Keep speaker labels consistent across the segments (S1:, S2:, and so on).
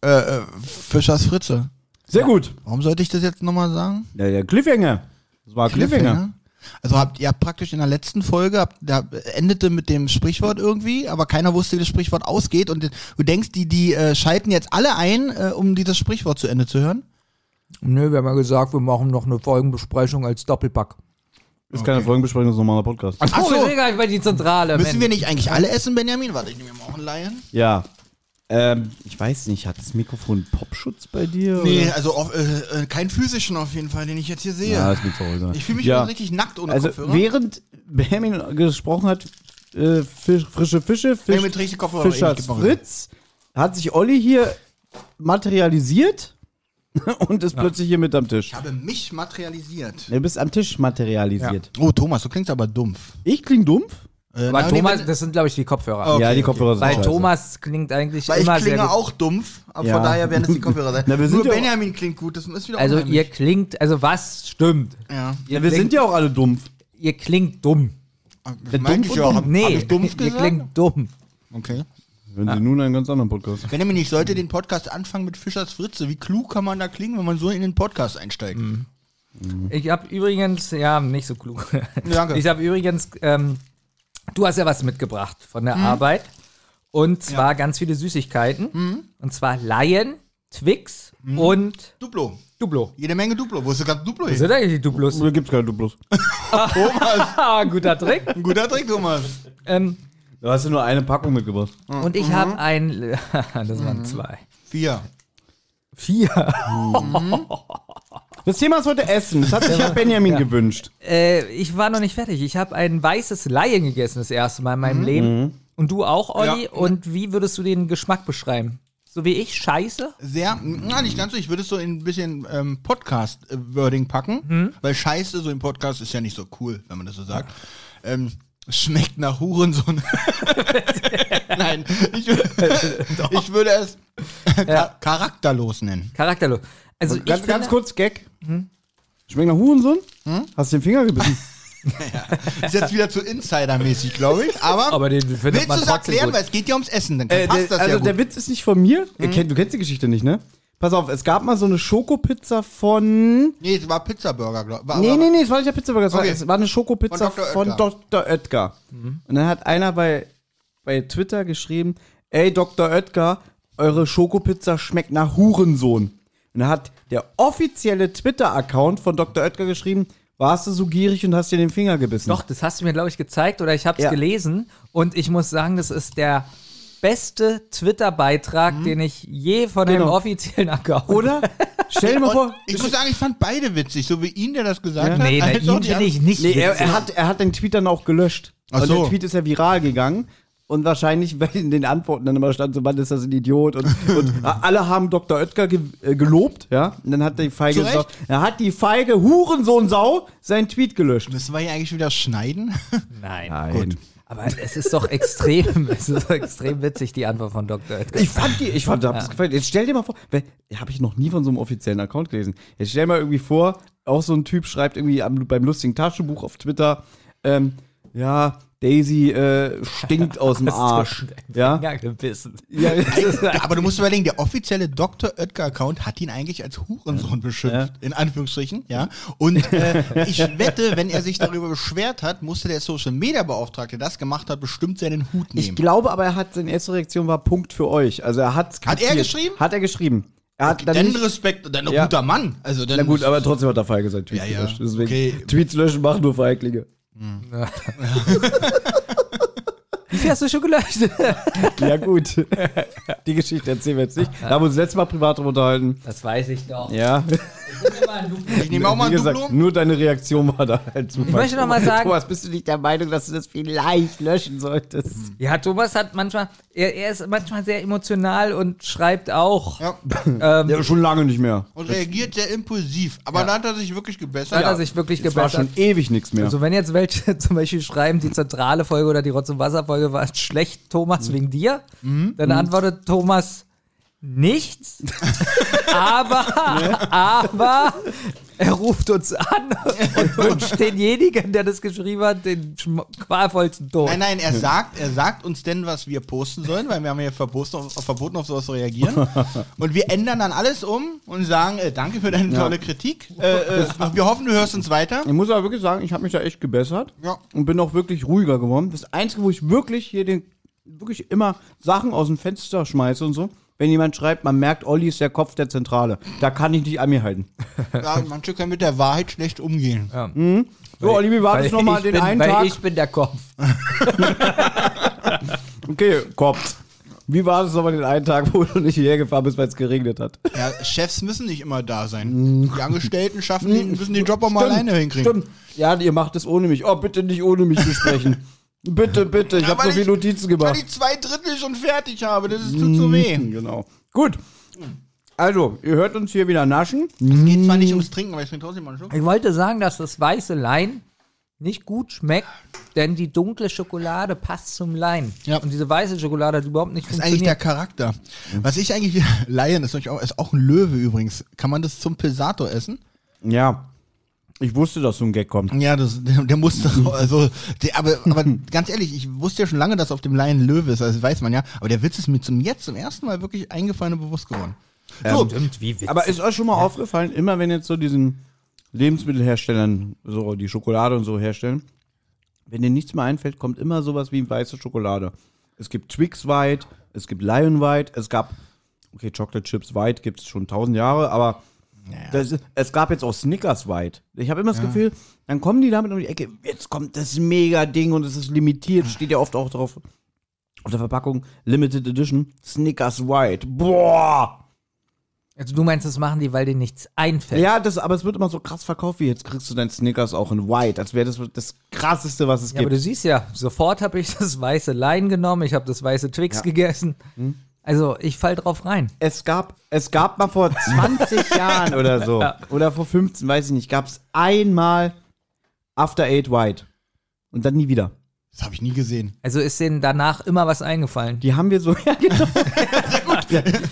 S1: äh, Fischers Fritze.
S2: Sehr gut.
S1: Warum sollte ich das jetzt nochmal sagen?
S2: Ja, der Cliffhanger. Das war Cliffhanger.
S1: Also habt ihr habt praktisch in der letzten Folge, habt, da endete mit dem Sprichwort irgendwie, aber keiner wusste, wie das Sprichwort ausgeht. Und du denkst, die, die äh, schalten jetzt alle ein, äh, um dieses Sprichwort zu Ende zu hören?
S3: Nö, wir haben ja gesagt, wir machen noch eine Folgenbesprechung als Doppelpack.
S2: Ist keine Folgenbesprechung, ist ein normaler Podcast.
S1: Ach so.
S3: egal, bei die Zentrale.
S1: Müssen wir nicht eigentlich alle essen, Benjamin? Warte, ich nehme mir mal auch einen Laien.
S2: Ja. Ähm, ich weiß nicht, hat das Mikrofon Popschutz bei dir?
S1: Nee,
S2: oder?
S1: also auf, äh, äh, keinen physischen auf jeden Fall, den ich jetzt hier sehe.
S2: Ja, ist mir zu Hause.
S1: ich fühle mich
S2: ja.
S1: schon richtig nackt ohne
S2: Also,
S1: Kopfhörer.
S2: während Benjamin gesprochen hat, äh, Fisch, frische Fische, Fisch,
S1: Benjamin trägt die Kopfhörer,
S2: Fischer
S1: ich geb mal rüber.
S2: Fritz, hat sich Olli hier materialisiert und ist plötzlich hier mit am Tisch.
S1: Ich habe mich materialisiert.
S2: Du bist am Tisch materialisiert.
S1: Oh, Thomas, du klingst aber dumpf.
S2: Ich kling dumpf?
S1: Äh,
S3: Aber
S1: na, nee,
S3: Thomas,
S1: wenn-
S3: das sind, glaube ich, die Kopfhörer.
S1: Okay,
S2: ja, die
S1: okay.
S2: Kopfhörer sind
S3: Weil
S2: scheiße.
S3: Thomas klingt eigentlich
S1: weil ich
S3: immer sehr
S1: klinge
S3: gut.
S1: auch dumpf, aber
S2: Ja.
S1: von daher werden es die Kopfhörer sein.
S2: Na, wir sind
S1: Nur
S2: ja auch-
S1: Benjamin klingt gut, das ist wieder
S3: Also ihr
S1: unheimlich.
S3: klingt, also was stimmt?
S1: Ja.
S3: Ihr
S2: Ja, wir
S3: klingt,
S2: sind ja auch alle dumpf.
S3: Ihr klingt dumm.
S1: Das meinte ich
S2: dumpf
S1: ja.
S2: und
S1: Oh, Hab, hab ich Ah, dumpf
S3: ihr
S1: gesagt?
S3: klingt dumm.
S1: Okay.
S2: Wenn sie nun einen ganz anderen Podcast.
S1: Benjamin, ich sollte den Podcast anfangen mit Fischers Fritze. Wie klug kann man da klingen, wenn man so in den Podcast einsteigt?
S3: Ich habe übrigens, ja, nicht so klug.
S1: Hm. Danke.
S3: Ich habe übrigens, ähm, du hast ja was mitgebracht von
S1: Hm?
S3: der Arbeit. Und zwar ganz viele Süßigkeiten.
S1: Hm?
S3: Und zwar Lion, Twix und
S1: Duplo.
S3: Duplo.
S1: Jede Menge Duplo. Wo ist das ganze Duplo
S3: Was
S1: hin?
S3: sind eigentlich die Duplos?
S2: Oder gibt's keine Duplos?
S1: Thomas.
S3: Ah, guter Trick.
S1: Ein guter Trick, Thomas.
S3: ähm,
S2: Da hast du nur eine Packung mitgebracht.
S3: und ich habe ein, das waren zwei.
S1: Vier.
S3: Vier.
S2: Das Thema ist heute Essen. Das hat sich ja Benjamin gewünscht.
S3: Äh, ich war noch nicht fertig. Ich habe ein weißes Lion gegessen das erste Mal in meinem Leben. Und du auch, Olli.
S1: Ja.
S3: Und wie würdest du den Geschmack beschreiben? So wie ich? Scheiße?
S1: Sehr, na nicht ganz so, ich würde es so in ein bisschen ähm, Podcast-Wording packen,
S3: Mhm.
S1: weil Scheiße so im Podcast ist ja nicht so cool, wenn man das so sagt. Ähm, schmeckt nach Hurensohn. Nein, ich, wür- ich würde es
S3: Ja.
S1: charakterlos nennen.
S3: Charakterlos. Also ich
S2: Ganz,
S3: finde,
S2: ganz kurz, Gag. Schmeckt nach Hurensohn? Hast du den Finger gebissen?
S1: Ist jetzt wieder zu Insider-mäßig, glaube ich, aber,
S3: Aber den findet
S1: willst
S3: man
S1: du es
S3: trotzdem
S1: erklären,
S3: gut.
S1: weil es geht ja ums Essen, dann
S2: Äh,
S1: passt
S2: der,
S1: das
S2: also
S1: ja gut.
S2: der Witz ist nicht von mir. Ihr kennt, du kennst die Geschichte nicht, ne? Pass auf, es gab mal so eine Schokopizza von.
S1: nee, es war Pizzaburger, glaube ich.
S2: Nee, nee, nee, es war nicht der Pizzaburger, es,
S1: Okay.
S2: war, es war eine Schokopizza
S1: Von Dr.
S2: von
S1: Oetker.
S2: Dr. Oetker. Und dann hat einer bei, bei Twitter geschrieben: Ey, Dr. Oetker, eure Schokopizza schmeckt nach Hurensohn. Und dann hat der offizielle Twitter-Account von Dr. Oetker geschrieben: Warst du so gierig und hast dir den Finger gebissen?
S3: Doch, das hast du mir, glaube ich, gezeigt oder ich habe es
S2: Ja.
S3: gelesen. Und ich muss sagen, das ist der beste Twitter-Beitrag, den ich je von einem
S2: Genau.
S3: offiziellen Account.
S2: Oder? Stell dir mal vor.
S1: Und ich muss sagen, ich fand beide witzig, so wie ihn, der das gesagt
S2: Ja.
S1: hat.
S3: also, Nee, na,
S1: als auch
S3: ihn
S1: die
S3: finde ich nicht.
S2: Nee, er,
S3: witzig.
S2: er, hat, er hat den Tweet dann auch gelöscht.
S1: Ach
S2: und
S1: so.
S2: der Tweet ist ja viral gegangen. Und wahrscheinlich, weil in den Antworten dann immer stand, so Mann, ist das ein Idiot. Und, und alle haben Dr. Oetker ge äh, gelobt, ja. Und dann hat die Feige
S1: Zu
S2: gesagt, er hat die Feige Hurensohn-Sau seinen Tweet gelöscht.
S1: Müssen wir hier eigentlich wieder schneiden?
S3: Nein.
S2: Nein.
S3: Aber es ist doch extrem, es ist doch extrem witzig, die Antwort von Dr. Oetker.
S2: Ich fand die, ich fand, hab's gefallen. Jetzt stell dir mal vor, habe ich noch nie von so einem offiziellen Account gelesen. Jetzt stell dir mal irgendwie vor, auch so ein Typ schreibt irgendwie am, beim lustigen Taschenbuch auf Twitter, ähm, ja, Daisy äh, stinkt aus dem Arsch. Ja,
S3: Ja, gebissen.
S2: ja das ist,
S1: Ja, aber du musst überlegen, der offizielle Dr. Oetker-Account hat ihn eigentlich als Hurensohn beschimpft,
S2: Ja.
S1: in Anführungsstrichen, ja. Und äh, ich wette, wenn er sich darüber beschwert hat, musste der Social-Media-Beauftragte, der das gemacht hat, bestimmt seinen Hut
S2: Ich
S1: nehmen.
S2: glaube aber, er hat seine erste Reaktion war Punkt für euch. Also er hat's
S1: Hat er
S2: kapiert.
S1: geschrieben?
S2: Hat er geschrieben. Er hat dann
S1: dann
S2: nicht,
S1: Respekt, dann ein
S2: Ja.
S1: guter Mann. Also dann
S2: na gut, aber trotzdem hat er Feige sein Tweet
S1: Ja, ja.
S2: gelöscht. Deswegen,
S1: Okay.
S2: Tweets löschen machen nur Feiglinge.
S3: Wie viel hast du schon gelöscht?
S2: Ja gut. Die Geschichte erzählen wir jetzt nicht. Da haben wir uns letztes Mal privat drüber unterhalten.
S3: Das weiß ich doch.
S2: Ja.
S1: ich nehme auch mal ein
S2: Wie gesagt,
S1: Duplo.
S2: nur deine Reaktion war da halt super. Ich
S3: möchte noch mal sagen-
S2: Thomas, bist du nicht der Meinung, dass du das vielleicht löschen solltest?
S3: Ja, Thomas hat manchmal, er, er ist manchmal sehr emotional und schreibt auch.
S1: Ja.
S3: Ähm,
S2: Ja, schon lange nicht mehr.
S1: Und reagiert sehr impulsiv. Aber da hat er sich wirklich
S3: Da
S1: gebessert.
S3: hat er sich wirklich
S2: Es war
S3: gebessert.
S2: schon ewig nichts mehr.
S3: Also wenn jetzt welche zum Beispiel schreiben, die zentrale Folge
S1: Mhm.
S3: oder die Rotz- und Wasser-Folge war schlecht, Thomas, wegen dir, dann antwortet Thomas, nichts. aber, aber er ruft uns an und wünscht denjenigen, der das geschrieben hat, den schm- qualvollsten Tod.
S1: Nein, nein, er sagt, er sagt uns denn, was wir posten sollen, weil wir haben ja verboten, auf, verboten, auf sowas zu reagieren. Und wir ändern dann alles um und sagen, äh, danke für deine tolle Kritik. Äh, äh, wir hoffen, du hörst uns weiter.
S2: Ich muss aber wirklich sagen, ich habe mich da echt gebessert
S1: Ja.
S2: und bin auch wirklich ruhiger geworden. Das Einzige, wo ich wirklich hier den, wirklich immer Sachen aus dem Fenster schmeiße und so, wenn jemand schreibt, man merkt, Olli ist der Kopf der Zentrale. Da kann ich nicht an mir halten.
S1: Ja, manche können mit der Wahrheit schlecht umgehen.
S2: So, Olli, wie war das nochmal den
S3: bin,
S2: einen
S3: weil
S2: Tag?
S3: ich bin der Kopf.
S2: okay, Kopf. Wie war das nochmal den einen Tag, wo du nicht hierher gefahren bist, weil es geregnet hat?
S1: Ja, Chefs müssen nicht immer da sein. Die Angestellten schaffen den, müssen den Job auch mal
S2: Stimmt,
S1: alleine hinkriegen.
S2: Stimmt. Ja, ihr macht es ohne mich. Oh, bitte nicht ohne mich besprechen. bitte, bitte. Ich habe so viele Notizen
S1: Weil
S2: gemacht.
S1: ich zwei Drittel schon fertig habe, das ist tut so weh.
S2: Genau. Gut. Also, ihr hört uns hier wieder naschen.
S1: Es geht zwar nicht ums Trinken, aber ich trinke trotzdem mal einen Schluck.
S3: Ich wollte sagen, dass das weiße Lein nicht gut schmeckt, denn die dunkle Schokolade passt zum Lein.
S1: Ja.
S3: Und diese weiße Schokolade hat überhaupt nicht
S1: Das ist eigentlich der
S3: funktioniert.
S1: Charakter. Was ich eigentlich, Lion ist, nämlich auch, ist auch ein Löwe übrigens. Kann man das zum Pesato essen?
S2: Ja. Ich wusste, dass so ein Gag kommt.
S1: Ja, das, der, der muss doch, also, der, aber, aber ganz ehrlich, ich wusste ja schon lange, dass auf dem Lion Löwe ist, also das weiß man ja. Aber der Witz ist mir zum jetzt zum ersten Mal wirklich eingefallen und bewusst geworden. So,
S3: Stimmt, wie witzig.
S2: Aber ist euch schon mal aufgefallen, immer wenn jetzt so diesen Lebensmittelherstellern so die Schokolade und so herstellen, wenn dir nichts mehr einfällt, kommt immer sowas wie weiße Schokolade. Es gibt Twix White, es gibt Lion White, es gab, okay, Chocolate Chips White gibt es schon tausend Jahre, aber das, es gab jetzt auch Snickers White. Ich habe immer das Gefühl, dann kommen die damit um die Ecke, jetzt kommt das Mega-Ding und es ist limitiert, steht ja oft auch drauf. Auf der Verpackung Limited Edition Snickers White. Boah!
S3: also du meinst, das machen die, weil denen nichts einfällt.
S2: Ja, das, aber es wird immer so krass verkauft, wie jetzt kriegst du deinen Snickers auch in White, als wäre das das krasseste, was es
S3: Ja, aber
S2: gibt.
S3: du siehst ja, sofort habe ich das weiße Lein genommen, ich habe das weiße Twix gegessen.
S2: Hm.
S3: Also ich fall drauf rein.
S2: Es gab, es gab mal vor 20 Jahren oder so, oder vor 15, weiß ich nicht, gab es einmal After Eight White. Und dann nie wieder.
S1: das habe ich nie gesehen.
S3: Also ist denen danach immer was eingefallen.
S2: Die haben wir so. Ja, genau.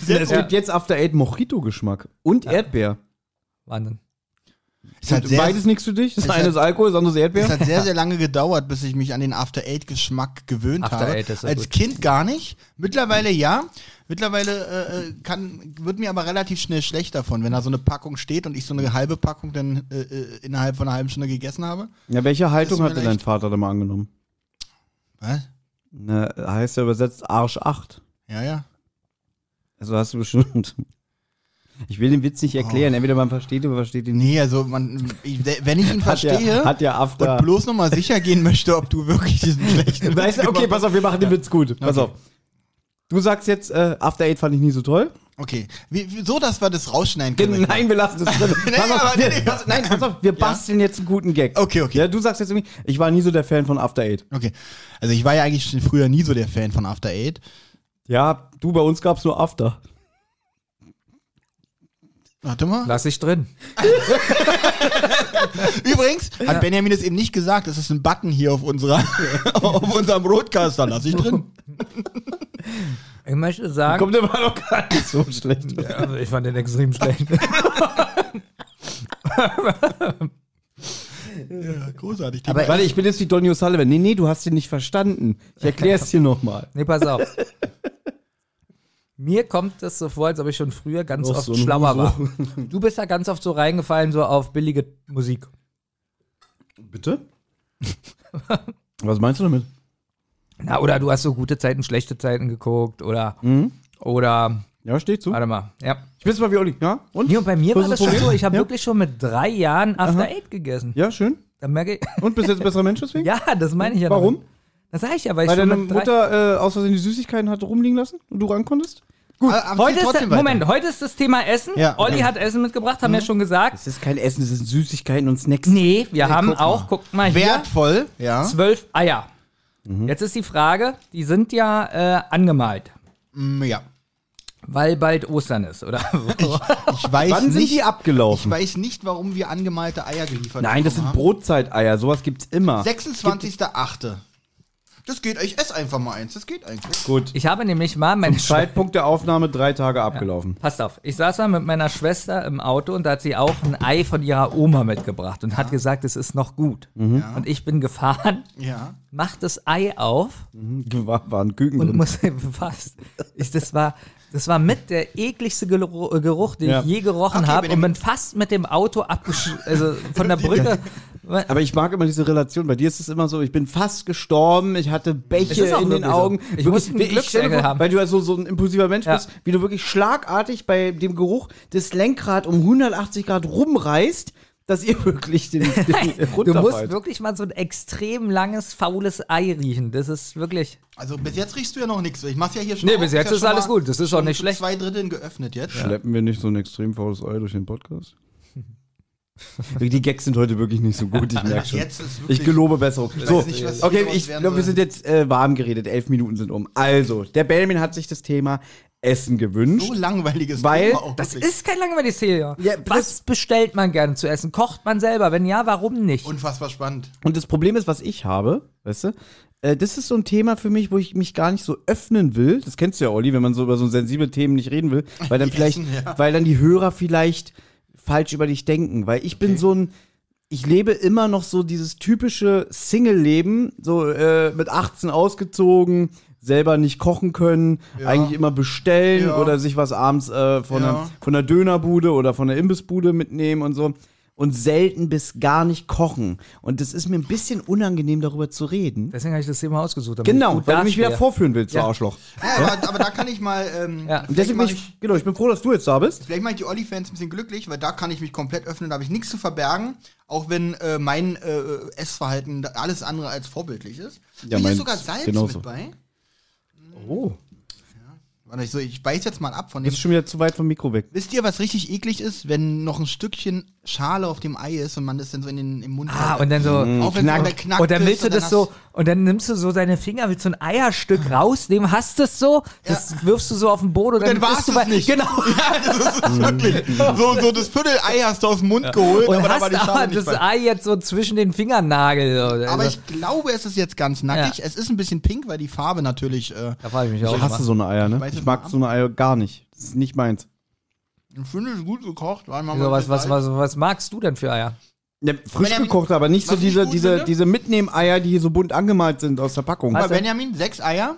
S2: Es gibt jetzt After Eight Mojito-Geschmack und Erdbeer.
S3: Wahnsinn.
S1: Es hat, sehr,
S2: Beides
S1: es
S2: nichts für dich. Das
S1: Es
S2: eine
S1: hat-
S2: halt ist Alkohol, das andere ist halt Erdbeer.
S1: hat sehr, sehr lange gedauert, bis ich mich an den After Eight Geschmack gewöhnt
S3: After
S1: habe.
S3: Eight ist ja
S1: Als
S3: gut.
S1: Kind gar nicht. Mittlerweile ja. Mittlerweile äh, äh, kann, wird mir aber relativ schnell schlecht davon, wenn da so eine Packung steht und ich so eine halbe Packung dann äh, äh, innerhalb von einer halben Stunde gegessen habe.
S2: Ja, welche Haltung
S1: mir
S2: hatte dein
S1: leicht.
S2: Vater da mal angenommen?
S1: Was?
S2: Ne, heißt ja übersetzt Arsch 8.
S1: Ja, ja.
S2: Also hast du bestimmt. Ich will den Witz nicht erklären. Entweder man versteht oder versteht ihn nicht.
S1: Nee, also man, ich, wenn ich ihn verstehe
S2: Ja, hat ja
S1: und
S2: After.
S1: bloß nochmal sicher gehen möchte, ob du wirklich diesen schlechten
S2: Weißt du, okay, pass auf, wir machen den Witz gut. Pass auf. Du sagst jetzt, äh, After Eight fand ich nie so toll.
S1: Okay, wie, wie, so dass wir das rausschneiden
S2: Den,
S1: können.
S2: nein, wir lassen das drin.
S1: Nee,
S2: pass auf,
S1: aber
S2: wir,
S1: nee,
S2: pass, nein, pass auf, wir basteln jetzt einen guten Gag.
S1: Okay, okay.
S2: Ja, du sagst jetzt irgendwie, ich war nie so der Fan von After Eight.
S1: Okay, also ich war ja eigentlich schon früher nie so der Fan von After Eight.
S2: Ja, du, bei uns gab's nur After.
S1: Warte mal.
S3: Lass ich drin.
S1: Übrigens hat Benjamin das eben nicht gesagt. Es ist ein Button hier auf unserer, auf unserem Broadcaster. Lass ich drin.
S3: Ich möchte sagen,
S2: Kommt, der war doch gar nicht so schlecht.
S3: Ja, also ich fand den extrem schlecht.
S1: Ja, großartig.
S3: Aber-
S2: Warte, ich bin jetzt wie Donny O'Sullivan. Nee, nee, du hast den nicht verstanden. Ich erklär's dir nochmal.
S3: Nee, pass auf. Mir kommt das so vor, als ob ich schon früher ganz
S2: Noch
S3: oft
S2: so ein
S3: schlauer
S2: Huso.
S3: war. Du bist da ganz oft so reingefallen, so auf billige Musik.
S2: Bitte? Was meinst du damit?
S3: Na, oder du hast so gute Zeiten, schlechte Zeiten geguckt oder,
S2: Hm?
S3: oder,
S2: Ja, steht zu.
S3: warte mal, ja.
S2: Ich bin's mal wie Olli. Ja, und?
S3: Nee, und Hm? bei mir war
S2: Großes
S3: das schon
S2: Problem?
S3: so, ich habe
S2: Ja.
S3: wirklich schon mit drei Jahren After Eight gegessen.
S2: Ja, schön.
S3: Da merke ich,
S2: Und bist jetzt ein besserer Mensch deswegen?
S3: ja, das meine ich ja
S2: Warum?
S3: Damit. Das sage ich ja, weil,
S2: Weil
S3: ich schon
S2: deine
S3: mit drei,
S2: Mutter äh, aus Versehen die Süßigkeiten hatte rumliegen lassen und du rankonntest?
S1: Gut, aber, aber
S3: Heute
S1: zählt
S3: ist,
S1: trotzdem weiter.
S3: Moment, heute ist das Thema Essen.
S1: Ja,
S3: Olli
S1: okay.
S3: hat Essen mitgebracht, haben wir schon gesagt.
S2: Das ist kein Essen, das sind Süßigkeiten und Snacks.
S3: Nee, wir haben
S1: guck mal.
S3: auch, guckt mal hier,
S1: Wertvoll, ja.
S3: zwölf Eier. Jetzt ist die Frage, die sind ja äh, angemalt,
S1: Mm, ja.
S3: weil bald Ostern ist, oder?
S1: Ich weiß
S2: Wann sind
S1: nicht,
S2: die
S1: Ich
S2: abgelaufen?
S1: weiß nicht, warum wir angemalte Eier geliefert
S2: Nein, das
S1: bekommen
S2: sind Brotzeiteier, sowas gibt's immer.
S1: haben. 26.8. Das geht, ich esse einfach mal eins. Das geht eigentlich.
S2: Gut.
S3: Ich habe nämlich mal meine Schwester.
S2: Zeitpunkt der Aufnahme drei Tage abgelaufen.
S3: Passt auf, ich saß mal mit meiner Schwester im Auto und da hat sie auch ein Ei von ihrer Oma mitgebracht und hat gesagt, es ist noch gut. Und ich bin gefahren,
S1: Ja.
S3: mach das Ei auf
S2: Mhm. War, waren Küken
S3: und
S2: drin.
S3: muss fast. Ich, das, war, das war mit der ekligste Geruch, Geruch den
S2: Ja.
S3: ich je gerochen
S1: Okay,
S3: habe und
S1: Benjamin.
S3: bin fast mit dem Auto abgesch also von der Brücke.
S2: Aber ich mag immer diese Relation. Bei dir ist es immer so, ich bin fast gestorben, ich hatte
S3: Es
S2: Bäche
S3: ist auch
S2: in den
S3: wirklich so.
S2: Augen.
S3: Ich muss
S2: wie- stell
S3: einen
S2: mir
S3: Glücksengel
S2: vor,
S3: haben.
S2: Weil du ja so, so ein impulsiver Mensch
S3: Ja.
S2: bist, wie du wirklich schlagartig bei dem Geruch des Lenkrad um 180 Grad rumreißt, dass ihr wirklich den, den
S3: Du musst
S2: runterfallt.
S3: wirklich mal so ein extrem langes, faules Ei riechen. Das ist wirklich.
S1: Also bis jetzt riechst du ja noch nichts. Ich mach's ja hier schon.
S3: Nee,
S1: auf.
S3: bis jetzt
S1: ja
S3: ist
S1: schon
S3: alles
S1: mal
S3: gut. Das ist
S1: schon
S3: auch nicht
S1: zu
S3: schlecht.
S1: Zwei Dritteln geöffnet jetzt.
S2: Schleppen wir nicht so ein extrem faules Ei durch den Podcast? Die Gags sind heute wirklich nicht so gut, ich merke
S1: Also
S2: schon.
S1: jetzt ist wirklich.
S2: Ich gelobe besser. So,
S1: nicht, was
S2: okay,
S1: daraus
S2: ich
S1: werden
S2: glaube, wir
S1: soll.
S2: sind jetzt äh, warm geredet. Elf Minuten sind um. Also, der Benjamin hat sich das Thema Essen gewünscht.
S1: So langweiliges
S2: Weil
S1: Thema auch
S3: Das
S1: Oh, wirklich.
S3: ist kein langweiliges Thema.
S2: Ja,
S3: Was bestellt man gerne zu essen? Kocht man selber? Wenn ja, warum nicht?
S1: Unfassbar spannend.
S2: Und das Problem ist, was ich habe, weißt du, äh, das ist so ein Thema für mich, wo ich mich gar nicht so öffnen will. Das kennst du ja, Olli, wenn man so über so sensible Themen nicht reden will, weil dann
S1: Die
S2: vielleicht,
S1: Essen, ja.
S2: weil dann die Hörer vielleicht falsch über dich denken. Weil ich bin so ein, ich lebe immer noch so dieses typische Single-Leben, so äh, mit 18 ausgezogen, selber nicht kochen können, eigentlich immer bestellen
S1: Ja.
S2: oder sich was abends äh, von,
S1: Ja.
S2: einer, von einer Dönerbude oder von einer Imbissbude mitnehmen und so. Und selten bis gar nicht kochen. Und das ist mir ein bisschen unangenehm, darüber zu reden.
S3: Deswegen habe ich das Thema ausgesucht. damit ich
S2: Genau,
S3: gut
S2: weil du mich wieder
S3: dastehe.
S2: vorführen willst,
S3: Ja.
S2: du Arschloch.
S1: Ja, aber, aber da kann ich mal. Ähm,
S3: Ja. Und
S2: Und
S1: vielleicht
S2: deswegen
S1: mach
S2: bin ich, genau, ich bin froh, dass du jetzt da bist.
S1: Vielleicht mache ich die Olli-Fans ein bisschen glücklich, weil da kann ich mich komplett öffnen, da habe ich nichts zu verbergen, auch wenn äh, mein äh, Essverhalten da- alles andere als vorbildlich ist.
S2: Ja,
S1: Hier
S2: meins
S1: ist sogar Salz
S2: genauso.
S1: mit bei.
S2: Oh.
S1: Warte, ich, so, ich beiß jetzt mal ab von dem.
S2: Bist schon wieder zu weit vom Mikro weg.
S1: Wisst ihr, was richtig eklig ist, wenn noch ein Stückchen Schale auf dem Ei ist und man das dann so in den im Mund
S3: Ah, und dann so.
S1: auch wenn
S2: knack.
S1: es knackt.
S3: und dann willst du
S1: ist
S3: das so, und dann nimmst du so deine Finger, willst so ein Eierstück rausnehmen, hast das so, das wirfst du so auf den Boden und,
S1: dann war's
S3: bist du
S1: es
S3: bei,
S1: nicht.
S3: Genau.
S1: hast- Ja, das ist wirklich so, so das Viertel-Ei hast du aus dem Mund geholt,
S3: Und
S1: da
S3: hast aber
S1: nicht
S3: das
S1: bei.
S3: Ei jetzt so zwischen den Fingernagel. oder-
S1: Aber
S3: also,
S1: ich glaube, es ist jetzt ganz nackig. Es ist ein bisschen pink, weil die Farbe natürlich äh,
S3: da frage ich mich auch.
S2: Ich
S3: immer.
S2: hasse so eine Eier, ne?
S1: weiß
S2: Ich
S1: es
S2: mag
S1: nicht.
S2: so eine Eier gar nicht. Das ist nicht meins.
S1: Ich finde es gut gekocht. Weil man
S3: Wieso, was, was,
S1: was,
S3: was, was magst du denn für Eier?
S2: Ja, frisch
S1: Benjamin,
S2: gekocht, aber nicht so
S1: was ich
S2: diese,
S1: gut
S2: diese,
S1: finde?
S2: diese Mitnehmeier, die hier so bunt angemalt sind aus der Packung.
S3: Was?
S1: Benjamin, sechs Eier,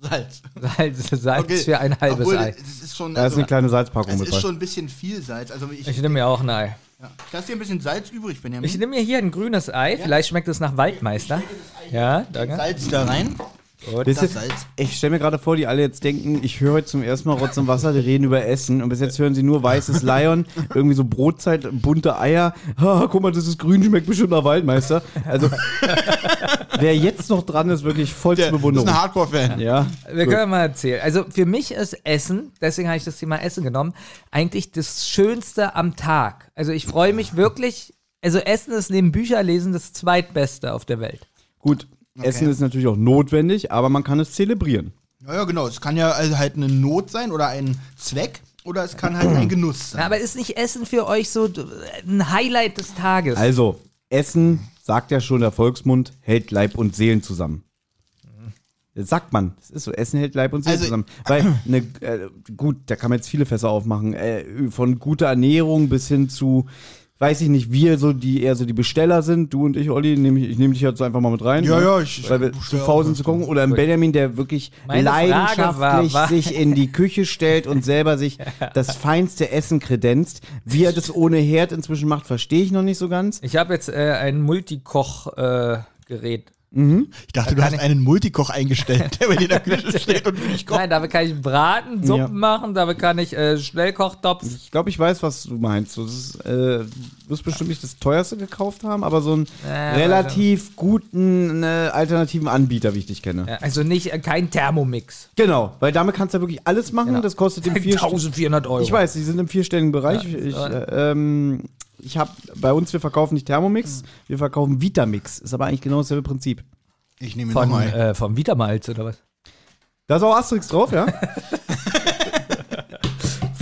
S1: Salz.
S3: Salz, Salz
S1: Okay.
S3: für ein halbes
S1: Obwohl,
S3: Ei.
S1: Das ist schon,
S2: Da ist
S1: also,
S2: eine kleine Salzpackung
S1: es
S2: mit
S1: ist
S2: bei.
S1: schon ein bisschen viel Salz. Also ich,
S3: Ich nehme mir auch ein Ei.
S1: ja. ich lasse dir ein bisschen Salz übrig, Benjamin.
S3: Ich nehme mir hier ein grünes Ei. Vielleicht schmeckt es nach Waldmeister. Ja, danke.
S1: Salz da rein.
S2: Wisst ihr,
S1: Das Salz.
S2: Ich stelle mir gerade vor, die alle jetzt denken, ich höre heute zum ersten Mal Rotz und Wasser, die reden über Essen und bis jetzt hören sie nur weißes Lion, irgendwie so Brotzeit, bunte Eier. Ha, guck mal, das ist grün, schmeckt bestimmt nach Waldmeister. Also, wer jetzt noch dran ist, wirklich voll zur Bewunderung.
S1: Hardcore-Fan.
S2: Ja,
S3: Wir
S2: gut.
S3: können mal erzählen. Also für mich ist Essen, deswegen habe ich das Thema Essen genommen, eigentlich das Schönste am Tag. Also ich freue mich wirklich. Also Essen ist neben Bücherlesen das zweitbeste auf der Welt.
S2: gut. Essen ist natürlich auch notwendig, aber man kann es zelebrieren.
S1: Ja, ja, genau. Es kann ja also halt eine Not sein oder ein Zweck oder es kann halt ein Genuss sein.
S3: Na, aber ist nicht Essen für euch so d- ein Highlight des Tages?
S2: Also, Essen, sagt ja schon der Volksmund, hält Leib und Seelen zusammen. Das sagt man. Das ist so. Essen hält Leib und Seelen
S1: Also-
S2: zusammen. Weil, ne, äh, gut, da kann man jetzt viele Fässer aufmachen. Äh, von guter Ernährung bis hin zu, weiß ich nicht, wir so, die eher so die Besteller sind. Du und ich, Olli, nehm ich, ich nehme dich jetzt einfach mal mit rein.
S1: Ja,
S2: ne?
S1: ja, ich-
S2: Weil wir
S1: ich-
S2: zu faul sind zu gucken. Oder ein Benjamin, der wirklich
S3: Meine Frage
S2: leidenschaftlich
S3: war- war-
S2: sich in die Küche stellt und selber sich das feinste Essen kredenzt. Wie er das ohne Herd inzwischen macht, verstehe ich noch nicht so ganz.
S3: Ich habe jetzt äh, ein äh, Multikoch-Gerät.
S1: Ich dachte, du hast einen Multikoch eingestellt, der bei dir in der Küche steht und für dich kocht.
S3: Nein, damit kann ich Braten, Suppen
S2: Ja.
S3: machen, damit kann ich äh, Schnellkochtopf.
S2: Ich glaube, ich weiß, was du meinst. Das ist, äh, du wirst bestimmt nicht das teuerste gekauft haben, aber so einen
S3: Äh,
S2: relativ guten äh, alternativen Anbieter, wie ich dich kenne.
S3: Ja, Also nicht äh, kein Thermomix.
S2: Genau, weil damit kannst du ja wirklich alles machen. Das kostet im vier
S3: 1400 Genau. Euro.
S2: Ich weiß, die sind im vierstelligen Bereich.
S3: Ja,
S2: ich
S3: so.
S2: äh, ähm, ich habe bei uns, wir verkaufen nicht Thermomix,
S3: Hm.
S2: wir verkaufen Vitamix. Ist aber eigentlich genau dasselbe Prinzip.
S1: Ich nehme
S3: Von,
S1: nochmal.
S3: äh, vom Vitamalz oder was?
S2: Da ist auch Asterix drauf, ja?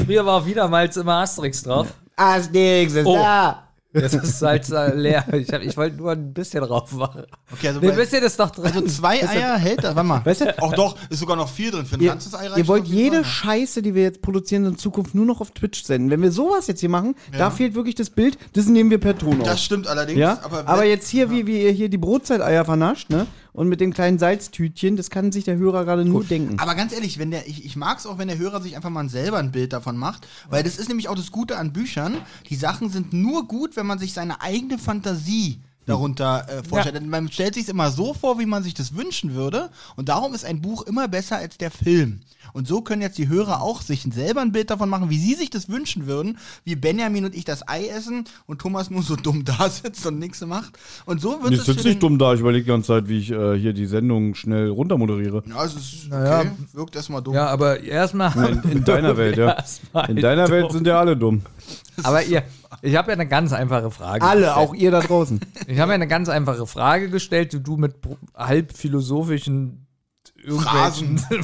S3: Früher war auf Vitamalz immer Asterix drauf.
S2: Asterix ist
S3: Oh.
S2: da.
S3: Jetzt ist Salz leer. Ich, hab- ich wollte nur ein bisschen drauf machen.
S1: Okay, also
S3: Nee, ein
S1: bei-
S3: bisschen ist doch drin.
S1: Also zwei Eier hält das, warte mal.
S2: Weißt du-
S1: Auch doch, ist sogar noch viel drin. Für ein
S2: Ihr,
S1: ganzes Ei reicht
S2: ihr wollt
S1: auf jeden
S2: jede
S1: Fall.
S2: Scheiße, die wir jetzt produzieren, in Zukunft nur noch auf Twitch senden. Wenn wir sowas jetzt hier machen, da fehlt wirklich das Bild, das nehmen wir per Ton auf.
S1: Das stimmt allerdings.
S2: ja?
S1: Aber,
S2: aber, jetzt hier, wie, wie ihr hier die Brotzeiteier vernascht, ne? Und mit dem kleinen Salztütchen, das kann sich der Hörer gerade nur
S4: Hm.
S2: denken.
S1: aber ganz ehrlich, wenn der, ich, ich mag es auch, wenn der Hörer sich einfach mal selber ein Bild davon macht, weil das ist nämlich auch das Gute an Büchern. Die Sachen sind nur gut, wenn man sich seine eigene Fantasie darunter äh, vorstellt. Denn Man stellt sich immer so vor, wie man sich das wünschen würde. Und darum ist ein Buch immer besser als der Film. Und so können jetzt die Hörer auch sich selber ein Bild davon machen, wie sie sich das wünschen würden, wie Benjamin und ich das Ei essen und Thomas nur so dumm da sitzt und nichts macht. Und so wird es.
S4: Ich sitze
S1: für den-
S4: nicht dumm da, ich überlege die ganze Zeit, wie ich äh, hier die Sendung schnell runtermoderiere.
S1: Ja, es ist okay.
S3: Naja.
S1: Wirkt erstmal dumm.
S3: Ja, aber erstmal.
S4: In, in deiner Welt, ja.
S3: Erstmal
S4: In deiner Welt sind ja alle dumm.
S3: Aber ihr, ich habe ja eine ganz einfache Frage.
S2: Alle, auch ihr da draußen.
S3: Ich habe ja eine ganz einfache Frage gestellt, die du mit pro- halb philosophischen irgendwelchen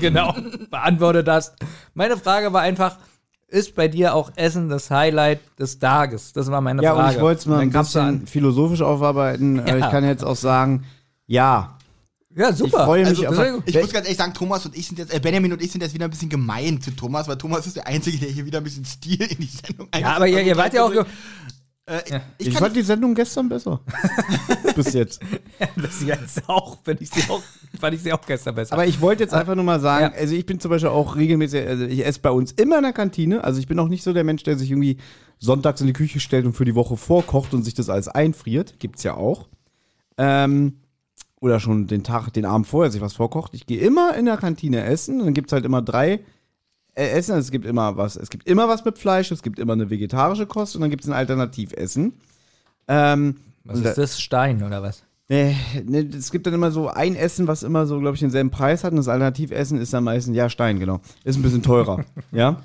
S3: genau beantwortet hast. Meine Frage war einfach, ist bei dir auch Essen das Highlight des Tages? Das war meine
S2: Ja,
S3: Frage.
S2: und ich wollte es mal
S3: Dann
S2: ein
S3: kamst du
S2: bisschen philosophisch aufarbeiten. Äh, Ich kann jetzt auch sagen, ja.
S3: an. Ja, super.
S2: freue mich
S3: also,
S2: einfach-
S3: deswegen-
S1: Ich muss ganz ehrlich sagen, Thomas und ich sind jetzt, äh, Benjamin und ich sind jetzt wieder ein bisschen gemein zu Thomas, weil Thomas ist der Einzige, der hier wieder ein bisschen Stil in die Sendung
S3: ja, aber ihr, ihr wart ja auch.
S2: Also
S3: ge-
S1: Äh, ich,
S2: Ich,
S1: kann,
S2: fand die Sendung gestern besser. Bis jetzt.
S3: Das jetzt auch, wenn ich sie auch, fand ich sie auch gestern besser.
S2: Aber ich wollte jetzt einfach nur mal sagen,
S3: Ja.
S2: also ich bin zum Beispiel auch regelmäßig, also ich esse bei uns immer in der Kantine. Also ich bin auch nicht so der Mensch, der sich irgendwie sonntags in die Küche stellt und für die Woche vorkocht und sich das alles einfriert. Gibt's ja auch. Ähm, oder schon den Tag, den Abend vorher sich was vorkocht. Ich gehe immer in der Kantine essen. Dann gibt's halt immer drei äh, Essen. Also es gibt immer was. Es gibt immer was mit Fleisch, es gibt immer eine vegetarische Kost und dann gibt's ein Alternativessen. Ähm,
S3: was
S2: und
S3: ist das? Stein oder was?
S2: Nee, nee, es gibt dann immer so ein Essen, was immer so, glaube ich, denselben Preis hat. Und das Alternativessen ist dann meistens, ja, Stein, genau. Ist ein bisschen teurer. ja.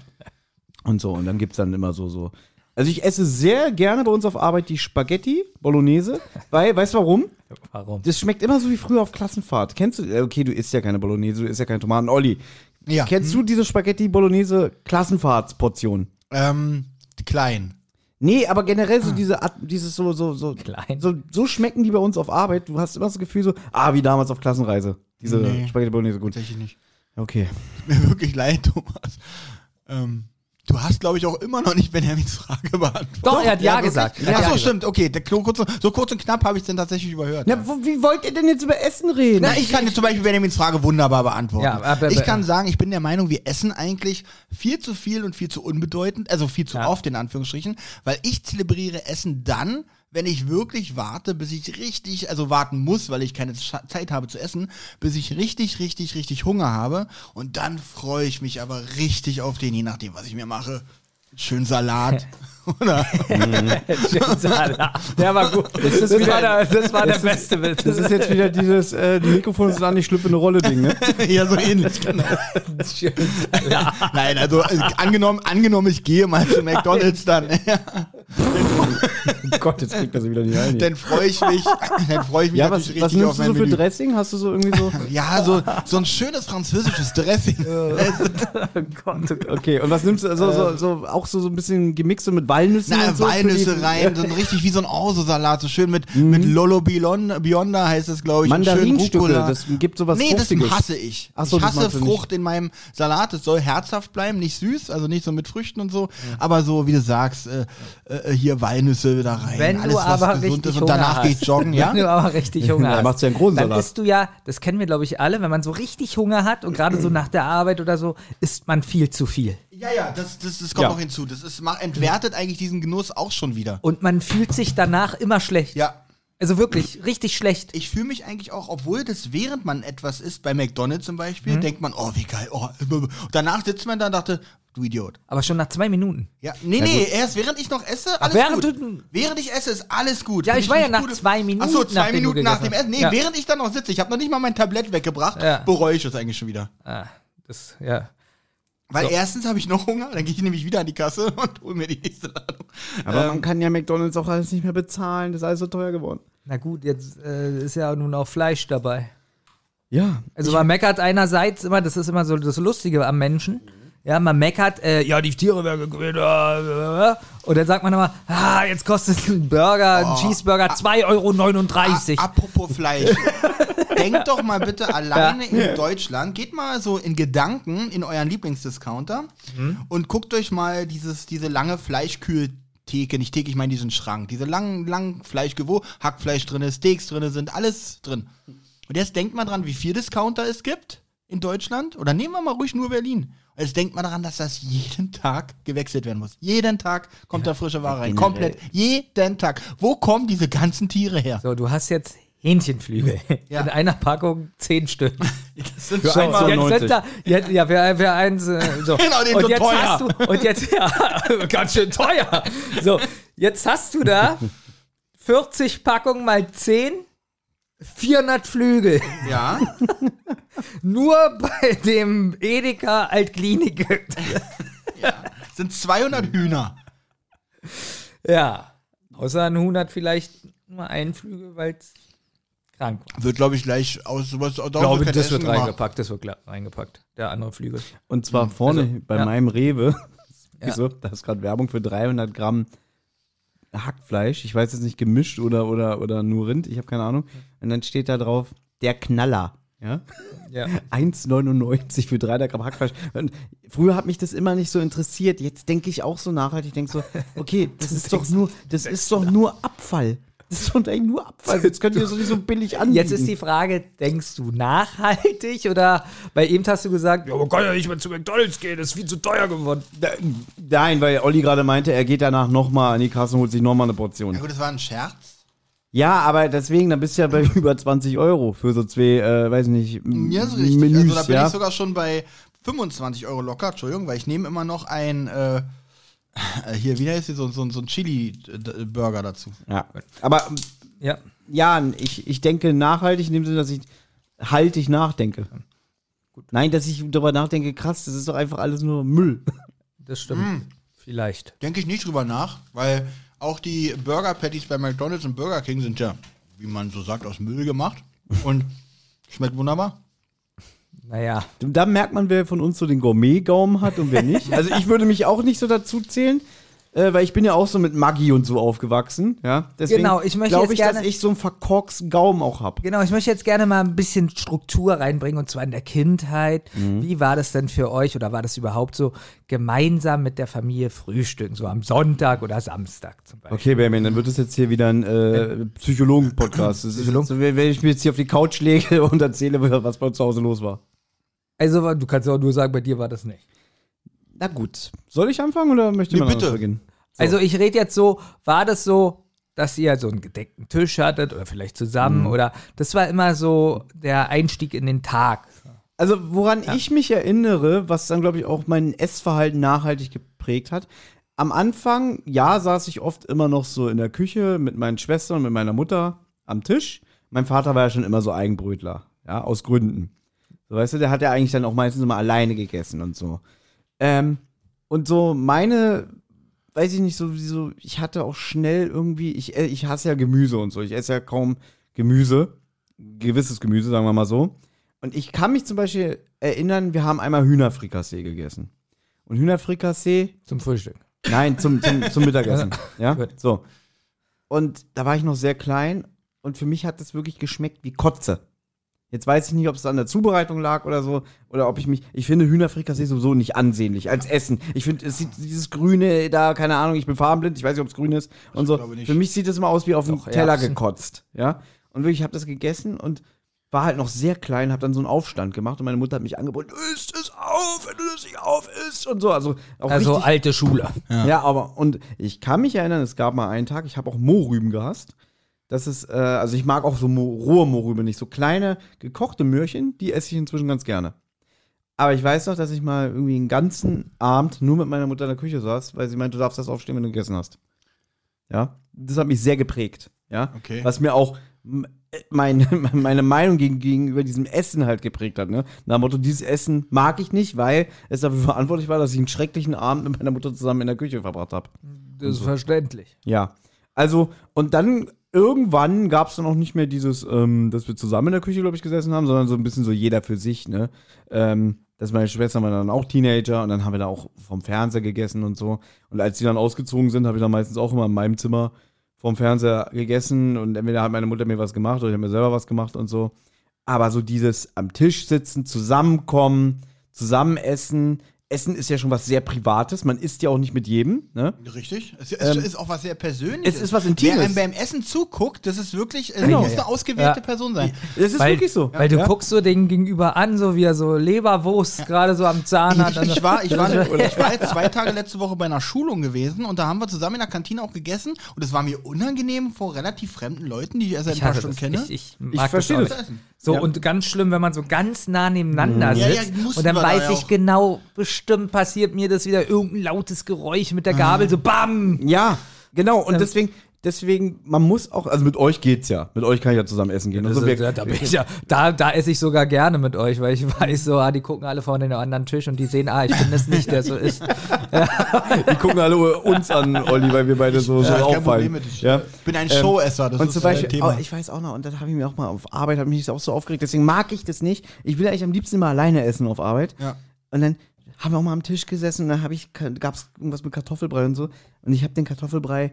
S2: Und so. Und dann gibt es dann immer so, so. Also ich esse sehr gerne bei uns auf Arbeit die Spaghetti Bolognese, weil, weißt du warum?
S3: Warum?
S2: Das schmeckt immer so wie früher auf Klassenfahrt. Kennst du, äh, okay, du isst ja keine Bolognese, du isst ja keine Tomaten. Olli,
S1: ja,
S2: kennst du diese Spaghetti Bolognese Klassenfahrtsportion?
S1: ähm, klein.
S2: Nee, aber generell so diese At- dieses so so so
S3: Klein.
S2: so so schmecken die bei uns auf Arbeit. Du hast immer das Gefühl so, ah, wie damals auf Klassenreise. Diese
S1: Nee.
S2: Spaghetti Bolognese gut.
S1: Tatsächlich nicht.
S2: Okay.
S1: Tut Mir wirklich leid, Thomas. Ähm, du hast, glaube ich, auch immer noch nicht Benjamins Frage beantwortet.
S3: Doch, er hat Ja
S1: wirklich?
S3: gesagt. Er hat
S1: Ach
S3: Ja
S1: so,
S3: gesagt.
S1: stimmt. Okay, der, so, kurz, so kurz und knapp habe ich es denn tatsächlich überhört.
S2: Na, wo, wie wollt ihr denn jetzt über Essen reden?
S1: Na, ich kann jetzt zum Beispiel Benjamins Frage wunderbar beantworten.
S3: Ja, aber-
S1: ich kann sagen, ich bin der Meinung, wir essen eigentlich viel zu viel und viel zu unbedeutend, also viel zu
S3: Ja.
S1: oft in Anführungsstrichen, weil ich zelebriere Essen dann, wenn ich wirklich warte, bis ich richtig, also warten muss, weil ich keine Scha- Zeit habe zu essen, bis ich richtig, richtig, richtig Hunger habe. Und dann freue ich mich aber richtig auf den, je nachdem, was ich mir mache. Schön Salat. Oder?
S3: Schön Salat. Der war gut. Das,
S2: ist wieder-
S3: war, der, das war der beste Witz.
S2: das ist jetzt wieder dieses äh, die Mikrofone sind an, ich schlüpfe eine Rolle Ding, ne?
S1: ja, so ähnlich. Genau.
S3: Schön
S1: Nein, also äh, angenommen, angenommen, ich gehe mal zu McDonalds dann.
S2: Oh Gott, jetzt kriegt das wieder nicht ein.
S1: dann freue ich mich, dann freue ich mich
S2: ja,
S1: natürlich
S2: was,
S1: richtig
S2: was nimmst
S1: auf
S2: du
S1: mein
S2: so für
S1: Menü.
S2: Dressing? Hast du so irgendwie so
S1: Ja, so, so ein schönes französisches Dressing.
S3: oh
S2: Okay, und was nimmst du so, so, so auch so, so ein bisschen gemixt so mit Walnüssen
S1: Na,
S2: und so für
S1: Walnüsse
S2: die- Mhm.
S1: rein, so ein richtig wie so ein Orso-Salat, so schön mit, mit Lolo Bilon, Bionda heißt es, glaube ich. und schön
S2: Mandarinstücke,
S1: Rucola.
S2: das gibt sowas
S1: nee, das
S2: Fruchtiges.
S1: hasse ich.
S2: Ach so,
S1: ich
S2: das
S1: hasse
S2: magst du nicht.
S1: Frucht in meinem Salat. Es soll herzhaft bleiben, nicht süß, also nicht so mit Früchten und so. Aber so, wie du sagst, äh, äh, hier Walnüsse da rein,
S3: Wenn
S1: alles
S3: du
S1: was
S3: aber
S1: gesund
S3: richtig
S1: ist und danach
S3: Hunger hast.
S1: geht joggen, ja?
S3: Wenn du aber richtig Hunger
S2: Ja,
S3: hast.
S2: macht's ja einen großen
S3: dann
S2: Salat.
S3: isst du ja, das kennen wir glaube ich alle, wenn man so richtig Hunger hat und gerade so nach der Arbeit oder so, isst man viel zu viel.
S1: Ja, ja, das, das, das kommt
S2: Ja.
S1: noch hinzu. Das ist, ma- entwertet eigentlich diesen Genuss auch schon wieder.
S3: Und man fühlt sich danach immer schlecht.
S1: Ja,
S3: Also wirklich, richtig schlecht.
S1: ich fühle mich eigentlich auch, obwohl das während man etwas isst, bei McDonalds zum Beispiel,
S3: Mhm.
S1: denkt man, oh, wie geil. Oh. Und danach sitzt man da und dachte, du Idiot.
S3: Aber schon nach zwei Minuten.
S1: Ja, nee, nee, erst während ich noch esse, alles
S3: während
S1: gut.
S3: du-
S1: während ich esse, ist alles gut.
S3: Ja,
S1: Bin
S3: ich war ja
S1: nicht
S3: nach zwei Minuten,
S1: Ach so, zwei
S3: nachdem du
S1: Minuten nach dem
S3: gegessen hast.
S1: Essen. Nee,
S3: Ja.
S1: während ich da noch sitze, ich habe noch nicht mal mein Tablett weggebracht,
S3: Ja.
S1: bereue ich es eigentlich schon wieder.
S3: Ah, das, ja.
S1: Weil erstens habe ich noch Hunger, dann gehe ich nämlich wieder an die Kasse und hole mir die nächste Ladung.
S2: Aber man kann ja McDonalds auch alles nicht mehr bezahlen, das ist alles so teuer geworden.
S3: Na gut, jetzt äh, ist ja nun auch Fleisch dabei.
S2: Ja,
S3: Also man meckert einerseits immer, das ist immer so das Lustige am Menschen, Ja, man meckert, äh, ja, die Tiere werden gegrillt. Äh, äh, und dann sagt man immer, ah, jetzt kostet ein Burger, ein Cheeseburger 2,39 Euro.
S1: A- apropos Fleisch. Denkt doch mal bitte alleine in Deutschland, geht mal so in Gedanken in euren Lieblingsdiscounter und guckt euch mal dieses, diese lange Fleischkühltheke, nicht Theke, ich meine diesen Schrank, diese langen, langen Fleischge, wo Hackfleisch drin ist, Steaks drin sind, alles drin. Und jetzt denkt mal dran, wie viel Discounter es gibt in Deutschland. Oder nehmen wir mal ruhig nur Berlin. Und jetzt denkt mal daran, dass das jeden Tag gewechselt werden muss. Jeden Tag kommt da frische Ware rein. Komplett. Jeden Tag. Wo kommen diese ganzen Tiere her?
S3: So, du hast jetzt Hähnchenflügel.
S1: Ja.
S3: In einer Packung zehn Stück.
S1: Das sind
S2: Für
S1: schon
S2: eins
S1: mal-
S2: so
S3: jetzt
S2: 90.
S3: sind da, jetzt, ja, wer, wer eins, äh, so.
S1: Genau, den
S3: und
S1: so
S3: jetzt
S1: teuer.
S3: hast du, und jetzt, ja, ganz schön teuer. So, jetzt hast du da 40 Packungen mal 10, 400 Flügel.
S1: Ja.
S3: Nur bei dem Edeka Altklinik.
S1: sind 200 Hühner.
S3: Ja. Außer ein Huhn hat vielleicht nur einen Flügel, weil es krank war.
S1: Wird, glaube ich, gleich aus sowas aus
S3: Ich glaube,
S1: kein
S3: das
S1: Essen
S3: wird
S1: gemacht.
S3: reingepackt, das wird gla- reingepackt. Der andere Flügel.
S2: Und zwar vorne bei
S3: ja.
S2: meinem Rewe.
S3: Ja.
S2: Wieso? Da ist gerade Werbung für 300 Gramm Hackfleisch. Ich weiß jetzt nicht, gemischt oder, oder, oder nur Rind. Ich habe keine Ahnung. Und dann steht da drauf, der Knaller. Ja?
S3: Ja.
S2: 1,99 für 300 Gramm Hackfleisch. Und früher hat mich das immer nicht so interessiert. Jetzt denke ich auch so nachhaltig. Ich denke so, okay, das ist doch nur, das ist doch nur Abfall. Das ist doch eigentlich nur Abfall. Jetzt könnt ihr sowieso billig anbieten.
S3: Jetzt ist die Frage, denkst du nachhaltig oder bei ihm hast du gesagt, ja, man kann ja nicht mehr zu McDonalds gehen, das ist viel zu teuer geworden.
S2: Nein, weil Olli gerade meinte, er geht danach nochmal an die Kasse und holt sich nochmal eine Portion.
S1: Ja gut, das war ein Scherz.
S2: Ja, aber deswegen, dann bist du ja bei über 20 Euro für so zwei, äh, weiß nicht,
S1: Mir ist richtig.
S2: Menüs,
S1: also da bin
S2: ja?
S1: ich sogar schon bei 25 Euro locker, Entschuldigung, weil ich nehme immer noch ein, äh, äh, hier, wie heißt die, so, so, so ein Chili-Burger dazu.
S2: ja. Aber ähm,
S3: Ja.
S2: ja, ich, ich denke nachhaltig in dem Sinne, dass ich haltig nachdenke. Nein, dass ich darüber nachdenke, krass, das ist doch einfach alles nur Müll.
S3: Das stimmt. Vielleicht.
S1: Denke ich nicht drüber nach, weil auch die Burger-Patties bei McDonalds und Burger King sind ja, wie man so sagt, aus Müll gemacht. Und schmeckt wunderbar.
S3: Naja.
S2: Da merkt man, wer von uns so den Gourmet-Gaumen hat und wer nicht. Also ich würde mich auch nicht so dazu zählen, äh, weil ich bin ja auch so mit Maggi und so aufgewachsen. Ja? Deswegen
S3: Genau, ich möchte
S2: glaube
S3: jetzt
S2: ich, dass
S3: gerne-
S2: ich so einen verkorksten Gaumen auch habe.
S3: Genau, ich möchte jetzt gerne mal ein bisschen Struktur reinbringen und zwar in der Kindheit. Wie war das denn für euch oder war das überhaupt so gemeinsam mit der Familie frühstücken, so am Sonntag oder Samstag zum Beispiel?
S2: Okay, Benjamin, dann wird es jetzt hier wieder ein äh, Psychologen-Podcast. Das ist
S3: Psychologen?
S2: So, wenn wenn ich mich jetzt hier auf die Couch lege und erzähle, was bei uns zu Hause los war.
S3: Also du kannst auch nur sagen, bei dir war das nicht.
S2: Na gut. Soll ich anfangen oder möchte
S1: Nee,
S2: jemand
S1: bitte.
S2: anders beginnen?
S3: Also ich rede jetzt so, war das so, dass ihr so einen gedeckten Tisch hattet oder vielleicht
S1: Mhm.
S3: zusammen oder das war immer so der Einstieg in den Tag.
S2: Also, woran ich mich erinnere, was dann, glaube ich, auch mein Essverhalten nachhaltig geprägt hat. Am Anfang, ja, saß ich oft immer noch so in der Küche mit meinen Schwestern, mit meiner Mutter am Tisch. Mein Vater war ja schon immer so Eigenbrötler, ja, aus Gründen. So, weißt du, der hat ja eigentlich dann auch meistens immer alleine gegessen und so. Ähm, und so meine, weiß ich nicht, so, so ich hatte auch schnell irgendwie, ich, äh, ich hasse ja Gemüse und so, ich esse ja kaum Gemüse, gewisses Gemüse, sagen wir mal so. Und ich kann mich zum Beispiel erinnern, wir haben einmal Hühnerfrikassee gegessen. Und Hühnerfrikassee,
S3: Zum Frühstück.
S2: nein, zum, zum, zum Mittagessen. Ja,
S3: Gut.
S2: so. Und da war ich noch sehr klein und für mich hat das wirklich geschmeckt wie Kotze. Jetzt weiß ich nicht, ob es an der Zubereitung lag oder so, oder ob ich mich. Ich finde Hühnerfrikassee sowieso nicht ansehnlich als Essen. Ich finde, es sieht dieses Grüne da, keine Ahnung, ich bin farbenblind, ich weiß nicht, ob es grün ist und so.
S1: glaube nicht.
S2: Für mich sieht es immer aus wie auf dem
S3: Doch,
S2: Teller
S3: Erbsen.
S2: gekotzt, ja. Und wirklich, ich habe das gegessen und war halt noch sehr klein, habe dann so einen Aufstand gemacht und meine Mutter hat mich angeboten, isst es auf, wenn du das nicht aufisst und so. Also, auch
S3: Also
S2: richtig
S3: alte Schule.
S2: ja. aber und ich kann mich erinnern, es gab mal einen Tag, ich habe auch Mohrrüben gehasst. Das ist, äh, also ich mag auch so Mo rohe Mohrrüben nicht. So kleine gekochte Möhrchen, die esse ich inzwischen ganz gerne. Aber ich weiß noch, dass ich mal irgendwie einen ganzen Abend nur mit meiner Mutter in der Küche saß, weil sie meinte, du darfst das aufstehen, wenn du gegessen hast. Ja, das hat mich sehr geprägt. Ja,
S1: Okay.
S2: was mir auch m- äh, meine, meine Meinung gegen, gegenüber diesem Essen halt geprägt hat. Ne? Nach dem Motto, dieses Essen mag ich nicht, weil es dafür verantwortlich war, dass ich einen schrecklichen Abend mit meiner Mutter zusammen in der Küche verbracht habe.
S3: Das
S1: Also.
S3: ist verständlich.
S2: Ja. Also, und dann irgendwann gab es dann auch nicht mehr dieses, ähm, dass wir zusammen in der Küche, glaube ich, gesessen haben, sondern so ein bisschen so jeder für sich, ne? Ähm, dass meine Schwestern waren dann auch Teenager und dann haben wir da auch vom Fernseher gegessen und so. Und als die dann ausgezogen sind, habe ich dann meistens auch immer in meinem Zimmer vom Fernseher gegessen und entweder hat meine Mutter mir was gemacht oder ich habe mir selber was gemacht und so. Aber so dieses am Tisch sitzen, zusammenkommen, zusammen essen. Essen ist ja schon was sehr Privates. Man isst ja auch nicht mit jedem. Ne?
S1: Richtig. Es ist, ist auch was sehr Persönliches.
S2: Ähm, es ist was Intimes.
S1: Wer einem beim Essen zuguckt, das ist wirklich, äh,
S2: Genau.
S1: muss eine ausgewählte
S3: Ja.
S1: Person sein.
S2: Das ist
S3: weil,
S2: wirklich so.
S3: Weil du
S2: ja?
S3: guckst so den gegenüber an, so wie er so Leberwurst gerade so am Zahn hat.
S1: Ich, ich, war, ich, war, ich war jetzt zwei Tage letzte Woche bei einer Schulung gewesen und da haben wir zusammen in der Kantine auch gegessen und es war mir unangenehm vor relativ fremden Leuten, die ich erst seit ein
S3: ich
S1: paar
S3: hasse
S1: Stunden kenne.
S3: das. Ich, ich mag
S2: Ich verstehe
S3: das. auch
S2: das.
S1: nicht.
S3: So,
S2: Ja.
S3: und ganz schlimm, wenn man so ganz nah nebeneinander
S1: Mhm. Ja, ja,
S3: sitzt.
S1: mussten
S3: und dann
S1: wir
S3: weiß
S1: da ja
S3: ich
S1: auch.
S3: genau, bestimmt passiert mir das wieder irgendein lautes Geräusch mit der Gabel,
S1: Mhm.
S3: so BAM!
S2: Ja, genau. Und
S3: Ähm,
S2: deswegen, deswegen, man muss auch, also mit euch geht's ja. Mit euch kann ich ja zusammen essen gehen. und so. Wir-
S3: ja, da bin ich ja, da, da esse ich sogar gerne mit euch, weil ich weiß so, ah, die gucken alle vorne in den anderen Tisch und die sehen, ah, ich bin es nicht, der so ist.
S2: Die gucken alle uns an, Olli, weil wir beide so, so
S1: Ja, kein Problem
S2: auffallen.
S1: mit. Ich
S2: ja? Ähm,
S1: bin ein Showesser, das
S2: Und
S1: ist
S2: zum
S1: mein
S2: Beispiel,
S1: Thema.
S2: oh, ich weiß auch noch, und das habe ich mir auch mal auf Arbeit, habe mich auch so aufgeregt, deswegen mag ich das nicht. Ich will eigentlich am liebsten immer alleine essen auf Arbeit.
S1: Ja.
S2: Und dann haben wir auch mal am Tisch gesessen und dann habe ich, gab es irgendwas mit Kartoffelbrei und so. Und ich habe den Kartoffelbrei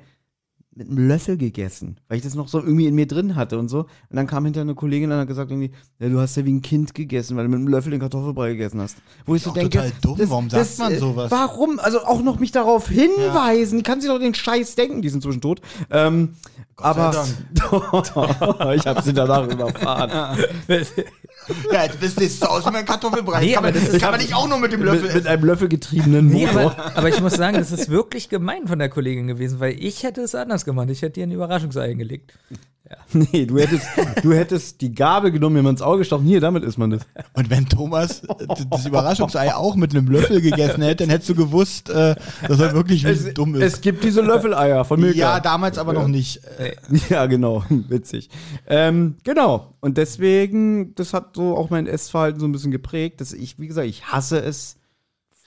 S2: mit einem Löffel gegessen, weil ich das noch so irgendwie in mir drin hatte und so. Und dann kam hinter eine Kollegin und hat gesagt irgendwie, ja, du hast ja wie ein Kind gegessen, weil du mit einem Löffel den Kartoffelbrei gegessen hast. Wo ich so
S1: auch
S2: denke,
S1: total dumm. Warum sagt man
S2: äh,
S1: sowas?
S2: Warum? Also auch noch mich darauf hinweisen. Die kann sich doch den Scheiß denken. Die sind zwischen tot. Ähm, aber ich habe sie danach überfahren.
S1: Ja, jetzt bist du so aus meinem Kartoffelbrei.
S3: Nee,
S1: kann man,
S3: aber das
S1: das
S3: ist-
S1: kann man nicht auch nur mit dem Löffel
S2: mit, mit einem Löffel getriebenen
S3: Nee,
S2: Motor.
S3: aber, aber ich muss sagen, das ist wirklich gemein von der Kollegin gewesen, weil ich hätte es anders gemacht. Ich hätte dir ein Überraschungsei gelegt.
S2: Nee, du hättest, du hättest die Gabel genommen, mir mal ins Auge gestochen. Hier, damit isst man das.
S1: Und wenn Thomas d- das Überraschungsei auch mit einem Löffel gegessen hätte, dann hättest du gewusst, äh, dass er wirklich es, dumm ist.
S2: Es gibt diese Löffeleier von Milka.
S1: ja, damals aber noch nicht. Äh,
S2: Ja, genau. Witzig. Ähm, genau. Und deswegen, das hat so auch mein Essverhalten so ein bisschen geprägt, dass ich, wie gesagt, ich hasse es,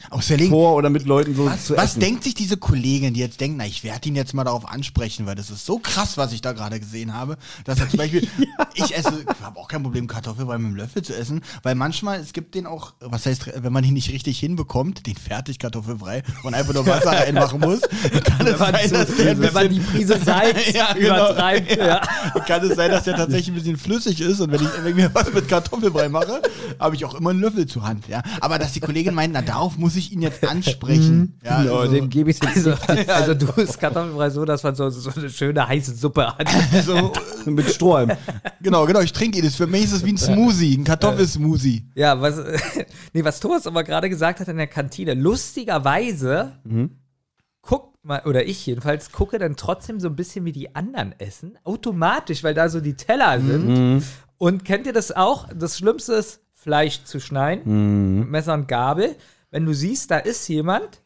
S1: aus der Linken.
S2: vor oder mit Leuten so zu
S1: Was
S2: essen.
S1: denkt sich diese Kollegin, die jetzt denkt, na, ich werde ihn jetzt mal darauf ansprechen, weil das ist so krass, was ich da gerade gesehen habe, dass er zum Beispiel, ich esse, ich habe auch kein Problem, Kartoffelbrei mit dem Löffel zu essen, weil manchmal, es gibt den auch, was heißt, wenn man ihn nicht richtig hinbekommt, den fertig Kartoffelbrei und einfach nur Wasser reinmachen muss, kann es sein, dass der ein
S3: wenn man
S1: bisschen
S3: die Prise Salz
S1: Ja, genau.
S3: übertreibt. Ja.
S1: Kann es sein, dass der tatsächlich ein bisschen flüssig ist und wenn ich wenn ich mir was mit Kartoffelbrei mache, habe ich auch immer einen Löffel zur Hand, ja. Aber dass die Kollegin meint, na darauf muss ich ihn jetzt ansprechen. ja,
S2: ja,
S1: also,
S2: dem gebe ich jetzt
S3: Also, also du isst Kartoffelbrei so, dass man so, so eine schöne heiße Suppe hat.
S1: also,
S2: mit Strohhalm.
S1: genau, genau, ich trinke ihn. Das- Für mich ist es wie ein Smoothie, ein Kartoffelsmoothie.
S3: Ja, was, nee, was Thomas aber gerade gesagt hat in der Kantine, lustigerweise guckt mal, oder ich jedenfalls, gucke dann trotzdem so ein bisschen wie die anderen essen, automatisch, weil da so die Teller sind. Und kennt ihr das auch? Das Schlimmste ist, Fleisch zu schneiden, mit Messer und Gabel. Wenn du siehst, da ist jemand,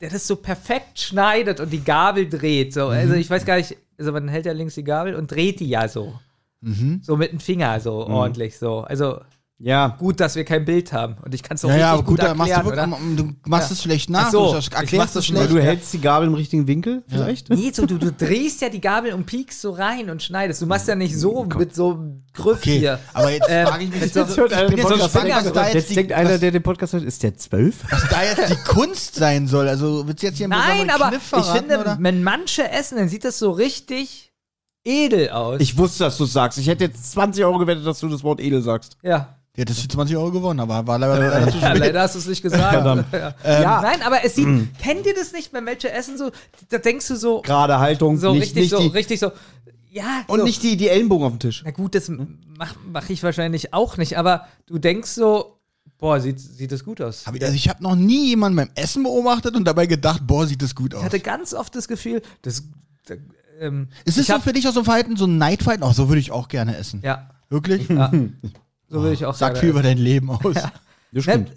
S3: der das so perfekt schneidet und die Gabel dreht. So. Also ich weiß gar nicht, also man hält ja links die Gabel und dreht die ja so. So mit dem Finger so ordentlich so. Also
S2: Ja.
S3: gut, dass wir kein Bild haben. Und ich kann es auch
S1: Ja,
S3: richtig
S1: ja, aber
S3: gut,
S1: gut, da
S3: erklären,
S1: machst du, wirklich,
S3: oder?
S1: du machst es schlecht nach,
S3: Ach so,
S1: du
S3: ich mach's
S1: erklärst es
S3: schlecht.
S1: schlecht.
S2: Du hältst die Gabel im richtigen Winkel, vielleicht?
S3: Nee, so, du, du drehst ja die Gabel und piekst so rein und schneidest. Du machst ja nicht so mit so einem Griff
S1: Okay,
S3: hier.
S1: aber jetzt
S3: Ähm,
S1: frage ich mich,
S3: jetzt
S1: also,
S3: hört
S1: ich bin jetzt gespannt, was da jetzt
S2: Jetzt denkt
S1: die-
S2: einer,
S1: was
S2: der den Podcast hört, ist der zwölf?
S1: da jetzt die Kunst sein soll. Also, willst du jetzt hier einen
S3: Nein,
S1: besonderen
S3: aber
S1: Kniff
S3: ich
S1: verraten,
S3: finde,
S1: oder?
S3: wenn manche essen, dann sieht das so richtig edel aus.
S2: Ich wusste, dass du es sagst. Ich hätte jetzt 20 Euro gewettet, dass du das Wort edel sagst.
S3: ja.
S1: Ja, das sind 20 Euro gewonnen, aber war leider, leider zu
S3: Ja,
S1: spät.
S3: leider hast du es nicht gesagt.
S2: Verdammt.
S3: Ja.
S1: ähm,
S3: Ja. Nein, aber es sieht, kennt ihr das nicht, wenn welche essen so, da denkst du so,
S2: Gerade Haltung,
S3: so
S2: nicht,
S3: richtig
S2: nicht
S3: so,
S2: die,
S3: richtig so, ja.
S2: und
S3: so.
S2: nicht die, die Ellenbogen auf dem Tisch.
S3: Na gut, das
S1: Hm?
S3: mache mach ich wahrscheinlich auch nicht, aber du denkst so, boah, sieht, sieht das gut aus.
S1: Hab ich, also ich habe noch nie jemanden beim Essen beobachtet und dabei gedacht, boah, sieht das gut aus.
S3: Ich hatte ganz oft das Gefühl, das. da- Ähm,
S1: Ist
S3: ich
S1: es so
S3: hab,
S1: für dich auch so ein Verhalten, so ein Neidverhalten? Auch so würde ich auch gerne essen.
S3: Ja,
S1: Wirklich?
S3: ja. so will ich auch
S1: Sagt
S3: gerne
S1: viel über dein Leben aus.
S2: Das
S3: essen. Ne,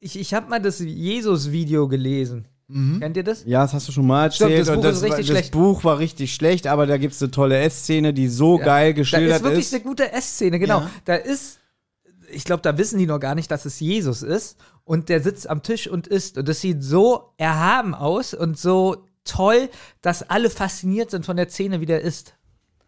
S3: Ich, ich habe mal das Jesus-Video gelesen.
S1: Mhm.
S3: Kennt ihr das?
S2: Ja, das hast du schon mal
S3: Stimmt,
S2: erzählt.
S3: das Buch
S2: und
S3: ist richtig
S2: war,
S3: schlecht.
S2: Das Buch war richtig schlecht, aber da gibt es eine tolle Essszene, die so geil
S3: Da ist
S2: geschildert
S3: wirklich
S2: ist.
S3: eine gute Essszene, genau.
S1: Ja.
S3: Da ist, ich glaube, da wissen die noch gar nicht, dass es Jesus ist. Und der sitzt am Tisch und isst. Und das sieht so erhaben aus und so toll, dass alle fasziniert sind von der Szene, wie der isst.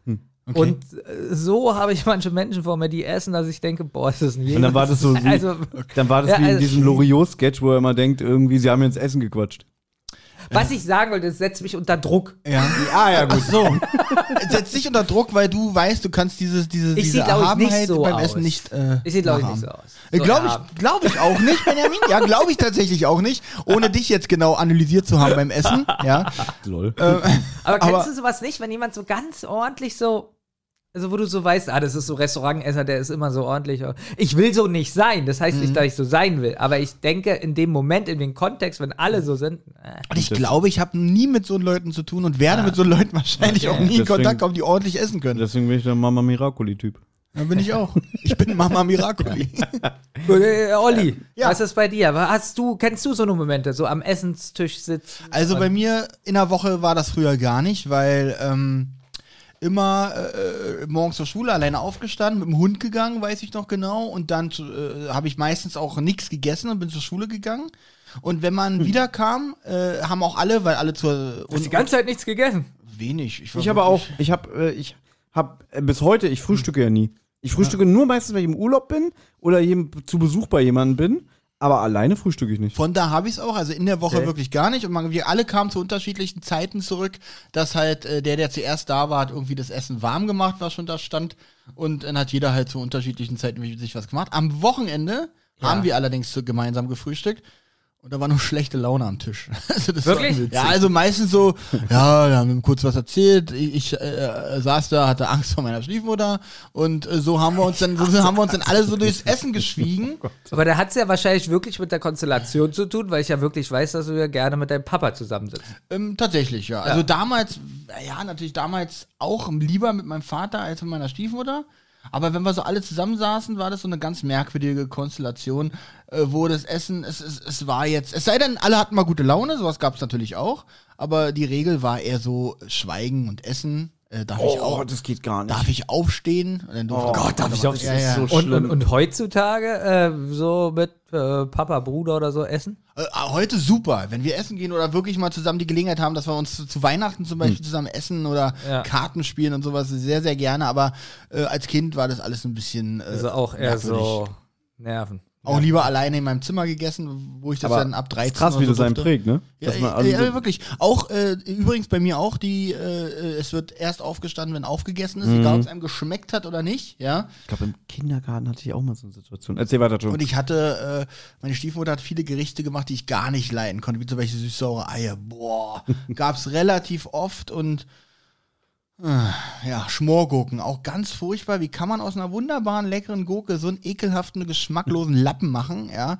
S1: Hm. Okay.
S3: Und äh, so habe ich manche Menschen vor mir, die essen, dass ich denke, boah, ist das ein
S2: Und dann war das so wie,
S3: Also,
S2: dann war das
S3: Ja,
S2: wie in
S3: also-
S2: diesem Loriot-Sketch, wo er immer denkt, irgendwie, sie haben mir ins Essen gequatscht.
S3: was ich sagen wollte, das setzt mich unter Druck.
S1: Ja.
S2: Ah, ja, gut.
S1: So, setz dich unter Druck, weil du weißt, du kannst dieses, diese,
S3: Ich seh,
S1: Also diese
S3: glaub ich, nicht
S1: Erhabenheit
S3: so
S1: beim
S3: aus.
S1: Essen nicht. Äh,
S3: Ich sehe, glaube ich, nicht
S1: nachahmen.
S3: so aus.
S1: Äh,
S3: So
S1: Glaube
S3: erhaben.
S1: ich, glaub ich auch nicht, Benjamin. Ja, glaube ich tatsächlich auch nicht, ohne dich jetzt genau analysiert zu haben beim Essen. Ja,
S2: Lol.
S3: Aber kennst
S1: Aber-
S3: du sowas nicht, wenn jemand so ganz ordentlich so, also wo du so weißt, ah, das ist so Restaurantesser, der ist immer so ordentlich. Ich will so nicht sein. Das heißt nicht, dass ich so sein will. Aber ich denke, in dem Moment, in dem Kontext, wenn alle so sind, äh,
S1: und ich glaube, ich habe nie mit so Leuten zu tun und werde mit so Leuten wahrscheinlich auch nie in
S2: Deswegen-
S1: Kontakt kommen, die ordentlich essen können.
S2: Deswegen bin ich der Mama Miracoli-Typ.
S1: Da bin ich auch. Ich bin Mama Miracoli.
S3: Gut, äh, Olli,
S1: Ja.
S3: was ist bei dir? Hast du, kennst du so eine Momente, so am Essenstisch sitzen?
S1: Also bei mir in der Woche war das früher gar nicht, weil ähm, immer äh, äh, morgens zur Schule alleine aufgestanden, mit dem Hund gegangen, weiß ich noch genau. Und dann zu- äh, habe ich meistens auch nichts gegessen und bin zur Schule gegangen. Und wenn
S2: Hm.
S1: man wiederkam, äh, haben auch alle, weil alle zur
S3: Hast die ganze Zeit nichts gegessen?
S1: wenig. war
S2: Ich habe auch,
S1: wirklich-
S2: ich habe, äh, ich habe äh, bis heute, ich frühstücke ja nie. Ich frühstücke nur meistens, wenn ich im Urlaub bin oder jem, zu Besuch bei jemandem bin, aber alleine frühstücke ich nicht.
S1: Von da habe ich es auch, also in der Woche
S3: Okay.
S1: wirklich gar nicht. Und man, wir alle kamen zu unterschiedlichen Zeiten zurück, dass halt äh, der, der zuerst da war, hat irgendwie das Essen warm gemacht, was schon da stand. Und dann hat jeder halt zu unterschiedlichen Zeiten sich was gemacht. Am Wochenende
S3: Ja.
S1: haben wir allerdings so gemeinsam gefrühstückt. Und da war nur schlechte Laune am Tisch. Also das
S3: Wirklich?
S1: War, ja, also meistens so, ja, wir haben ihm kurz was erzählt. Ich, ich äh, saß da, hatte Angst vor meiner Stiefmutter. Und äh, so haben wir uns dann, so haben wir uns dann alle so durchs Essen
S3: Oh
S1: geschwiegen.
S3: Aber da hat es ja wahrscheinlich wirklich mit der Konstellation zu tun, weil ich ja wirklich weiß, dass du ja gerne mit deinem Papa zusammensitzt.
S1: Ähm, tatsächlich, ja. Also damals, äh, ja, natürlich damals auch lieber mit meinem Vater als mit meiner Stiefmutter. Aber wenn wir so alle zusammensaßen, war das so eine ganz merkwürdige Konstellation, äh, wo das Essen, es, es, es war jetzt, es sei denn, alle hatten mal gute Laune, sowas gab es natürlich auch, aber die Regel war eher so äh, Schweigen und Essen. Äh, darf ich auch,
S2: Oh, das geht gar
S1: darf ich aufstehen? Und dann durfte oh Gott, darf ich aufstehen? Ja, ja.
S3: Und, und, und heutzutage äh, so mit äh, Papa, Bruder oder so essen?
S1: Äh, heute super, wenn wir essen gehen oder wirklich mal zusammen die Gelegenheit haben, dass wir uns zu, zu Weihnachten zum Beispiel zusammen essen oder
S3: Ja.
S1: Karten spielen und sowas, sehr, sehr gerne. Aber äh, als Kind war das alles ein bisschen. Äh,
S3: Also auch eher
S1: merkwürdig.
S3: so Nerven.
S1: Auch lieber alleine in meinem Zimmer gegessen, wo ich das dann ab 13
S2: Krass,
S1: oder
S2: wie
S1: so
S2: das einen
S1: durfte.
S2: prägt, ne?
S1: Ja,
S2: man also
S1: ja,
S2: so-
S1: ja, wirklich. Auch äh, übrigens bei mir auch die, äh, äh, es wird erst aufgestanden, wenn aufgegessen ist, egal ob es einem geschmeckt hat oder nicht, ja.
S2: ich glaube, im Kindergarten hatte ich auch mal so eine Situation. Erzähl weiter, John.
S1: Und ich hatte, äh, meine Stiefmutter hat viele Gerichte gemacht, die ich gar nicht leiden konnte, wie zum Beispiel süß-saure Eier. Boah, gab's relativ oft und äh, ja, Schmorgurken, auch ganz furchtbar. Wie kann man aus einer wunderbaren, leckeren Gurke so einen ekelhaften, geschmacklosen Lappen machen, ja?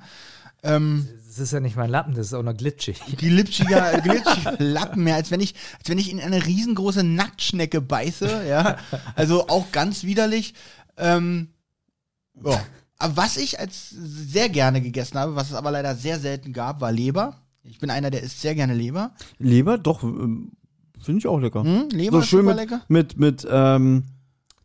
S3: Das ist ja nicht mein Lappen, das ist auch noch glitschig.
S1: glitschiger, glitschiger Lappen mehr, als wenn ich, als wenn ich in eine riesengroße Nacktschnecke beiße, ja. Also auch ganz widerlich. Ähm, ja. Aber was ich als sehr gerne gegessen habe, was es aber leider sehr selten gab, war Leber. Ich bin einer, der isst sehr gerne Leber.
S2: Leber, doch, ähm, finde ich auch lecker.
S1: Hm? Leber
S2: so
S1: ist
S2: schön
S1: super
S2: mit,
S1: lecker.
S2: mit, mit ähm,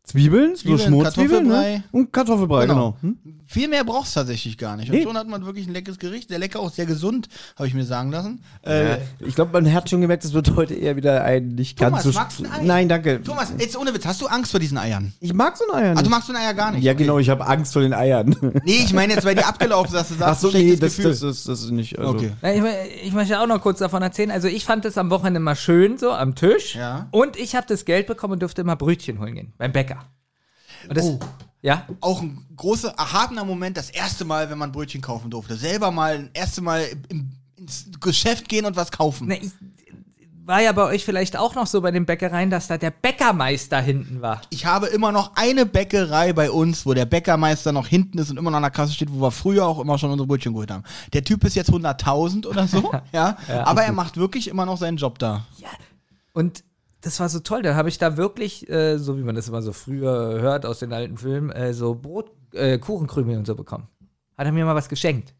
S2: Zwiebeln,
S1: Zwiebeln,
S2: so Schmurzwiebeln
S1: Kartoffelbrei.
S2: ne? und Kartoffelbrei,
S1: Genau.
S2: genau. Hm?
S1: Viel mehr brauchst du tatsächlich gar nicht. Und
S2: Nee.
S1: schon hat man wirklich ein leckeres Gericht. Sehr lecker, auch sehr gesund, habe ich mir sagen lassen.
S2: Äh, ich glaube, man hat schon gemerkt, es wird heute eher wieder ein nicht
S1: Thomas,
S2: ganz so...
S1: magst du ein Ei?
S2: Nein, danke.
S1: Thomas, jetzt ohne Witz, hast du Angst vor diesen Eiern?
S2: Ich mag so ein Eier
S1: Ah, du
S2: nicht.
S1: magst so ein Eier gar nicht.
S2: ja, genau, ich habe Angst vor den Eiern.
S1: Nee, ich meine jetzt, weil die abgelaufen ist, dass du
S2: Ach
S1: sagst,
S2: so, nee,
S1: schlechtes
S2: das,
S1: Gefühl.
S2: das, das, das ist nicht... Also,
S1: okay.
S3: Ja, Ich, mö- ich möchte auch noch kurz davon erzählen. Also ich fand das am Wochenende mal schön, so am Tisch.
S1: Ja.
S3: Und ich habe das Geld bekommen und durfte immer Brötchen holen gehen, beim Bäcker. Und das,
S1: Oh.
S3: Ja?
S1: auch ein großer, erhabener Moment, das erste Mal, wenn man Brötchen kaufen durfte. Selber mal, das erste Mal im, ins Geschäft gehen und was kaufen.
S3: Na, ich, war ja bei euch vielleicht auch noch so bei den Bäckereien, dass da der Bäckermeister hinten war.
S1: Ich habe immer noch eine Bäckerei bei uns, wo der Bäckermeister noch hinten ist und immer noch an der Kasse steht, wo wir früher auch immer schon unsere Brötchen geholt haben. Der Typ ist jetzt 100.000 oder so, ja, aber er macht wirklich immer noch seinen Job da.
S3: Und das war so toll. Dann habe ich da wirklich, äh, so wie man das immer so früher hört aus den alten Filmen, äh, so Brot, äh, Kuchenkrümel und so bekommen. Hat er mir mal was geschenkt.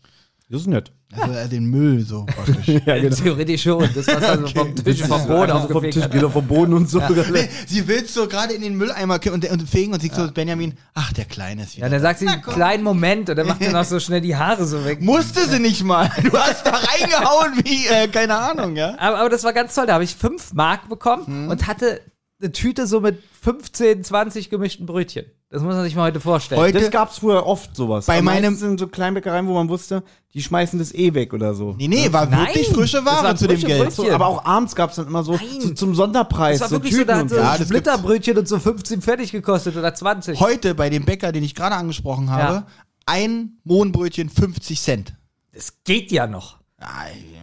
S2: Das ist nett.
S1: Also äh, den Müll so praktisch.
S2: Ja, genau.
S3: Also Theoretisch schon. Das war also vom Tisch, vom Boden
S2: Einfach vom
S3: aufgefegt.
S2: Tisch,
S3: hat.
S2: genau, vom Boden und so.
S1: Nee, sie will so gerade in den Mülleimer kippen und, und fegen und sieht so Benjamin, ach, der Kleine ist
S3: Ja,
S1: wieder.
S3: dann sagt sie einen kleinen Moment und dann macht er noch so schnell die Haare so weg.
S1: Musste sie nicht mal. Du hast da reingehauen wie, äh, keine Ahnung, ja.
S3: Aber, aber das war ganz toll. Da habe ich fünf Mark bekommen und hatte äh, eine Tüte so mit 15, 20 gemischten Brötchen. Das muss man sich mal heute vorstellen.
S1: Heute-
S2: Das gab's früher oft sowas.
S1: Bei
S2: Am
S1: meinem-
S2: meisten in so Kleinbäckereien, wo man wusste, die schmeißen das eh weg oder so.
S1: Nee, nee, war
S3: Ne? Nein,
S1: wirklich frische
S3: das
S1: Ware
S3: waren
S1: zu dem
S3: frische
S1: Geld.
S3: Brötchen.
S2: So, aber auch abends gab's dann immer so,
S3: Nein.
S2: so zum Sonderpreis.
S3: das war
S2: so
S3: wirklich so, da hat
S2: und
S3: so
S1: Ja,
S3: ja,
S1: das
S3: Splitterbrötchen und so 15 fertig gekostet oder 20.
S1: Heute bei dem Bäcker, den ich gerade angesprochen habe,
S3: Ja.
S1: ein Mohnbrötchen 50 Cent.
S3: Das geht ja noch.
S1: Ja,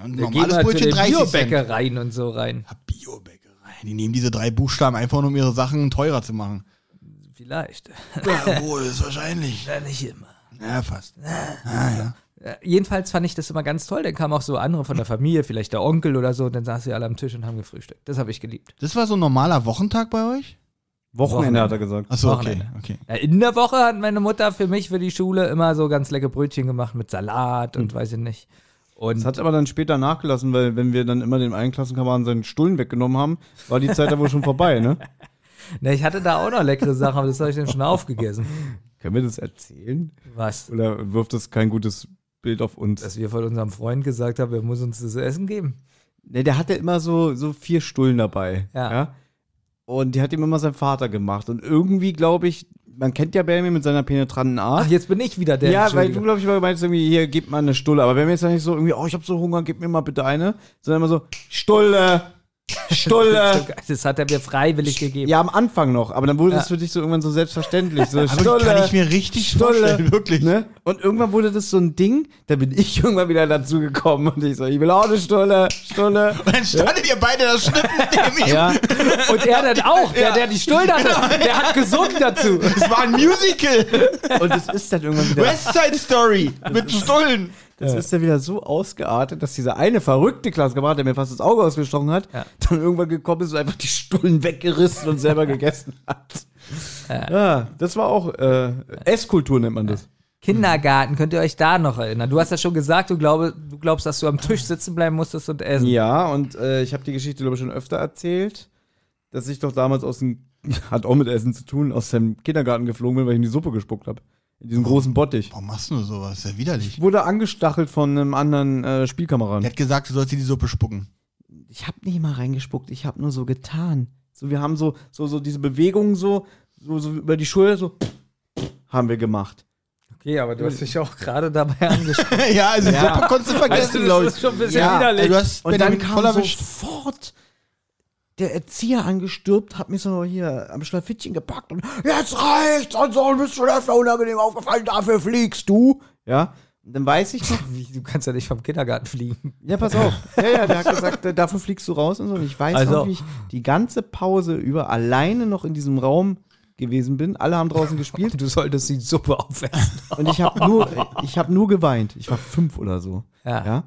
S1: und
S3: Wir gehen
S1: normales
S3: mal zu
S1: Brötchen
S3: den
S1: 30 Cent.
S3: Biobäckereien und so rein.
S1: Ja, Biobäckerei. Die nehmen diese drei Buchstaben einfach nur, um ihre Sachen teurer zu machen.
S3: Vielleicht.
S1: Ja, wohl, ist wahrscheinlich.
S3: Ja, nicht immer.
S1: Ja, fast.
S3: Ja, jedenfalls fand ich das immer ganz toll. Dann kamen auch so andere von der Familie, vielleicht der Onkel oder so. Und dann saßen sie alle am Tisch und haben gefrühstückt. Das habe ich geliebt.
S1: Das war so ein normaler Wochentag bei euch?
S2: Wochenende hat er gesagt.
S1: Achso, okay,
S3: Wochenende.
S1: okay.
S3: Ja, in der Woche hat meine Mutter für mich für die Schule immer so ganz leckere Brötchen gemacht mit Salat und weiß ich nicht. Und
S2: Hm. Das hat aber dann später nachgelassen, weil wenn wir dann immer dem einen Klassenkameraden seinen Stullen weggenommen haben, war die Zeit da wohl schon vorbei, ne?
S3: ne, ich hatte da auch noch leckere Sachen, aber das habe ich dann schon aufgegessen.
S2: Können wir das erzählen?
S3: Was?
S2: Oder wirft das kein gutes Bild auf uns?
S3: Dass wir von unserem Freund gesagt haben, er muss uns das Essen geben.
S2: Ne, der hatte immer so, so vier Stullen dabei.
S3: Ja.
S2: Und die hat ihm immer sein Vater gemacht. Und irgendwie, glaube ich, man kennt ja Bammy mit seiner penetranten Art.
S3: Ach, jetzt bin ich wieder der.
S2: ja, weil du,
S3: Entschuldige.
S2: glaube ich, mal meinst, irgendwie, hier, gib mal eine Stulle. Aber wenn wir jetzt nicht so irgendwie, oh, ich habe so Hunger, gib mir mal bitte eine, sondern immer so, Stulle, Stulle.
S3: Das hat er mir freiwillig gegeben.
S2: ja, am Anfang noch, aber dann wurde
S3: Ja.
S2: das für dich so irgendwann so selbstverständlich. So,
S1: Aber die
S2: Stulle.
S1: kann ich mir richtig
S2: Stulle.
S1: vorstellen, wirklich.
S2: Ne? Und irgendwann wurde das so ein Ding, da bin ich irgendwann wieder dazu gekommen und ich so, ich will auch eine Stulle, Stulle.
S1: Und dann standet ihr beide da schnippen
S2: Ja.
S3: Und er dann auch, der, der die Stullen hatte, der hat gesungen dazu.
S1: Es war ein Musical.
S2: Und es ist dann irgendwann wieder
S1: West Side Story. Mit Stullen.
S2: Das ist ja wieder so ausgeartet, dass dieser eine verrückte Klassenkamerad, der mir fast das Auge ausgestochen hat,
S3: Ja.
S2: dann irgendwann gekommen ist und einfach die Stullen weggerissen und selber gegessen hat. Ja, das war auch äh, Esskultur nennt man das.
S3: Kindergarten, könnt ihr euch da noch erinnern? Du hast ja schon gesagt, du, glaube, du glaubst, dass du am Tisch sitzen bleiben musstest und essen.
S2: Ja, und äh, ich habe die Geschichte glaube ich schon öfter erzählt, dass ich doch damals aus dem hat auch mit Essen zu tun, aus dem Kindergarten geflogen bin, weil ich in die Suppe gespuckt habe. In diesem großen Bottich.
S1: Warum machst du nur sowas? Ist ja widerlich.
S2: Wurde angestachelt von einem anderen äh, Spielkameraden.
S1: Er hat gesagt, du sollst dir die Suppe spucken.
S2: ich habe nicht mal reingespuckt, ich habe nur so getan. So, wir haben so, so, so diese Bewegungen so, so, so über die Schulter so haben wir gemacht.
S3: Okay, aber du hast dich auch gerade dabei angesprochen.
S1: ja, also Suppe konntest du vergessen, glaube ich. also
S3: schon ein bisschen
S2: Ja,
S3: widerlich.
S1: Du hast
S2: Und dann
S1: Benjamin voll
S2: kam
S1: erwischt.
S2: sofort der Erzieher angestürbt, hat mich so hier am Schlafittchen gepackt und jetzt reicht's, ansonsten bist du öfter unangenehm aufgefallen, dafür fliegst du. Ja, und dann weiß ich noch,
S3: Wie, du kannst ja nicht vom Kindergarten fliegen.
S2: Ja, pass auf. Ja, ja, der hat gesagt, äh, dafür fliegst du raus und so. Und ich weiß
S3: Also-
S2: noch, wie ich die ganze Pause über alleine noch in diesem Raum gewesen bin. Alle haben draußen gespielt
S3: Du solltest die Suppe aufessen.
S2: und ich habe nur, ich habe nur geweint. Ich war fünf oder so.
S3: Ja.
S2: ja.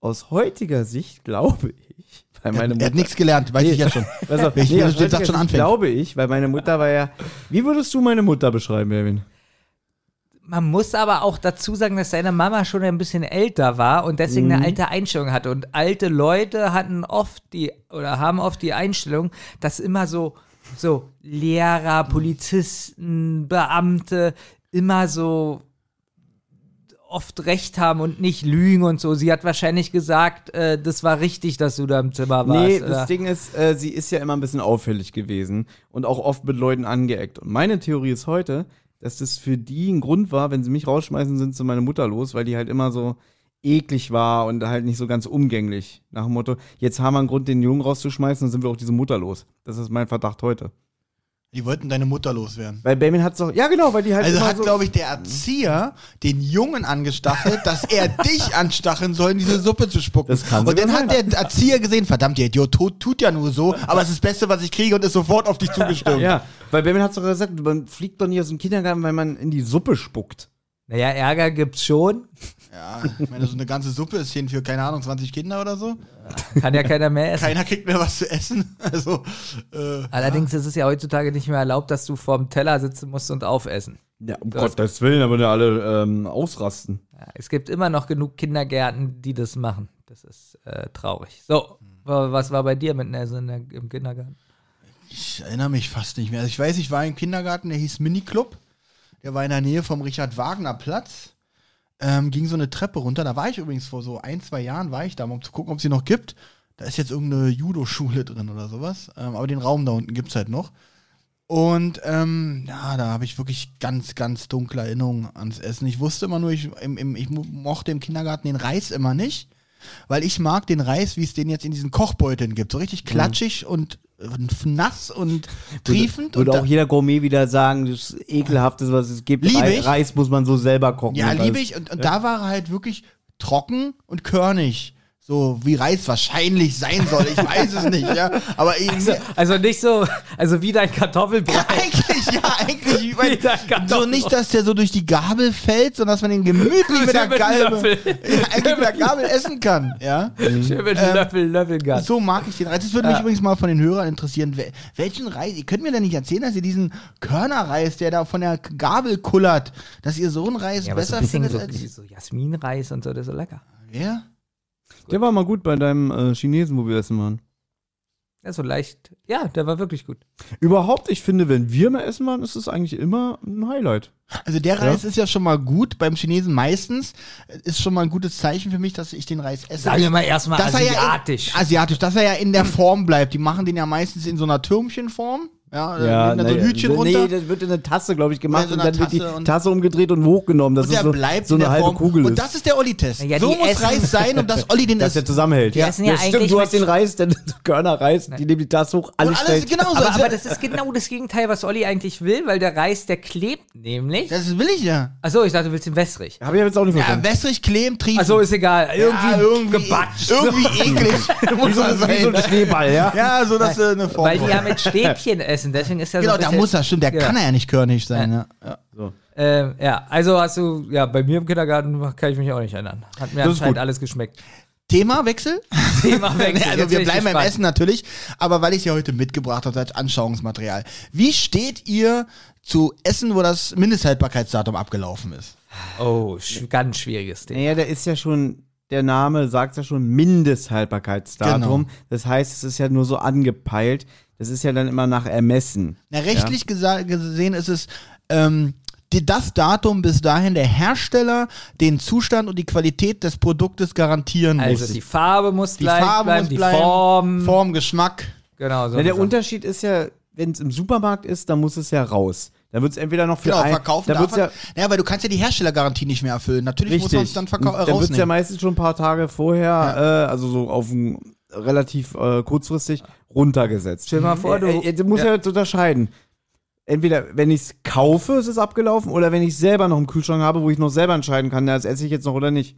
S2: Aus heutiger Sicht glaube ich, weil meine
S1: Er hat
S2: Mutter.
S1: nichts gelernt, weiß ich ja schon.
S2: Pass auf,
S1: Wenn ich mir
S2: aus
S1: das jetzt
S2: heutiger
S1: sag, schon
S2: Sicht
S1: anfängt.
S2: Glaube ich, weil meine Mutter war ja. Wie würdest du meine Mutter beschreiben, Erwin?
S3: Man muss aber auch dazu sagen, dass seine Mama schon ein bisschen älter war und deswegen
S2: Mhm.
S3: eine alte Einstellung hatte. Und alte Leute hatten oft die oder haben oft die Einstellung, dass immer so, so Lehrer,
S2: Mhm.
S3: Polizisten, Beamte immer so oft recht haben und nicht lügen und so. Sie hat wahrscheinlich gesagt, äh, das war richtig, dass du da im Zimmer warst.
S2: Nee,
S3: oder?
S2: das Ding ist, äh, sie ist ja immer ein bisschen auffällig gewesen und auch oft mit Leuten angeeckt. Und meine Theorie ist heute, dass das für die ein Grund war, wenn sie mich rausschmeißen, sind sie meine Mutter los, weil die halt immer so eklig war und halt nicht so ganz umgänglich. Nach dem Motto, jetzt haben wir einen Grund, den Jungen rauszuschmeißen, dann sind wir auch diese Mutter los. Das ist mein Verdacht heute.
S1: Die wollten deine Mutter loswerden.
S2: Weil Benjamin hat's doch, ja genau, weil die halt
S1: Also
S2: immer
S1: hat,
S2: so,
S1: glaube ich, der Erzieher den Jungen angestachelt, dass er dich anstacheln soll, in diese Suppe zu spucken.
S2: Das kann
S1: und
S2: sogar
S1: dann hat der Erzieher gesehen, verdammt, der Idiot tut, tut ja nur so, aber es ist das Beste, was ich kriege und ist sofort auf dich zugestimmt.
S2: ja, weil Benjamin hat's doch gesagt, man fliegt doch nicht aus dem Kindergarten, weil man in die Suppe spuckt.
S3: Naja, Ärger gibt's schon.
S1: Ja, Ah, ich meine, so eine ganze Suppe ist hin für, keine Ahnung, 20 Kinder oder so.
S3: Kann ja keiner mehr essen.
S1: Keiner kriegt mehr was zu essen. Also, äh,
S3: Allerdings ist es ja heutzutage nicht mehr erlaubt, dass du vorm Teller sitzen musst und aufessen.
S2: Ja, um Gottes Willen, da würden ja alle ähm, ausrasten.
S3: Ja, es gibt immer noch genug Kindergärten, die das machen. Das ist äh, traurig. So,
S1: Hm.
S3: wa- was war bei dir mit Nelson in der, im Kindergarten?
S1: ich erinnere mich fast nicht mehr. Also ich weiß, ich war im Kindergarten, der hieß Miniclub. Der war in der Nähe vom Richard-Wagner-Platz. Ähm, ging so eine Treppe runter. Da war ich übrigens vor so ein, zwei Jahren, war ich da, um zu gucken, ob es sie noch gibt. Da ist jetzt irgendeine Judo-Schule drin oder sowas. Ähm, aber den Raum da unten gibt's halt noch. Und ähm, ja, da habe ich wirklich ganz, ganz dunkle Erinnerungen ans Essen. Ich wusste immer nur, ich, im, im, ich mo- mochte im Kindergarten den Reis immer nicht, weil ich mag den Reis, wie es den jetzt in diesen Kochbeuteln gibt. So richtig klatschig und äh, nass und
S5: Mhm.
S1: triefend.
S5: Würde
S1: und
S5: auch jeder Gourmet wieder sagen, das ist ekelhaftes, was es gibt.
S1: Lieb
S5: Rei-
S1: ich.
S5: Reis muss man so selber kochen.
S1: Ja,
S5: Weil
S1: liebe ich. Und, und da war er halt wirklich trocken und körnig. So wie Reis wahrscheinlich sein soll. Ich weiß es nicht, ja. Aber eben.
S3: Also nicht so, also wie dein Kartoffelbrei.
S1: eigentlich, ja, eigentlich. Ich mein,
S3: Wie der Kartoffel-
S1: so nicht, dass der so durch die Gabel fällt, sondern dass man den gemütlich mit der
S3: Mit dem
S1: Gabel,
S3: Löffel.
S1: ja, eigentlich mit der Gabel essen kann, ja.
S3: Schön mit ähm, Löffel, Löffelgas.
S1: So mag ich den Reis. Das würde mich übrigens mal von den Hörern interessieren. Wel- Welchen Reis? Ihr könnt mir da nicht erzählen, dass ihr diesen Körnerreis, der da von der Gabel kullert, dass ihr so einen Reis
S3: Ja, aber so
S1: besser
S3: ein bisschen
S1: findet
S3: so,
S1: als.
S3: so Jasminreis und so, das ist so lecker.
S1: Wer?
S2: Der war mal gut bei deinem äh, Chinesen, wo wir essen waren.
S3: Ja, so leicht. Ja, der war wirklich gut.
S2: Überhaupt, ich finde, wenn wir mal essen waren, ist es eigentlich immer ein Highlight.
S1: Also der Reis ist ja schon mal gut beim Chinesen meistens. Ist schon mal ein gutes Zeichen für mich, dass ich den Reis esse.
S3: Sagen wir mal erstmal
S1: Dass er ja also, in-
S3: asiatisch.
S1: asiatisch, dass er ja in der Form bleibt. Die machen den ja meistens in so einer Türmchenform. Ja, ja nehmen da so Äh, ein
S5: naja,
S1: Hütchen
S5: nee,
S1: runter.
S5: das wird in eine Tasse, glaube ich, gemacht
S1: Oder
S5: und
S1: in so einer
S5: dann wird die
S1: Tasse und-
S5: Tasse umgedreht und hochgenommen. Das
S1: und der
S5: ist so,
S1: bleibt
S5: so
S1: in
S5: eine
S1: der
S5: halbe
S1: Form.
S5: Kugel.
S1: und
S5: ist.
S1: das ist der Olli-Test.
S3: Ja,
S1: so
S3: die
S1: muss
S3: essen-
S1: Reis sein, um dass Olli den
S5: dass der
S1: isst.
S5: zusammenhält.
S1: Ja,
S3: essen ja eigentlich
S5: stimmt, du hast
S3: mit-
S5: den Reis, den Körnerreis, die nehmen die Tasse hoch,
S1: Und
S5: alles
S1: alles
S5: stellt.
S1: genauso.
S3: Aber,
S1: Also,
S3: aber das ist genau das Gegenteil, was Olli eigentlich will, weil der Reis, der klebt nämlich.
S1: das will ich ja.
S3: Achso, ich dachte, du willst ihn wässrig.
S2: Habe ich jetzt auch nicht
S1: Ja,
S2: verstanden.
S1: wässrig, Kleem, Triefen.
S3: Achso, ist egal. Also Irgendwie,
S1: ja, irgendwie
S3: gebatscht.
S1: Irgendwie eklig. muss er
S2: wie so ein
S1: sein.
S2: Schneeball, ja?
S1: Ja, so dass äh, eine Form.
S3: Weil die ja mit Stäbchen essen, deswegen ist er
S1: genau,
S3: so.
S1: da muss er, stimmt, der
S3: Ja.
S1: kann er ja nicht körnig sein. Ja. Ja.
S3: Ähm, ja, also hast du, ja, bei mir im Kindergarten kann ich mich auch nicht erinnern. Hat mir
S2: Das ist
S3: anscheinend
S2: gut.
S3: alles geschmeckt.
S1: Themawechsel?
S3: Thema wechseln.
S1: also
S3: Jetzt
S1: wir
S3: bin ich
S1: bleiben beim
S3: gespannt.
S1: Essen natürlich, aber weil ich es ja heute mitgebracht habe als Anschauungsmaterial. Wie steht ihr zu Essen, wo das Mindesthaltbarkeitsdatum abgelaufen ist?
S3: Oh, sch ganz schwieriges Ding.
S2: Naja, da ist ja schon, der Name sagt ja schon Mindesthaltbarkeitsdatum.
S1: Genau.
S2: Das heißt, es ist ja nur so angepeilt. Das ist ja dann immer nach Ermessen.
S1: Na, rechtlich gesa- gesehen ist es ähm, die, das Datum, bis dahin der Hersteller den Zustand und die Qualität des Produktes garantieren muss.
S3: Also die Farbe muss gleich bleiben, die Form.
S1: Form, Geschmack.
S3: Genau, so.
S2: Ja, der
S3: so.
S2: Unterschied ist ja, wenn es im Supermarkt ist, dann muss es ja raus. Dann wird es entweder noch für
S1: Genau,
S2: ein,
S1: verkaufen
S2: dann
S1: darf
S2: wird's
S1: man.
S2: ja
S1: Ja, naja, weil du kannst ja die Herstellergarantie nicht mehr erfüllen. Natürlich muss man es dann
S2: richtig.
S1: verkau- äh,
S2: dann wird es ja
S1: rausnehmen.
S2: meistens schon ein paar Tage vorher, äh, also so auf ein relativ äh, kurzfristig runtergesetzt.
S3: Stell dir mal vor, du-
S2: Äh, äh, du musst ja jetzt unterscheiden. Entweder, wenn ich es kaufe, ist es abgelaufen, oder wenn ich selber noch im Kühlschrank habe, wo ich noch selber entscheiden kann, na, das esse ich jetzt noch oder nicht.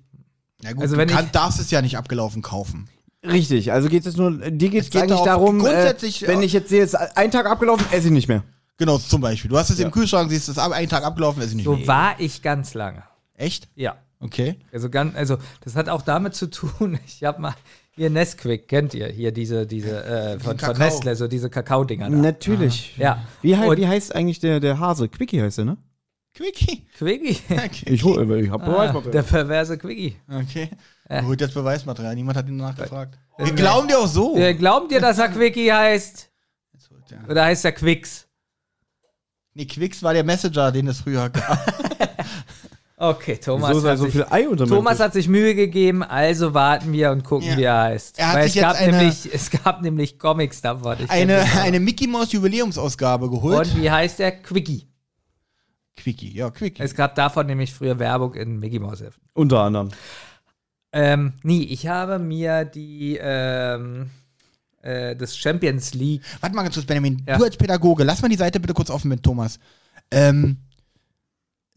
S1: Na gut,
S3: Also wenn
S1: du
S3: ich-
S1: kann, darfst es ja nicht abgelaufen kaufen.
S2: Richtig, also geht es nur, dir geht's
S1: geht
S2: geht eigentlich
S1: darauf-
S2: darum,
S1: grundsätzlich-
S2: äh, wenn ich jetzt sehe, es ist ein Tag abgelaufen, esse ich nicht mehr.
S1: Genau, zum Beispiel. Du hast es im Kühlschrank, siehst es ab- einen Tag abgelaufen, ist nicht
S3: so
S1: mehr.
S3: war ich ganz lange.
S1: Echt?
S3: Ja.
S1: Okay.
S3: Also ganz, also das hat auch damit zu tun, ich habe mal hier Nesquik, kennt ihr? Hier diese, diese, äh, von, von
S1: Kakao.
S3: Nestle, so diese Kakao-Dinger da.
S2: Natürlich.
S3: Ah, ja.
S2: Wie, hei-
S3: Und-
S2: wie heißt eigentlich der, der Hase? Quickie heißt er, ne?
S1: Quickie.
S3: Quickie.
S1: Okay.
S2: Ich, hol, ich hab
S3: Ah, der perverse Quickie.
S1: okay. Gut, jetzt Beweismaterial. Niemand hat ihn nachgefragt. Wir glauben dir auch
S2: Oh.
S1: so.
S3: Äh, glaubt ihr, dass er Quickie heißt?
S1: Jetzt holt der-
S3: Oder heißt er Quicks?
S1: Nee, Quicks war der Messenger, den es früher gab.
S3: Okay, Thomas.
S2: Wieso ist da
S3: hat
S2: so
S3: sich-
S2: viel Ei unter meinem
S3: Thomas
S2: Tisch?
S3: hat sich Mühe gegeben, also warten wir und gucken,
S1: Ja.
S3: wie er heißt.
S1: Er hat
S3: Weil
S1: sich
S3: es gab,
S1: jetzt eine-
S3: nämlich, es gab nämlich Comics davon. Ich
S1: Eine,
S3: kenn
S1: eine Mickey Mouse Jubiläumsausgabe
S3: die.
S1: geholt.
S3: Und wie heißt der? Quickie.
S1: Quickie, ja, Quickie.
S3: Es gab davon nämlich früher Werbung in Mickey Mouse Heften.
S2: Unter anderem.
S3: Ähm, nee, ich habe mir die, ähm, äh, das Champions League.
S1: Warte mal ganz kurz, Benjamin.
S3: Ja.
S1: Du als Pädagoge, lass mal die Seite bitte kurz offen mit Thomas. Ähm,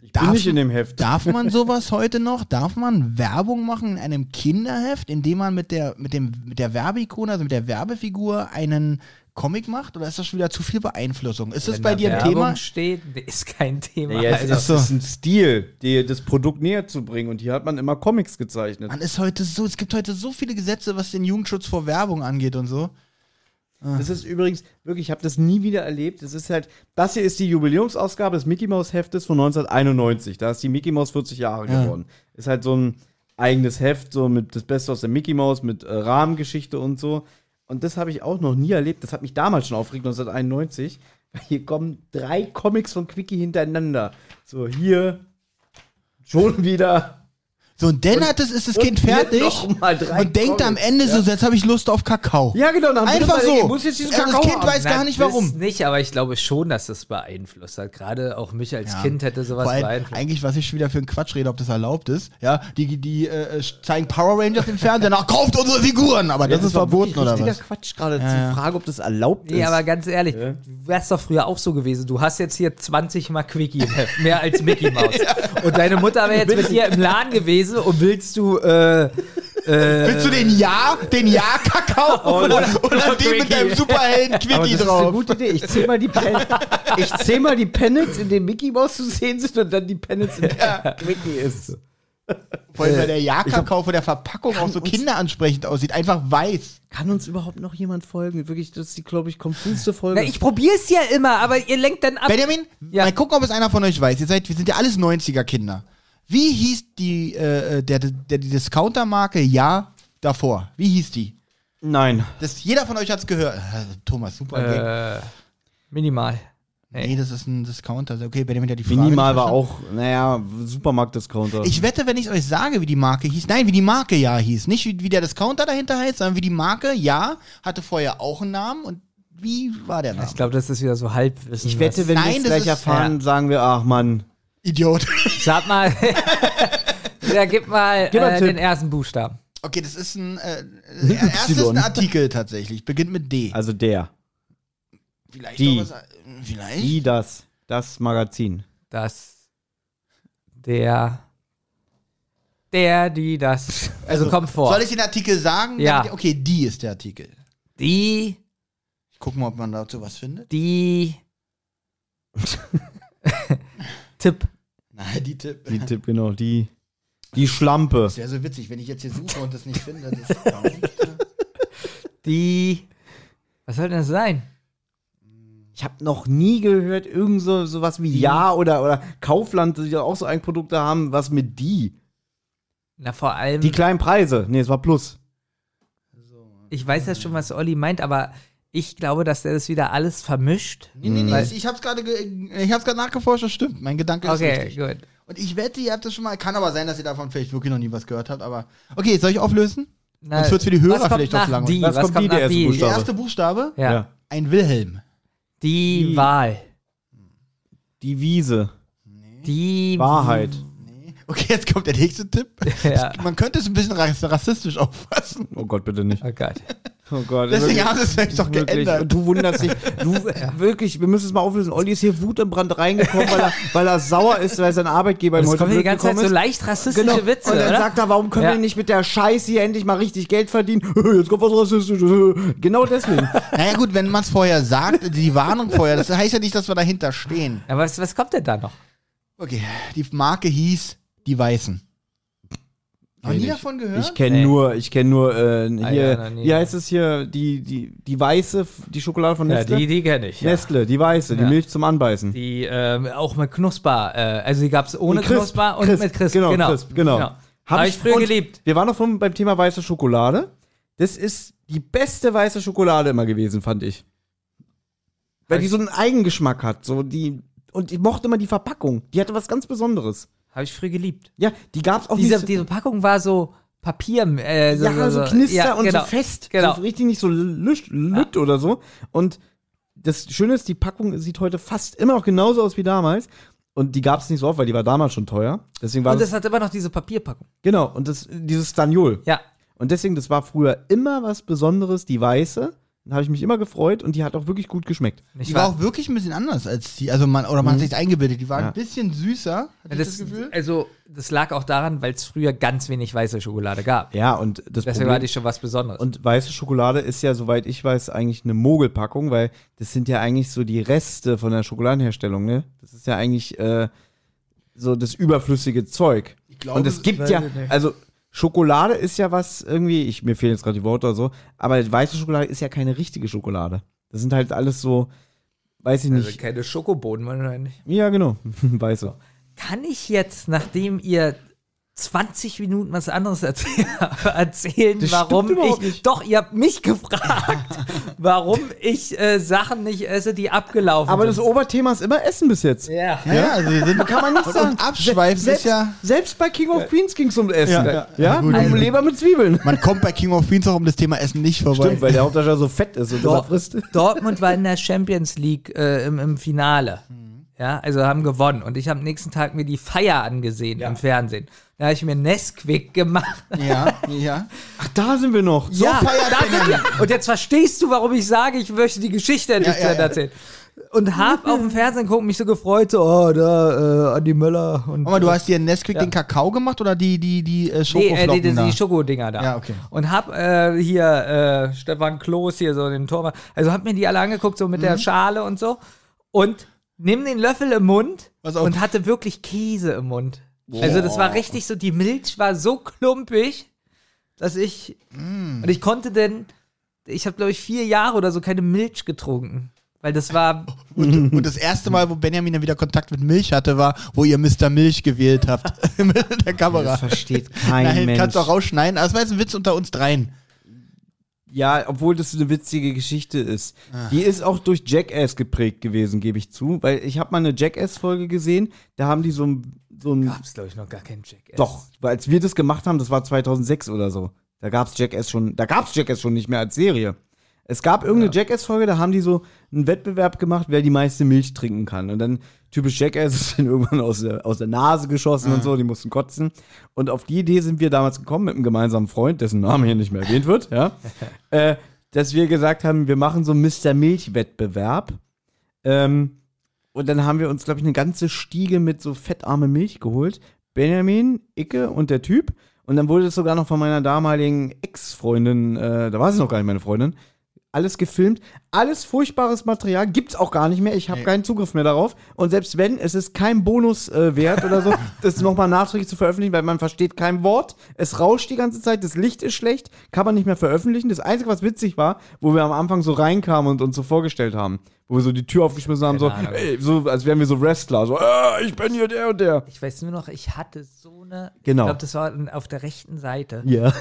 S2: Bin
S1: darf,
S2: nicht in dem Heft.
S1: darf man sowas heute noch? Darf man Werbung machen in einem Kinderheft, indem man mit der, mit dem, mit der Werbeikone, also mit der Werbefigur einen Comic macht? Oder ist das schon wieder zu viel Beeinflussung? Ist das
S3: Wenn
S1: bei
S3: da
S1: dir ein
S3: Werbung
S1: Thema?
S3: Steht, Nee, ist kein Thema.
S2: Naja, es
S3: also,
S2: ist, es ist ein Stil, dir das Produkt näher zu bringen. Und hier hat man immer Comics gezeichnet.
S1: Man ist heute so, es gibt heute so viele Gesetze, was den Jugendschutz vor Werbung angeht und so.
S2: Das ist übrigens, wirklich, ich habe das nie wieder erlebt. Das ist halt, das hier ist die Jubiläumsausgabe des Mickey Mouse Heftes von 1991. Da ist die Mickey Mouse 40 Jahre geworden. Ist halt so ein eigenes Heft, so mit das Beste aus der Mickey Mouse, mit äh, Rahmengeschichte und so. Und das habe ich auch noch nie erlebt. Das hat mich damals schon aufgeregt, 1991. Weil hier kommen drei Comics von Quickie hintereinander. So, hier, schon wieder.
S1: So, und dann hat es, ist das Kind fertig
S2: noch mal drei
S1: und denkt am Ende so, jetzt habe ich Lust auf Kakao.
S2: Ja, genau. Nach dem dritten
S1: Einfach
S2: Mal,
S1: so.
S2: Ich muss jetzt diesen
S1: Ja,
S2: Kakao
S1: das Kind
S2: haben.
S1: weiß gar nicht warum.
S3: Das nicht, aber ich glaube schon, dass das beeinflusst hat. Gerade auch mich als
S1: Ja.
S3: Kind hätte sowas
S1: Vor allem,
S3: beeinflusst.
S1: Eigentlich, was ich schon wieder für einen Quatsch rede, ob das erlaubt ist. Ja, die, die äh, zeigen Power Rangers im Fernsehen, nach kauft unsere Figuren, aber das, ist verboten oder
S2: Richtiger
S1: was?
S2: Quatsch gerade. Die Frage, ob das erlaubt
S3: Nee,
S2: ist.
S3: aber ganz ehrlich, du wärst doch früher auch so gewesen. Du hast jetzt hier 20 Mal Quickie im Heft, mehr als Mickey Mouse. Und deine Mutter wäre jetzt mit dir im Laden gewesen und willst du, äh,
S1: Willst du den Ja, den Ja-Kakao
S2: Oh,
S1: oder, oder den mit
S3: Quickie.
S1: deinem Superhelden-Quickie
S2: das ist eine
S1: drauf?
S2: gute Idee. Ich zähl mal die, Pen ich zähl mal die Panels, in denen Mickey Mouse zu sehen sind und dann die Panels, in denen Mickey ist.
S1: Vor allem, weil der Ja-Kakao von der Verpackung auch so kinderansprechend aussieht. Einfach weiß.
S2: Kann uns überhaupt noch jemand folgen? Wirklich, das ist die, glaube ich, konfuseste Folge.
S3: na, ich probier's ja immer, aber ihr lenkt dann ab.
S1: Benjamin,
S3: Ja.
S1: mal gucken, ob es einer von euch weiß. Ihr seid, wir sind ja alles 90er-Kinder. Wie hieß die, äh, der, der, die Discounter-Marke Ja davor? Wie hieß die?
S2: Nein.
S1: Das, jeder von euch hat's gehört. Äh, Thomas, super.
S3: Äh, minimal.
S1: Äh, nee, das ist ein Discounter. Okay, Benjamin hat die Frage.
S2: Minimal
S1: nicht
S2: war
S1: verstanden.
S2: auch, naja, Supermarkt-Discounter.
S1: Ich wette, wenn ich euch sage, wie die Marke hieß, nein, wie die Marke ja hieß, nicht wie, wie der Discounter dahinter heißt, sondern wie die Marke ja hatte vorher auch einen Namen und wie war der Name?
S3: Ich glaube, das ist wieder so halbwissen.
S2: Ich wette, wenn
S1: Nein,
S2: wir es
S1: das
S2: gleich
S1: ist-
S2: erfahren, sagen wir, ach Mann.
S1: Idiot.
S3: was. Sag mal. ja, gib mal,
S2: Gib mal
S3: äh,
S2: Tipp.
S3: den ersten Buchstaben.
S1: Okay, das ist ein äh, äh, erstes ein Artikel tatsächlich. Beginnt mit D.
S2: Also der.
S1: vielleicht
S2: die.
S1: noch was. äh, Vielleicht.
S2: Die, das. Das Magazin.
S3: Das. Der. Der, die, das. Also, kommt vor.
S1: Soll ich den Artikel sagen?
S3: Ja.
S1: Damit- Okay, die ist der Artikel.
S3: die,
S1: Ich guck mal, ob man dazu was findet.
S3: die. Tipp.
S1: Nein, die Tipp.
S2: Die Tipp, genau, die. Die Schlampe.
S1: Das wäre so witzig, wenn ich jetzt hier suche und das nicht finde. Das
S3: Die. Was soll denn das sein?
S2: Ich habe noch nie gehört, irgend so, sowas wie Ja oder, oder Kaufland, die ja auch so ein Produkt da haben, was mit die.
S3: Na, vor allem.
S2: Die kleinen Preise. Nee, es war Plus.
S3: ich weiß ja schon, was Olli meint, aber ich glaube, dass der das wieder alles vermischt.
S1: nee, nee, nee.
S3: Weil-
S1: Ich ich hab's gerade ge ich hab's gerade nachgeforscht, das stimmt. Mein Gedanke ist
S3: Okay,
S1: richtig.
S3: gut.
S1: Und ich wette, ihr habt das schon mal. Kann aber sein, dass ihr davon vielleicht wirklich noch nie was gehört habt. Aber okay, soll ich auflösen?
S3: Na,
S1: Sonst wird's für die Hörer
S3: was kommt
S1: vielleicht auch
S3: nach
S1: langweilig.
S3: Die, was,
S2: Was
S3: kommt,
S2: kommt die, der
S3: nach
S2: erste
S3: die?
S1: Der
S2: Buchstabe?
S1: erste Buchstabe?
S3: Ja.
S1: Ein Wilhelm.
S3: Die,
S2: Die-
S3: Wahl.
S2: Die Wiese.
S3: Die
S2: Wahrheit.
S1: Okay, jetzt kommt der nächste Tipp.
S3: Ja.
S1: Man könnte es ein bisschen rass- rassistisch auffassen.
S2: Oh Gott, bitte nicht.
S3: Oh Gott.
S2: Oh Gott.
S1: Deswegen
S2: wirklich,
S1: haben sie es vielleicht doch
S2: wirklich. Und
S1: geändert.
S2: du wunderst dich. Du, wirklich, wir müssen es mal auflösen. Olli ist hier wutentbrannt reingekommen, weil er, weil er sauer ist, weil sein Arbeitgeber ihm
S3: Es
S2: heute
S3: kommen hier die
S2: blöd
S3: ganze Zeit
S2: gekommen
S3: so
S2: ist. genau.
S3: leicht rassistische Witze,
S2: Und dann
S3: oder?
S2: sagt er, warum können
S3: Ja.
S2: wir nicht mit der Scheiße hier endlich mal richtig Geld verdienen? Jetzt kommt was Rassistisches. Genau deswegen.
S1: Naja gut, wenn man es vorher sagt, die Warnung vorher, das heißt ja nicht, dass wir dahinter stehen.
S3: Aber was, was kommt denn da noch?
S1: Okay, die Marke hieß Die Weißen. Noch nie davon gehört?
S2: Ich kenne
S3: Nee.
S2: nur, ich kenne nur, äh, hier,
S3: Ah, ja, noch nie.
S2: wie heißt es hier, die, die, die weiße, F- die Schokolade von
S3: Ja,
S2: Nestle?
S3: die, die kenne ich. Ja.
S2: Nestle, die weiße,
S3: Ja.
S2: die Milch zum Anbeißen.
S3: Die ähm, auch mit Knusper. Äh, also die gab es ohne
S2: Die Crisp,
S3: Knusper und
S2: Crisp,
S3: mit Crisp.
S2: genau, Crisp, genau.
S3: Habe
S2: Hab
S3: ich, früher
S2: und
S3: geliebt.
S2: Wir waren noch vom, beim Thema weiße Schokolade. Das ist die beste weiße Schokolade immer gewesen, fand ich. Weil die so einen Eigengeschmack hat, so die, und ich mochte immer die Verpackung. Die hatte was ganz Besonderes.
S3: Habe ich früher geliebt.
S2: Ja, die gab's auch
S3: Diese,
S2: nicht so-
S3: diese Packung war so Papier. Äh, so,
S2: ja, so Knister
S3: ja,
S2: und
S3: genau.
S2: so fest.
S3: Genau.
S2: So richtig nicht so lütt, lütt oder so. Und das Schöne ist, die Packung sieht heute fast immer noch genauso aus wie damals. Und die gab es nicht so oft, weil die war damals schon teuer. Deswegen war
S3: Und
S2: das,
S3: es hat immer noch diese Papierpackung.
S2: genau, und das, dieses Staniol.
S3: Ja.
S2: Und deswegen, das war früher immer was Besonderes, die weiße. Da habe ich mich immer gefreut und die hat auch wirklich gut geschmeckt.
S3: Ich
S1: Die war auch wirklich ein bisschen anders als die, also man, oder man hat sich's eingebildet, die war
S2: Ja.
S1: ein bisschen süßer, hatte ich das,
S3: das,
S1: Gefühl.
S3: also, das lag auch daran, weil es früher ganz wenig weiße Schokolade gab.
S2: Ja, und das
S3: Deswegen war die schon was Besonderes.
S2: und weiße Schokolade ist ja, soweit ich weiß, eigentlich eine Mogelpackung, weil das sind ja eigentlich so die Reste von der Schokoladenherstellung, ne? Das ist ja eigentlich äh, so das überflüssige Zeug.
S1: glaube,
S2: Und es gibt
S1: weiß
S2: ja,
S1: ich nicht.
S2: also Schokolade ist ja was irgendwie, ich, mir fehlen jetzt gerade die Worte oder so, aber weiße Schokolade ist ja keine richtige Schokolade. Das sind halt alles so, weiß ich
S3: also
S2: nicht.
S3: keine Schokobohnen wahrscheinlich.
S2: ja, genau, weiße.
S3: Kann ich jetzt, nachdem ihr 20 Minuten was anderes erzählt habt, erzählen,
S2: Das stimmt
S3: warum
S2: überhaupt
S3: ich.
S2: nicht.
S3: Doch, ihr habt mich gefragt, warum ich äh, Sachen nicht esse, die abgelaufen
S2: Aber das
S3: sind.
S2: Oberthema ist immer Essen bis jetzt.
S3: ja.
S1: Ja, ja, also wir sind,
S2: Kann man nicht sagen.
S1: und abschweifen
S2: selbst,
S1: ist ja.
S2: Selbst bei King of Queens ging es um
S1: Ja,
S2: Essen. Ja,
S1: ja.
S2: ja,
S1: Ja, gut.
S2: um
S1: Also-
S2: Leber mit Zwiebeln.
S1: Man kommt bei King of Queens auch um das Thema Essen nicht vorbei.
S2: Stimmt, weil der Hauptdarsteller so fett ist und
S3: Dor-
S2: das frisst.
S3: Dortmund war in der Champions League äh, im, im Finale.
S2: Mhm.
S3: Ja, also haben gewonnen. Und ich habe am nächsten Tag mir die Feier angesehen im Fernsehen. Da habe ich mir Nesquik gemacht.
S1: Ja, ja.
S2: Ach, da sind wir noch.
S1: So feiert
S3: da
S1: Benjamin.
S3: sind wir. Und jetzt verstehst du, warum ich sage, ich möchte die Geschichte endlich
S1: Ja,
S3: ja,
S1: ja, ja.
S3: erzählen. Und hab auf dem Fernsehen geguckt, mich so gefreut, so, oh, da, äh, Andi Möller. Und
S1: Mama, du hast dir Nesquik
S3: Ja.
S1: den Kakao gemacht oder die, die, die äh,
S3: Nee, äh,
S1: Schokoflocken
S3: die, die,
S1: da?
S3: die Schokodinger da.
S1: Ja, okay.
S3: Und hab äh, hier äh, Stefan Kloß hier so den Torwart. Also hab mir die alle angeguckt, so mit
S1: Mhm.
S3: der Schale und so. Und nimm den Löffel im Mund
S1: Pass auf.
S3: und hatte wirklich Käse im Mund. Also das war richtig so, die Milch war so klumpig, dass ich.
S1: Mm.
S3: Und ich konnte denn, ich habe glaube ich vier Jahre oder so keine Milch getrunken. Weil das war.
S1: und, und das erste Mal, wo Benjamin dann wieder Kontakt mit Milch hatte, war, wo ihr Mr. Milch gewählt habt. mit der Kamera.
S2: Versteht
S1: Nein, kannst du auch rausschneiden. Aber es war jetzt ein Witz unter uns dreien.
S2: Ja, obwohl das eine witzige Geschichte ist.
S1: Ah.
S2: Die ist auch durch Jackass geprägt gewesen, gebe ich zu. Weil ich habe mal eine Jackass-Folge gesehen, da haben die so ein... So ein
S3: Gab's glaube ich noch gar keinen Jack.
S2: doch, weil als wir das gemacht haben, das war 2006 oder so. Da gab's Jackass schon, da gab's Jackass schon nicht mehr als Serie. Es gab irgendeine Jackass-Folge, da haben die so einen Wettbewerb gemacht, wer die meiste Milch trinken kann. Und dann typisch Jackass ist dann irgendwann aus der, aus der Nase geschossen und so, die mussten kotzen. Und auf die Idee sind wir damals gekommen mit einem gemeinsamen Freund, dessen Name hier nicht mehr erwähnt wird, ja, äh, dass wir gesagt haben, wir machen so einen Mr. Milch-Wettbewerb. Ähm, und dann haben wir uns, glaube ich, eine ganze Stiege mit so fettarme Milch geholt. Benjamin, Icke und der Typ. Und dann wurde es sogar noch von meiner damaligen Ex-Freundin, äh, da war sie noch gar nicht meine Freundin, alles gefilmt. Alles furchtbares Material gibt's auch gar nicht mehr. Ich habe keinen Zugriff mehr darauf. Und selbst wenn, es ist kein Bonus äh, wert oder so, das nochmal nachträglich zu veröffentlichen, weil man versteht kein Wort. Es rauscht die ganze Zeit, das Licht ist schlecht, kann man nicht mehr veröffentlichen. Das Einzige, was witzig war, wo wir am Anfang so reinkamen und uns so vorgestellt haben, wo wir so die Tür aufgeschmissen haben, so,
S3: Keine Ahnung.
S2: ey, so, als wären wir so Wrestler, so, äh, ich bin hier der und der.
S3: Ich weiß nur noch, ich hatte so eine.
S2: Genau.
S3: Ich glaube, das war auf der rechten Seite.
S2: Ja.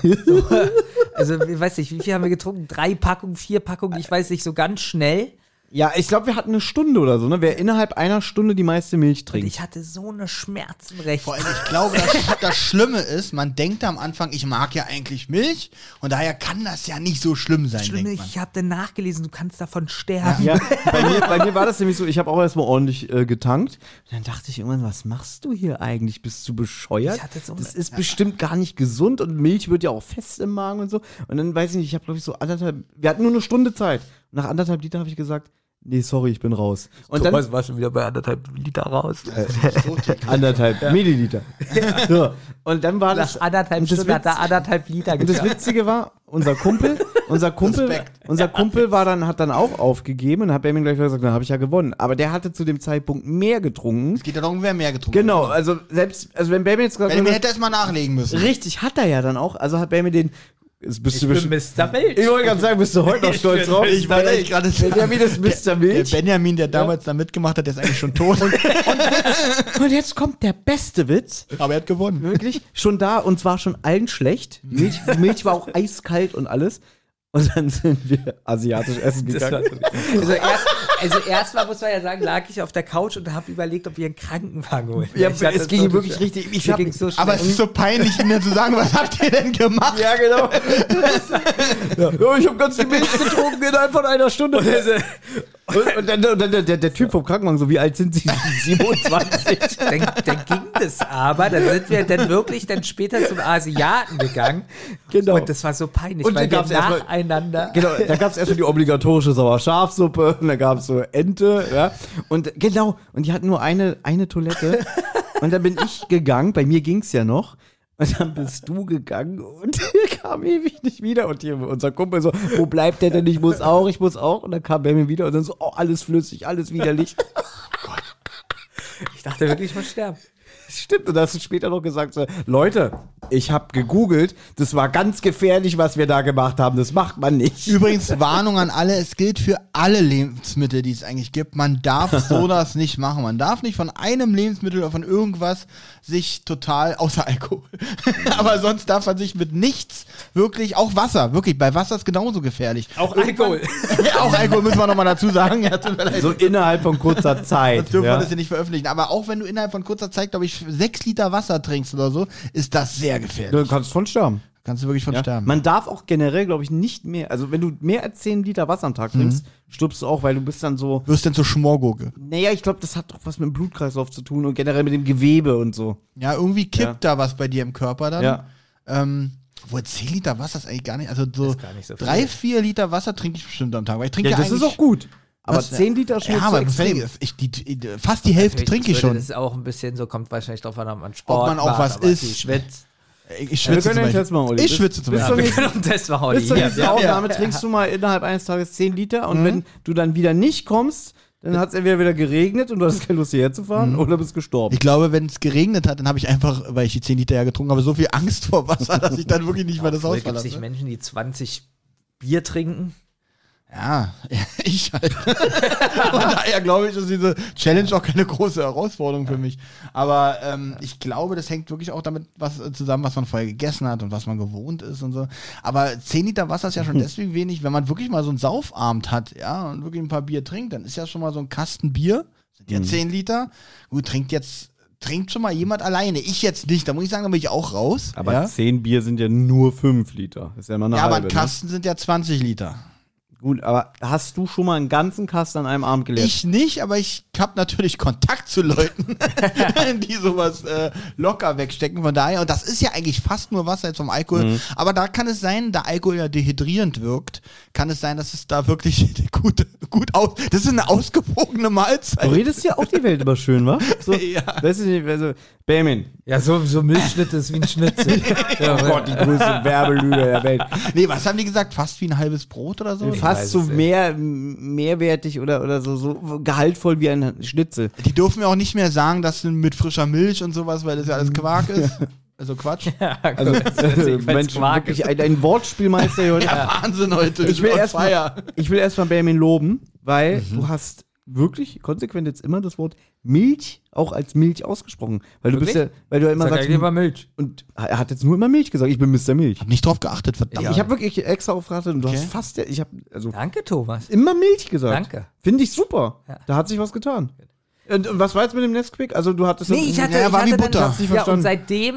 S3: Also, ich weiß nicht, wie viel haben wir getrunken? Drei Packungen, vier Packungen, ich weiß nicht, so ganz schnell.
S2: Ja, ich glaube, wir hatten eine Stunde oder so, ne? Wer innerhalb einer Stunde die meiste Milch
S3: Und
S2: trinkt.
S3: ich hatte so eine Schmerzen rechts.
S1: Vor allem, ich glaube, das, das Schlimme ist, man denkt am Anfang, ich mag ja eigentlich Milch und daher kann das ja nicht so schlimm sein,
S3: Schlimm,
S1: denkt man.
S3: ich habe dann nachgelesen, du kannst davon sterben.
S2: Ja, bei mir, bei mir war das nämlich so, ich habe auch erstmal ordentlich äh, getankt. Und dann dachte ich irgendwann, was machst du hier eigentlich? Bist du bescheuert?
S3: Ich hatte so
S2: das
S3: eine-
S2: ist bestimmt gar nicht gesund und Milch wird ja auch fest im Magen und so. Und dann weiß ich nicht, ich habe glaube ich so anderthalb, wir hatten nur eine Stunde Zeit. Und nach anderthalb Liter habe ich gesagt, nee, sorry, ich bin raus. Und dann
S3: war schon wieder bei anderthalb Liter raus.
S1: So tick.
S2: anderthalb Milliliter. So. Und dann war das
S3: Nach anderthalb
S2: und das
S3: Stunden hat er
S2: Witz-
S3: anderthalb Liter
S2: Und das
S3: getrunken.
S2: Witzige war, unser Kumpel, unser Kumpel,
S1: Respekt.
S2: unser Kumpel war dann, hat dann auch aufgegeben und hat Benjamin gleich wieder gesagt, dann habe ich ja gewonnen. Aber der hatte zu dem Zeitpunkt mehr getrunken.
S1: Es geht ja darum, wer mehr getrunken hat.
S2: Genau, also selbst, also wenn Benjamin jetzt gesagt
S1: Benjamin
S2: hätte,
S1: hätte erst mal nachlegen müssen.
S2: richtig hat er ja dann auch, also hat Benjamin den, das bist du bestimmt,
S3: Mr. Milch.
S2: ich wollte gerade sagen, bist du heute noch stolz drauf?
S1: Ich wollte eigentlich gerade sagen,
S2: Benjamin ist Mr.
S1: Der
S2: Milch.
S1: Benjamin, der damals da mitgemacht hat, der ist eigentlich schon tot,
S2: und jetzt kommt der beste Witz.
S1: aber er hat gewonnen.
S2: wirklich schon da und zwar schon allen schlecht. Milch, die Milch war auch eiskalt und alles. Und dann sind wir asiatisch essen gegangen.
S3: Also, erst, also erstmal muss man ja sagen, lag ich auf der Couch und habe überlegt, ob wir einen Krankenwagen holen. Ich hatte so eine Schmerzen.
S2: richtig. Ich
S3: Mir
S2: hab,
S3: ging so schnell.
S1: Aber es ist so peinlich, mir zu sagen, was habt ihr denn gemacht?
S2: ja, genau. ja. Ich habe ganz viel Milch getrunken innerhalb von einer Stunde. Und, und dann, und dann der, der, der Typ vom Krankenwagen, so wie alt sind Sie? 27.
S3: dann, dann ging das aber, dann sind wir dann wirklich dann später zum Asiaten gegangen.
S2: Genau.
S3: Und das war so peinlich,
S2: Und
S3: weil
S2: dann
S3: wir
S2: gab's erstmal-
S3: nacheinander.
S2: Genau, da gab es erstmal die obligatorische Sauerschafsuppe und da gab es so Ente, ja. Und genau, und die hatten nur eine, eine Toilette. Und dann bin ich gegangen, bei mir ging's ja noch. Und dann bist du gegangen und der kam ewig nicht wieder. Und hier unser Kumpel so, wo bleibt der denn? Ich muss auch, ich muss auch. Und dann kam Benjamin wieder und dann so, oh, alles flüssig, alles widerlich.
S3: Ich dachte wirklich, ich muss sterben.
S2: Stimmt, und da hast du später noch gesagt, so, Leute, Ich habe gegoogelt, das war ganz gefährlich, was wir da gemacht haben. Das macht man nicht.
S1: Übrigens, Warnung an alle, es gilt für alle Lebensmittel, die es eigentlich gibt. Man darf sowas nicht machen. Man darf nicht von einem Lebensmittel oder von irgendwas sich total, außer Alkohol, aber sonst darf man sich mit nichts wirklich, auch Wasser, wirklich, bei Wasser ist genauso gefährlich.
S3: Auch Alkohol.
S1: Ja, auch Alkohol müssen wir nochmal dazu sagen. Ja, tut mir leid.
S2: So innerhalb von kurzer Zeit.
S1: Sonst dürfen wir
S2: ja.
S1: das hier nicht veröffentlichen. Aber auch wenn du innerhalb von kurzer Zeit, glaube ich, sechs Liter Wasser trinkst oder so, ist das sehr gefährlich.
S2: Du kannst von sterben.
S1: Kannst du wirklich von sterben.
S2: Man darf auch generell, glaube ich, nicht mehr, also wenn du mehr als 10 Liter Wasser am Tag trinkst, stirbst du auch, weil du bist dann so,
S1: wirst denn zur Schmorgurke.
S2: naja, ich glaube, das hat doch was mit dem Blutkreislauf zu tun und generell mit dem Gewebe und so.
S1: Ja, irgendwie kippt da was bei dir im Körper dann.
S2: Ja.
S1: Ähm, obwohl 10 Liter Wasser ist eigentlich gar nicht, also so,
S3: gar nicht so viel.
S1: 3, 4 Liter Wasser trinke ich bestimmt am Tag. Weil ich trinke
S2: Ja, das
S1: eigentlich-
S2: ist auch gut. Aber
S1: Was-
S2: 10 Liter schon
S1: Ja,
S2: so
S1: aber
S2: extrem.
S1: wenn- ich, die, die, fast die Hälfte trinke ich schon.
S3: Das ist auch ein bisschen so, kommt wahrscheinlich drauf an, ob man Sport
S1: man auch
S3: macht,
S1: was
S3: aber
S1: isst.
S3: viel Schwitzt. Ah,
S1: Ich, ich
S2: Wir
S1: schwitze
S2: können
S1: zum
S2: den
S1: Beispiel.
S2: Test machen, Olli.
S1: ich schwitze zum
S2: Bis
S1: Beispiel.
S2: zur
S3: Wir
S2: nächsten-
S3: können auch das machen
S2: bis zur
S3: Olli.
S2: nächsten Aufnahme trinkst du mal innerhalb eines Tages 10 Liter und wenn du dann wieder nicht kommst, dann hat es entweder wieder geregnet und du hast keine Lust hierher zu fahren oder bist gestorben.
S1: Ich glaube, wenn es geregnet hat, dann habe ich einfach, weil ich die 10 Liter ja getrunken habe, so viel Angst vor Wasser, dass ich dann wirklich nicht mehr das ne? Haus
S3: Gibt es nicht
S1: verlasse.
S3: Menschen, die 20 Bier trinken?
S1: Ja, ich halt. Von daher glaube ich, ist diese Challenge auch keine große Herausforderung für mich. Aber ähm, ich glaube, das hängt wirklich auch damit was äh, zusammen, was man vorher gegessen hat und was man gewohnt ist und so. Aber 10 Liter Wasser ist ja schon deswegen wenig, wenn man wirklich mal so einen Saufabend hat, ja, und wirklich ein paar Bier trinkt, dann ist ja schon mal so ein Kasten Bier, sind
S2: Mhm.
S1: ja 10 Liter. Gut, trinkt jetzt, trinkt schon mal jemand alleine. Ich jetzt nicht, da muss ich sagen, da bin ich auch raus.
S2: Aber
S1: ja,
S2: 10 Bier sind ja nur 5 Liter. Ist ja immer eine
S1: ja aber
S2: halbe.
S1: ein
S2: ne?
S1: Kasten sind ja 20 Liter.
S2: Gut, aber hast du schon mal einen ganzen Kasten an einem Abend geleert?
S1: Ich nicht, aber ich habe natürlich Kontakt zu Leuten, die sowas äh, locker wegstecken. Von daher, und das ist ja eigentlich fast nur Wasser jetzt vom Alkohol.
S2: Mhm.
S1: Aber da kann es sein, da Alkohol ja dehydrierend wirkt, kann es sein, dass es da wirklich gut, gut aus. Das ist eine ausgewogene
S2: Du
S1: Mahlzeit.
S2: redest ja auch die Welt über schön, wa? So,
S1: Ja.
S2: Weißt du nicht, also, Benjamin.
S3: Ja, so, so Milchschnitte ist wie ein Schnitzel. ja,
S2: Oh Gott, die größte Werbelüge der Welt.
S1: Nee, was haben die gesagt? Fast wie ein halbes Brot oder so?
S2: Fast
S3: weiß
S2: so
S3: es nicht.
S2: mehr, mehrwertig oder, oder so, so gehaltvoll wie ein Schnitzel.
S1: Die dürfen ja auch nicht mehr sagen, dass mit frischer Milch und sowas, weil das ja alles Quark ist. Also Quatsch.
S2: Also, äh, Mensch, wirklich ein, ein Wortspielmeister hier heute.
S1: Wahnsinn heute.
S2: Ich will
S1: on
S2: erst mal-
S1: fire.
S2: Ich will erstmal Benjamin loben, weil
S3: Mhm.
S2: du hast wirklich konsequent jetzt immer das Wort Milch auch als Milch ausgesprochen. Weil du bist
S3: Wirklich?
S2: ja, weil du ja immer
S3: Sag
S2: sagst,
S3: eigentlich
S1: hm.
S3: immer Milch.
S2: und er hat jetzt nur immer Milch gesagt. Ich bin Mr. Milch.
S1: Nicht drauf geachtet, verdammt.
S2: Ich habe wirklich extra aufgeratet und du
S1: Okay.
S2: hast fast, ich habe also
S3: Danke, Thomas.
S2: immer Milch gesagt.
S3: Danke.
S2: Finde ich super.
S3: Ja.
S2: Da hat sich was getan. Und, und was war jetzt mit dem Nesquik? Also du hattest
S3: Nee, ich hatte,
S1: Ja,
S3: ich
S1: war
S3: hatte
S1: wie Butter.
S3: Dann,
S1: Hat's nicht
S3: ja,
S2: verstanden.
S3: und seitdem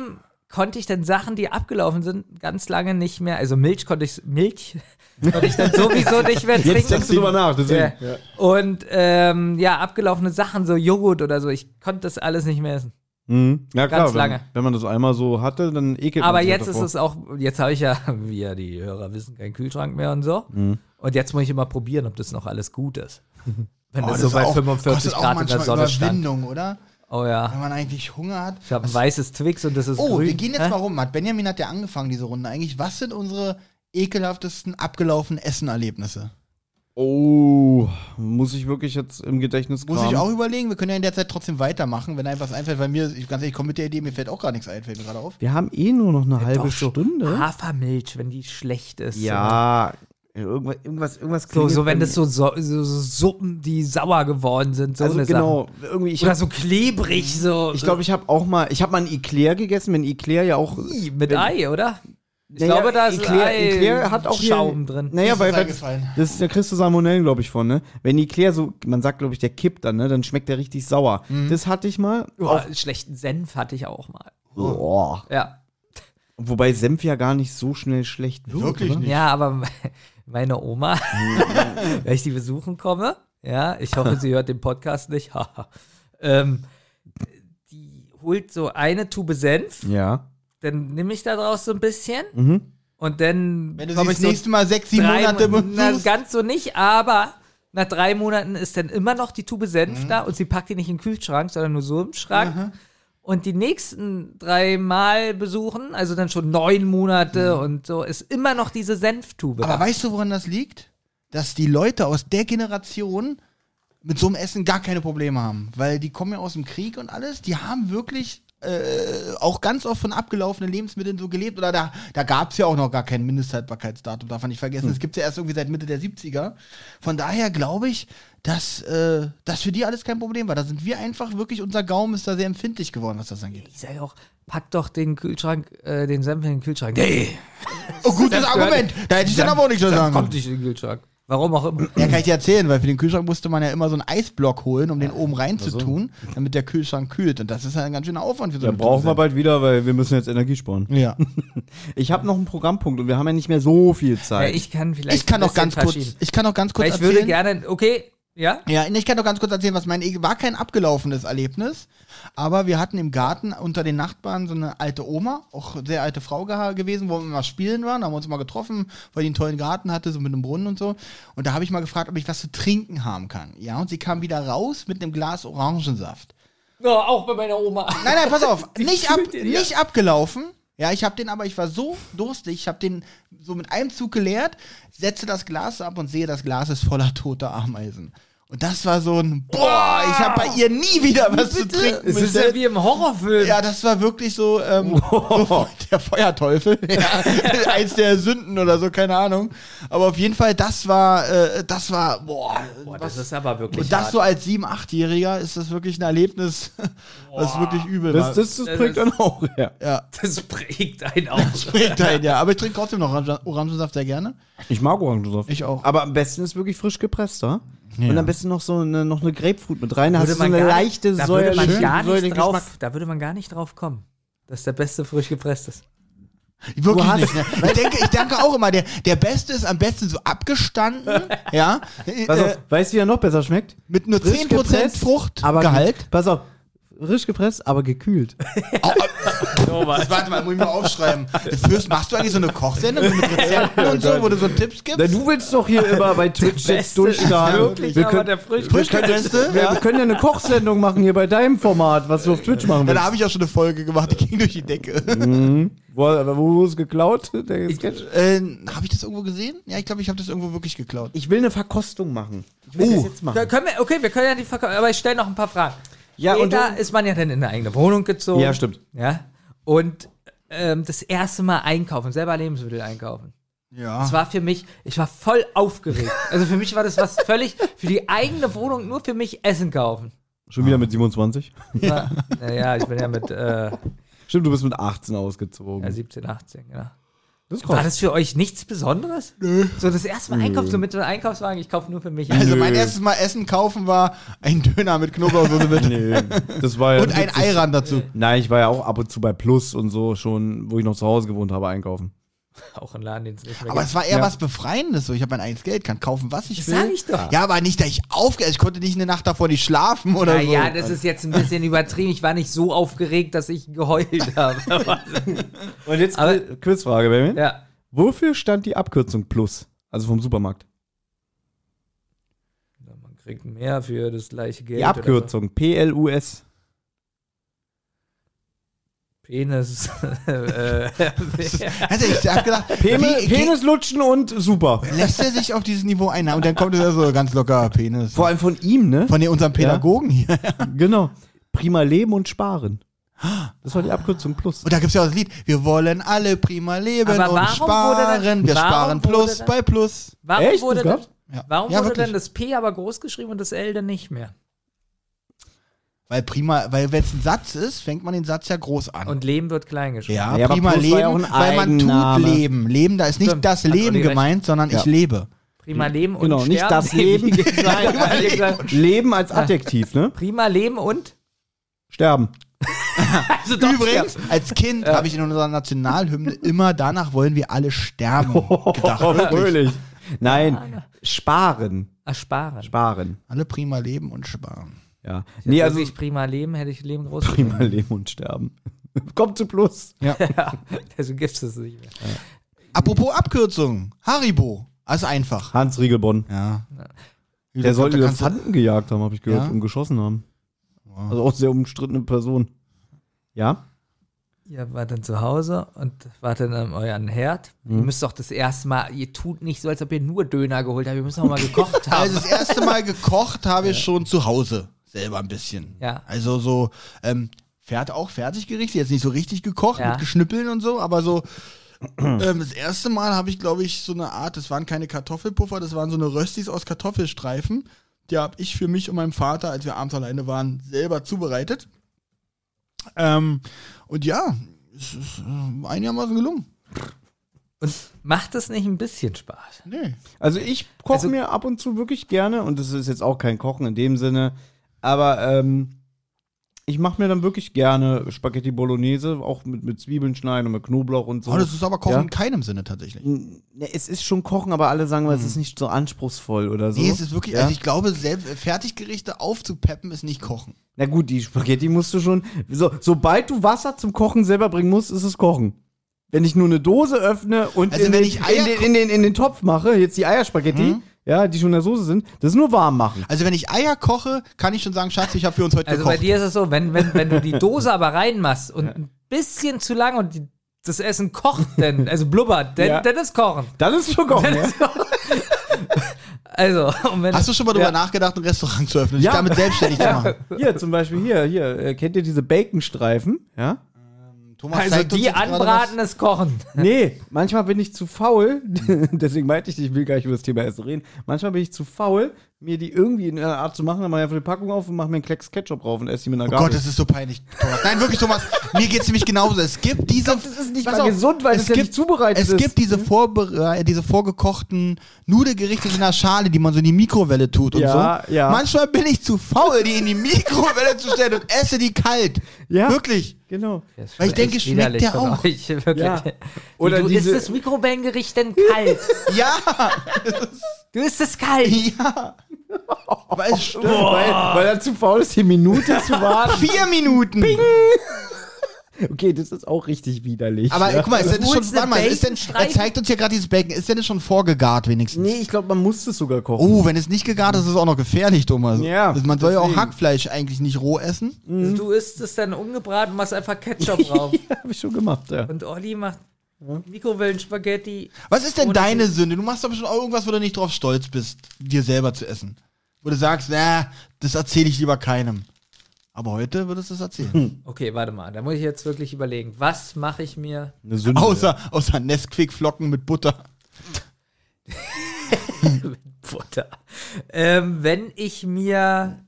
S3: konnte ich dann Sachen, die abgelaufen sind, ganz lange nicht mehr. Also Milch konnte ich Milch konnte ich dann sowieso nicht mehr
S2: jetzt denkst du
S3: trinken.
S2: drüber nach.
S3: Ja.
S2: Deswegen.
S3: Und ähm, ja, abgelaufene Sachen, so Joghurt oder so, ich konnte das alles nicht mehr essen.
S2: Mhm. Ja klar,
S3: Ganz lange.
S2: Wenn, wenn man das einmal so hatte, dann ekelt man
S3: Aber
S2: sich
S3: jetzt ist
S2: davor.
S3: es auch, jetzt habe ich ja, wie ja die Hörer wissen, keinen Kühlschrank mehr und so.
S1: Mhm.
S3: Und jetzt muss ich immer probieren, ob das noch alles gut ist. Wenn
S1: Oh,
S3: das, so bei
S1: auch-
S3: 45
S1: kostet auch
S3: Grad in der
S1: manchmal
S3: Sonne stand.
S1: Überwindung, oder?
S3: Oh
S1: Wenn
S3: ja.
S1: man eigentlich Hunger hat.
S3: Ich habe ein weißes Twix und das ist
S1: Oh,
S3: grün.
S1: wir gehen jetzt
S3: Hä?
S1: mal rum. Matt. Benjamin hat ja angefangen, diese Runde eigentlich. Was sind unsere ekelhaftesten abgelaufenen Essenerlebnisse?
S2: Oh, muss ich wirklich jetzt im Gedächtnis
S1: Muss
S2: kramen?
S1: ich auch überlegen. Wir können ja in der Zeit trotzdem weitermachen, wenn einem was einfällt. Weil mir, ich, ganz ehrlich, ich komme mit der Idee, mir fällt auch gar nichts ein, fällt mir gerade auf.
S2: Wir haben eh nur noch eine halbe
S3: Doch, so
S2: Stunde.
S3: Hafermilch, wenn die schlecht ist.
S2: Ja, irgendwas, irgendwas, irgendwas
S3: So,
S2: klingelt
S3: so wenn
S2: bei
S3: das so, so, so so Suppen, die sauer geworden sind, so
S2: mir. also
S3: eine
S2: genau,
S3: Sache.
S2: irgendwie ich
S3: Oder
S2: hab,
S3: so klebrig, so.
S2: ich glaube, ich habe auch mal, ich habe mal ein Eclair gegessen, wenn Eclair ja auch
S3: Ih, mit Ei, oder? Ich
S2: Naja,
S3: glaube, da ist
S2: Eclair-
S3: Ei
S2: Eclair hat auch hier- ne-
S3: Schaum drin.
S1: Mir
S2: Naja,
S1: ist
S2: weil,
S1: das
S2: weil
S1: eingefallen.
S2: das ist der Christus Salmonellen, glaube ich, von, ne? Wenn Eclair so, man sagt, glaube ich, der kippt dann, ne? Dann schmeckt der richtig sauer. Das hatte ich mal.
S3: Boah, schlechten Senf hatte ich auch mal.
S2: Boah.
S3: Ja.
S2: Wobei Senf ja gar nicht so schnell schlecht wird.
S1: Wirklich
S2: oder?
S1: nicht.
S3: Ja, aber meine Oma, wenn ich die besuchen komme, ja, ich hoffe, sie hört den Podcast nicht, haha, ähm, die holt so eine Tube Senf,
S2: Ja.
S3: dann nehme ich da draus so ein bisschen
S2: Mhm.
S3: und dann
S1: Wenn du sie
S3: komme
S1: das
S3: ich so
S1: nächste Mal sechs, sieben
S3: drei
S1: Monate
S3: Mon- na,
S1: benutzt.
S3: ganz so nicht, aber nach drei Monaten ist dann immer noch die Tube Senf
S1: Mhm.
S3: da und sie packt die nicht in den Kühlschrank, sondern nur so im Schrank. Und die nächsten drei Mal besuchen, also dann schon neun Monate und so, ist immer noch diese Senftube.
S1: Mhm. Aber
S3: da.
S1: weißt du, woran das liegt? Dass die Leute aus der Generation mit so einem Essen gar keine Probleme haben. Weil die kommen ja aus dem Krieg und alles. Die haben wirklich äh, auch ganz oft von abgelaufenen Lebensmitteln so gelebt. Oder da, da gab es ja auch noch gar kein Mindesthaltbarkeitsdatum, darf man nicht vergessen. Das gibt es ja erst irgendwie seit Mitte der 70er. Von daher glaube ich, dass äh, das für die alles kein Problem war. Da sind wir einfach wirklich, unser Gaumen ist da sehr empfindlich geworden, was das angeht.
S3: Ich sage auch, pack doch den Kühlschrank, äh, den Senf in den Kühlschrank. Nee,
S1: Oh, gutes Argument. Da hätte ich dann aber auch nicht so sagen.
S3: kommt
S1: können.
S3: nicht in den Kühlschrank. Warum auch immer.
S1: Ja, kann ich dir erzählen, weil für den Kühlschrank musste man ja immer so einen Eisblock holen, um den oben reinzutun, damit der Kühlschrank kühlt. Und das ist ja ein ganz schöner Aufwand für so
S2: Da
S1: eine
S2: brauchen wir
S1: Dose.
S2: bald wieder, weil wir müssen jetzt Energie sparen.
S1: Ja.
S2: Ich habe noch einen Programmpunkt und wir haben ja nicht mehr so viel
S3: Ja,
S2: Zeit.
S3: ich kann vielleicht.
S1: Ich kann
S3: ein
S1: noch ganz
S3: bisschen
S1: kurz,
S3: verschieben.
S1: ich kann noch ganz kurz
S3: Weil ich würde gerne, okay, ja?
S1: Ja, nee, ich kann doch ganz kurz erzählen, was mein war kein abgelaufenes Erlebnis, aber wir hatten im Garten unter den Nachbarn so eine alte Oma, auch sehr alte Frau geha- gewesen, wo wir mal spielen waren, haben wir uns mal getroffen, weil die einen tollen Garten hatte, so mit einem Brunnen und so. Und da habe ich mal gefragt, ob ich was zu trinken haben kann. Ja, und sie kam wieder raus mit einem Glas Orangensaft.
S3: Ja, auch bei meiner Oma.
S1: Nein, nein, pass auf, nicht, ab,
S3: fühlt den, ja.
S1: nicht abgelaufen. Ja, ich habe den aber, ich war so durstig, ich habe den so mit einem Zug geleert, setze das Glas ab und sehe, das Glas ist voller toter Ameisen. Und das war so ein, boah, ich habe bei ihr nie wieder was zu trinken.
S3: Es ist
S1: müssen.
S3: ja wie im Horrorfilm.
S1: Ja, das war wirklich so, ähm, so der Feuerteufel. Ja. Eins der Sünden oder so, keine Ahnung. Aber auf jeden Fall, das war, äh, das war, boah,
S3: Boah,
S1: was,
S3: das ist aber wirklich.
S1: und das
S3: hart.
S1: so als 7-, 8-Jähriger ist das wirklich ein Erlebnis, was wirklich übel war.
S2: das, das, das bringt dann auch, ja.
S3: das prägt einen auch.
S1: Springt dahin, ja. Aber ich trinke trotzdem noch Orangen- Orangensaft sehr gerne.
S2: Ich mag Orangensaft.
S1: Ich auch.
S2: Aber am besten ist wirklich frisch gepresster. Und am besten noch so eine, noch eine Grapefruit mit rein. Da hast
S3: Würde
S2: du so
S3: man
S2: eine
S3: gar-
S2: leichte
S3: da würde
S2: Säure.
S3: man
S2: schön
S3: gar
S2: säuren
S3: nicht drauf,
S2: Geschmack.
S3: Da würde man gar nicht drauf kommen. Dass der beste frisch gepresst ist.
S1: Wirklich
S2: Du hast-
S1: nicht. Ne? Ich, denke, ich denke auch immer, der, der Beste ist am besten so abgestanden, ja, äh,
S2: Pass auf, weißt du, wie er noch besser schmeckt?
S1: mit nur
S2: Frisch
S1: 10%
S2: gepresst, aber
S1: Fruchtgehalt.
S2: Pass auf, frisch gepresst, aber gekühlt.
S1: Das, warte mal, muss ich mal aufschreiben. Fürst, machst du eigentlich so eine Kochsendung so mit Rezepten und so, wo du so Tipps gibst?
S2: Na, du willst doch hier immer bei Twitch jetzt
S3: Beste ist
S2: durchstarten.
S3: Wirklich,
S2: Wir
S3: aber
S2: können,
S3: der frisch
S1: Frisch gepresste?
S2: wir können ja eine Kochsendung machen hier bei deinem Format, was du auf Twitch machen
S1: Ja, da
S2: willst.
S1: habe ich auch schon eine Folge gemacht, die ging durch die Decke.
S2: Mhm. Wo, wo ist geklaut? Der Sketch?
S1: äh, habe ich das irgendwo gesehen? Ja, ich glaube, ich habe das irgendwo wirklich geklaut.
S2: Ich will eine Verkostung machen. Ich will
S1: Oh.
S2: das jetzt
S3: Da
S2: machen.
S3: können wir, okay, wir können ja die verkaufen, aber ich stelle noch ein paar Fragen.
S2: Ja, und
S3: Später
S2: du-
S3: ist man ja dann in eine eigene Wohnung gezogen.
S2: Ja, stimmt.
S3: Ja. Und ähm, das erste Mal einkaufen, selber Lebensmittel einkaufen.
S1: Ja.
S3: Das war für mich, ich war voll aufgeregt. Also für mich war das was völlig, für die eigene Wohnung nur für mich Essen kaufen.
S2: Schon wieder mit 27?
S3: Ja. Naja, ich bin ja mit äh,
S2: Stimmt, du bist mit 18 ausgezogen.
S3: ja, 17, 18, genau.
S2: das
S3: War das für euch nichts Besonderes? Nö. So das erste Mal einkaufen, so mit so einem Einkaufswagen, ich kaufe nur für mich.
S1: Also
S3: Nö.
S1: mein erstes Mal Essen kaufen war ein Döner mit Knoblauchsoße mit
S2: Nee, das war ja
S1: und ein Eiran dazu.
S2: Nein, ich war ja auch ab und zu bei Plus und so schon, wo ich noch zu Hause gewohnt habe, einkaufen.
S3: Auch ein Laden, den es nicht mehr
S1: Aber
S3: gibt.
S1: es war eher
S2: Ja.
S1: was Befreiendes. So, ich habe mein eigenes Geld, kann kaufen, was ich
S3: Das
S1: will.
S3: sag ich doch.
S1: Ja, aber nicht, dass ich aufge... also Ich konnte nicht eine Nacht davor nicht schlafen oder so.
S3: Naja, das ist jetzt ein bisschen übertrieben. Ich war nicht so aufgeregt, dass ich geheult habe.
S2: Und jetzt
S3: Aber-
S2: Qui- Ah. Quizfrage, Benjamin.
S3: ja.
S2: Wofür stand die Abkürzung Plus? Also vom Supermarkt.
S3: Ja, Man kriegt mehr für das gleiche Geld.
S2: Die Abkürzung PLUS.
S3: oder so. Penis. äh,
S1: Also ich habe gedacht,
S2: Penis,
S1: wie,
S2: Penis lutschen und super.
S1: Ge lässt er sich auf dieses Niveau ein? Na, Und dann kommt er so ganz locker, Penis.
S2: Vor allem von ihm, ne?
S1: Von den, unserem Pädagogen hier.
S2: genau. Prima leben und sparen. Das war die Abkürzung Plus.
S1: Und da gibt's ja auch das Lied, wir wollen alle prima leben
S3: Aber
S1: und
S3: warum
S1: sparen.
S3: wurde dann-
S1: wir
S3: warum
S1: sparen
S3: wurde
S1: Plus
S3: dann-
S1: bei Plus.
S3: warum
S2: Echt? Das
S3: wurde, denn,
S2: gab's?
S1: Ja.
S3: warum
S1: ja,
S3: wurde
S1: wirklich.
S3: denn das P aber groß geschrieben und das L dann nicht mehr?
S1: Weil prima, weil wenn es ein Satz ist, fängt man den Satz ja groß an.
S3: Und Leben wird klein geschrieben.
S1: ja,
S2: Ja, aber
S1: prima
S2: Plus war ja
S1: leben,
S2: auch ein
S1: weil man tut
S2: Eigenname.
S1: leben. Leben, da ist nicht
S3: Stimmt,
S1: das
S3: hat
S1: Leben
S3: Olli recht.
S1: gemeint, sondern ich lebe.
S3: Prima Leben und
S2: Genau, nicht
S3: Sterben.
S2: das Leben.
S3: Nein,
S2: Leben als Adjektiv, ne?
S3: Prima Leben und?
S2: Sterben.
S3: Also doch,
S1: Übrigens, als Kind habe ich in unserer Nationalhymne immer danach wollen wir alle sterben gedacht. Wirklich.
S2: fröhlich. Nein, sparen.
S3: Ersparen.
S2: Sparen.
S1: Alle prima leben und sparen.
S2: Ja.
S3: Nee,
S2: Nee, also
S3: ich prima Leben, hätte ich Leben groß geschrieben.
S2: prima leben und sterben. Kommt zu Plus.
S3: Also gibt's das nicht mehr.
S1: Apropos Abkürzung, Haribo. Also einfach.
S2: Hans Riegelbonn.
S1: Ja.
S2: Der soll
S1: Da kannst du-
S2: Elefanten gejagt haben, habe ich gehört,
S1: Ja?
S2: und geschossen haben. Also auch sehr umstrittene Person. Ja?
S3: Ihr wart dann zu Hause und wart dann an euren Herd.
S2: Mhm.
S3: Ihr müsst doch das erste Mal, ihr tut nicht so, als ob ihr nur Döner geholt habt. Ihr müsst auch mal gekocht haben.
S1: Also das erste Mal gekocht habe ich schon zu Hause selber ein bisschen.
S3: Ja.
S1: Also so ähm, Fährt auch Fertiggerichte, jetzt nicht so richtig gekocht,
S3: Ja.
S1: mit Geschnippeln und so, aber so. Ähm, das erste Mal habe ich, glaube ich, so eine Art, das waren keine Kartoffelpuffer, das waren so eine Röstis aus Kartoffelstreifen. Die habe ich für mich und meinen Vater, als wir abends alleine waren, selber zubereitet. Ähm, und ja, es ist äh, einigermaßen gelungen.
S3: Macht es nicht ein bisschen Spaß?
S1: Nee.
S2: Also ich koche
S3: Also-
S2: mir ab und zu wirklich gerne und das ist jetzt auch kein Kochen in dem Sinne, aber ähm, ich mache mir dann wirklich gerne Spaghetti Bolognese, auch mit, mit Zwiebeln schneiden und mit Knoblauch und so.
S1: Aber das ist aber Kochen
S2: Ja.
S1: in keinem Sinne tatsächlich.
S2: Ne, es ist schon Kochen, aber alle sagen, mal, es ist nicht so anspruchsvoll oder so.
S1: Nee, es ist wirklich,
S2: ja?
S1: also ich glaube, selbst Fertiggerichte aufzupeppen ist nicht kochen.
S2: Na gut, die Spaghetti musst du schon. So, sobald du Wasser zum Kochen selber bringen musst, ist es Kochen. Wenn ich nur eine Dose öffne und
S1: Also
S2: in,
S1: wenn
S2: den,
S1: ich Eier
S2: in, den, in, den, in den Topf mache, jetzt die Eierspaghetti, ja, die schon in der Soße sind, das ist nur warm machen.
S1: Also wenn ich Eier koche, kann ich schon sagen, Schatz, ich habe für uns heute
S3: Also bei
S1: gekocht.
S3: dir ist es so, wenn, wenn, wenn du die Dose aber reinmachst und ein bisschen zu lang und die, das Essen kocht, denn, also blubbert, denn,
S2: Ja.
S3: dann ist Kochen.
S2: Dann ist es schon Kochen. ja.
S3: Also, und wenn
S1: Hast du schon mal darüber
S3: Ja.
S1: nachgedacht, ein Restaurant zu öffnen, dich
S2: Ja.
S1: damit selbstständig zu machen?
S2: Äh, Hier, zum Beispiel hier, hier, äh, kennt ihr diese Baconstreifen? Ja?
S1: Thomas
S3: also
S1: zeigt uns
S3: die
S1: jetzt gerade
S3: anbraten ist Kochen.
S2: Nee, manchmal bin ich zu faul, deswegen meinte ich, ich will gar nicht über das Thema Essen reden. Manchmal bin ich zu faul, mir die irgendwie in einer Art zu machen, dann mache ich einfach die Packung auf und mache mir einen Klecks Ketchup drauf und esse die mit einer
S1: was. Oh
S2: Gabel.
S1: Gott, das ist so peinlich, Thomas. Nein, wirklich, Thomas, mir geht's nämlich genauso. Es gibt diese... das ist
S2: nicht mal gesund, weil das ja nicht zubereitet
S1: es
S2: ist. Mhm.
S1: gibt diese, Vorbere äh, diese vorgekochten Nudelgerichte in der Schale, die man so in die Mikrowelle tut und
S2: Ja,
S1: so.
S2: ja.
S1: Manchmal bin ich zu faul, die in die Mikrowelle zu stellen und esse die kalt.
S2: Ja.
S1: Wirklich.
S2: Genau.
S1: Weil ich denke, schmeckt
S3: Widerlich
S1: der
S3: von
S1: auch.
S3: Euch, wirklich.
S2: Ja.
S3: Oder
S2: Oder
S3: du isst
S2: diese-
S3: das Mikrowellengericht denn kalt?
S1: Ja,
S3: Du isst es kalt.
S1: ja. Weil es
S2: Oh.
S1: stimmt.
S2: Weil, weil er zu faul ist, die Minute zu warten.
S1: Vier Minuten.
S2: Okay, das ist auch richtig widerlich.
S1: Aber
S2: ja.
S1: guck mal, ist denn das
S3: holst
S1: schon, warte
S3: eine
S1: mal, ist denn, er
S3: Baconstreifen?
S1: zeigt uns hier gerade dieses Bacon. Ist denn das schon vorgegart wenigstens?
S2: Nee, ich glaube, man muss das sogar kochen.
S1: Oh, wenn es nicht gegart ist, ist es auch noch gefährlich, Thomas.
S2: Ja,
S1: Also Man soll ja auch
S2: deswegen.
S1: Hackfleisch eigentlich nicht roh essen.
S3: Du isst es dann umgebraten und machst einfach Ketchup drauf.
S2: Ja, habe ich schon gemacht, ja.
S3: Und Olli macht Mikrowellenspaghetti.
S1: Was ist denn
S3: Ohne
S1: deine
S3: Sinn.
S1: Sünde? Du machst doch bestimmt auch irgendwas, wo du nicht drauf stolz bist, dir selber zu essen. Wo du sagst, na, das erzähle ich lieber keinem. Aber heute würdest du es erzählen.
S2: Hm.
S3: Okay, warte mal. Da muss ich jetzt wirklich überlegen. Was mache ich mir?
S2: Eine Sünde.
S1: Außer, außer Nesquik-Flocken mit Butter.
S3: Butter. Ähm, wenn ich mir.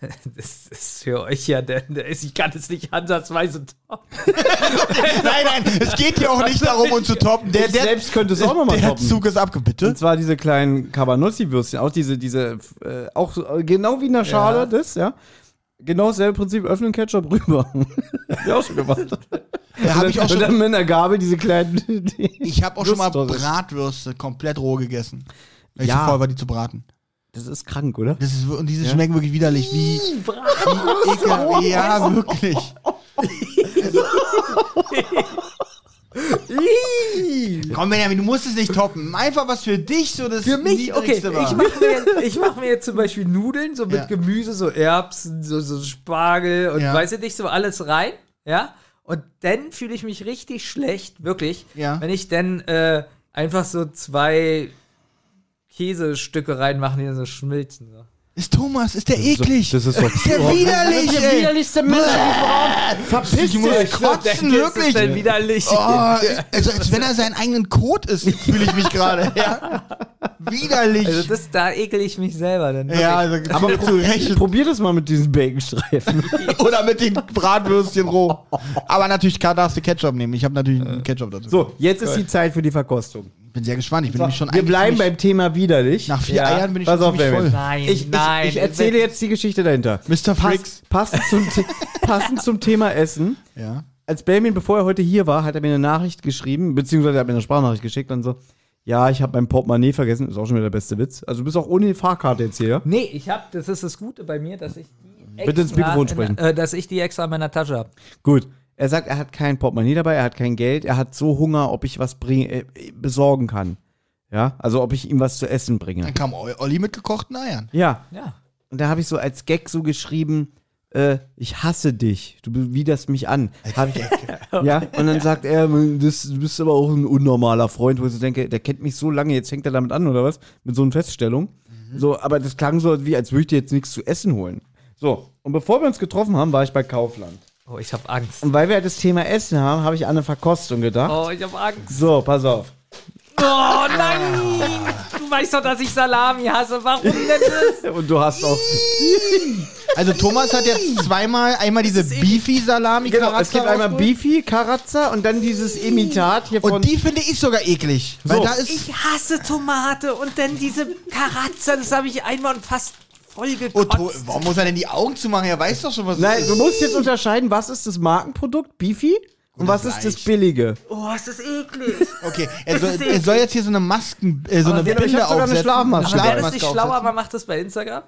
S3: Das ist für euch ja, der, der ist, ich kann es nicht ansatzweise toppen.
S1: Nein, nein, es geht hier auch nicht darum, uns zu toppen. Der,
S2: Ich
S1: der,
S2: selbst könnte es auch noch mal
S1: Der
S2: toppen.
S1: Zug ist abge... Bitte?
S2: Und zwar diese kleinen Cabanossi-Würstchen, auch diese, diese, äh, auch so, äh, genau wie in der Schale,
S3: Ja.
S2: das, ja. Genau dasselbe Prinzip, öffnen Ketchup rüber. ja, auch schon gemacht.
S1: Da habe ich auch
S2: Und
S1: schon...
S2: dann mit einer Gabel diese kleinen. die-
S1: Ich habe auch schon mal
S2: Lust drauf.
S1: Bratwürste komplett roh gegessen. Weil ich
S2: Ja.
S1: zu faul war, die zu braten.
S2: das ist krank, oder?
S1: Das ist, wir- und diese schmecken wirklich widerlich. Wie, wie ekel, Ja, wirklich. Komm, Benjamin, du musst es nicht toppen. Einfach was für dich so das
S3: Für mich, okay, ich
S1: Niedrigste war.
S3: mache mir, ich mach mir jetzt zum Beispiel Nudeln, so mit
S1: Ja.
S3: Gemüse, so Erbsen, so, so Spargel und
S1: Ja.
S3: weiß ich nicht, so alles rein, ja. Und dann fühle ich mich richtig schlecht, wirklich,
S1: Ja.
S3: wenn ich dann äh, einfach so zwei Käsestücke reinmache, die dann so schmilzen. So.
S1: ist Thomas, ist der eklig.
S2: Das ist doch.
S1: ist der widerlich,
S3: Der
S1: ey.
S3: widerlichste Müll
S1: Verpiss
S2: dich.
S1: muss
S2: Ich glaub,
S1: kotzen,
S3: Das ist dann
S1: wirklich.
S3: widerlich.
S1: Oh, also als wenn er seinen eigenen Kot ist, fühle ich mich gerade. Ja. Widerlich.
S3: Also das, da ekel ich mich selber dann.
S1: ja, also, aber zu Recht.
S2: Probier das mal mit diesen Baconstreifen.
S1: Oder mit den Bratwürstchen roh. Aber natürlich kann- darfst du Ketchup nehmen. Ich habe natürlich einen Ketchup dazu.
S2: Äh. So, jetzt ist die Zeit für die Verkostung.
S1: Ich bin sehr gespannt. Ich bin nämlich schon
S2: Wir
S1: eigentlich
S2: bleiben
S1: ziemlich-
S2: beim Thema widerlich.
S1: Nach vier
S3: Ja.
S1: Eiern bin ich
S2: Pass
S1: schon
S2: auf,
S1: ziemlich
S2: Baby.
S1: voll.
S3: Nein,
S2: Ich,
S3: nein.
S2: ich, ich erzähle jetzt die Geschichte dahinter.
S1: Mr. Fricks.
S2: Pass, passend, zum The- passend zum Thema Essen.
S1: Ja.
S2: als Belmin, bevor er heute hier war, hat er mir eine Nachricht geschrieben, beziehungsweise er hat mir eine Sprachnachricht geschickt und so, ja, ich habe mein Portemonnaie vergessen, ist auch schon wieder der beste Witz. Also du bist auch ohne Fahrkarte jetzt hier, ja?
S3: Nee, ich hab, das ist das Gute bei mir, dass ich die extra
S2: Bitte ins Mikrofon
S3: In,
S2: sprechen.
S3: äh, dass ich die extra in meiner Tasche habe.
S2: Gut. Er sagt, er hat kein Portemonnaie dabei, er hat kein Geld, er hat so Hunger, ob ich was bring, äh, besorgen kann. Ja, also ob ich ihm was zu essen bringe.
S1: Dann kam O- Olli mit gekochten Eiern.
S2: Ja,
S3: Ja.
S2: und da habe ich so als Gag so geschrieben, äh, ich hasse dich, du widerst mich an. Hab ich, ja, und dann sagt er, das, du bist aber auch ein unnormaler Freund, wo ich so denke, der kennt mich so lange, jetzt fängt er damit an oder was? Mit so einer Feststellung. So, aber das klang so, wie als würde ich dir jetzt nichts zu essen holen. So, und bevor wir uns getroffen haben, war ich bei Kaufland.
S3: Oh, ich habe Angst.
S2: Und weil wir halt das Thema Essen haben, habe ich an eine Verkostung gedacht.
S3: Oh, ich habe Angst.
S2: So, pass auf.
S3: Oh nein! Du weißt doch, dass ich Salami hasse. Warum denn das?
S2: Und du hast auch.
S1: Also Thomas hat jetzt zweimal einmal diese Beefy Salami
S2: Genau, es gibt einmal
S1: Beefy
S2: Beefy, Karatza und dann dieses Imitat hier von.
S1: und die finde ich sogar eklig, weil
S2: So.
S1: da ist
S3: Ich hasse Tomate und dann diese Karatze. Das habe ich einmal und fast voll
S1: Oh, To-
S3: gekotzt.
S1: warum muss er denn die Augen zumachen? Er weiß doch schon, was
S2: Nein,
S1: es
S2: du
S1: ist.
S2: musst jetzt unterscheiden, was ist das Markenprodukt, Beefy, und was
S1: das
S2: ist das
S1: reicht.
S2: Billige.
S3: Oh, ist das eklig.
S1: Okay, er soll, er soll jetzt hier so eine Masken, äh, so
S2: Aber
S1: eine
S2: wir- ich
S1: Binde
S2: hab sogar eine
S1: aufsetzen.
S2: Schlafmaske.
S3: Aber wäre das nicht
S1: aufsetzen.
S3: schlauer, man macht das bei Instagram?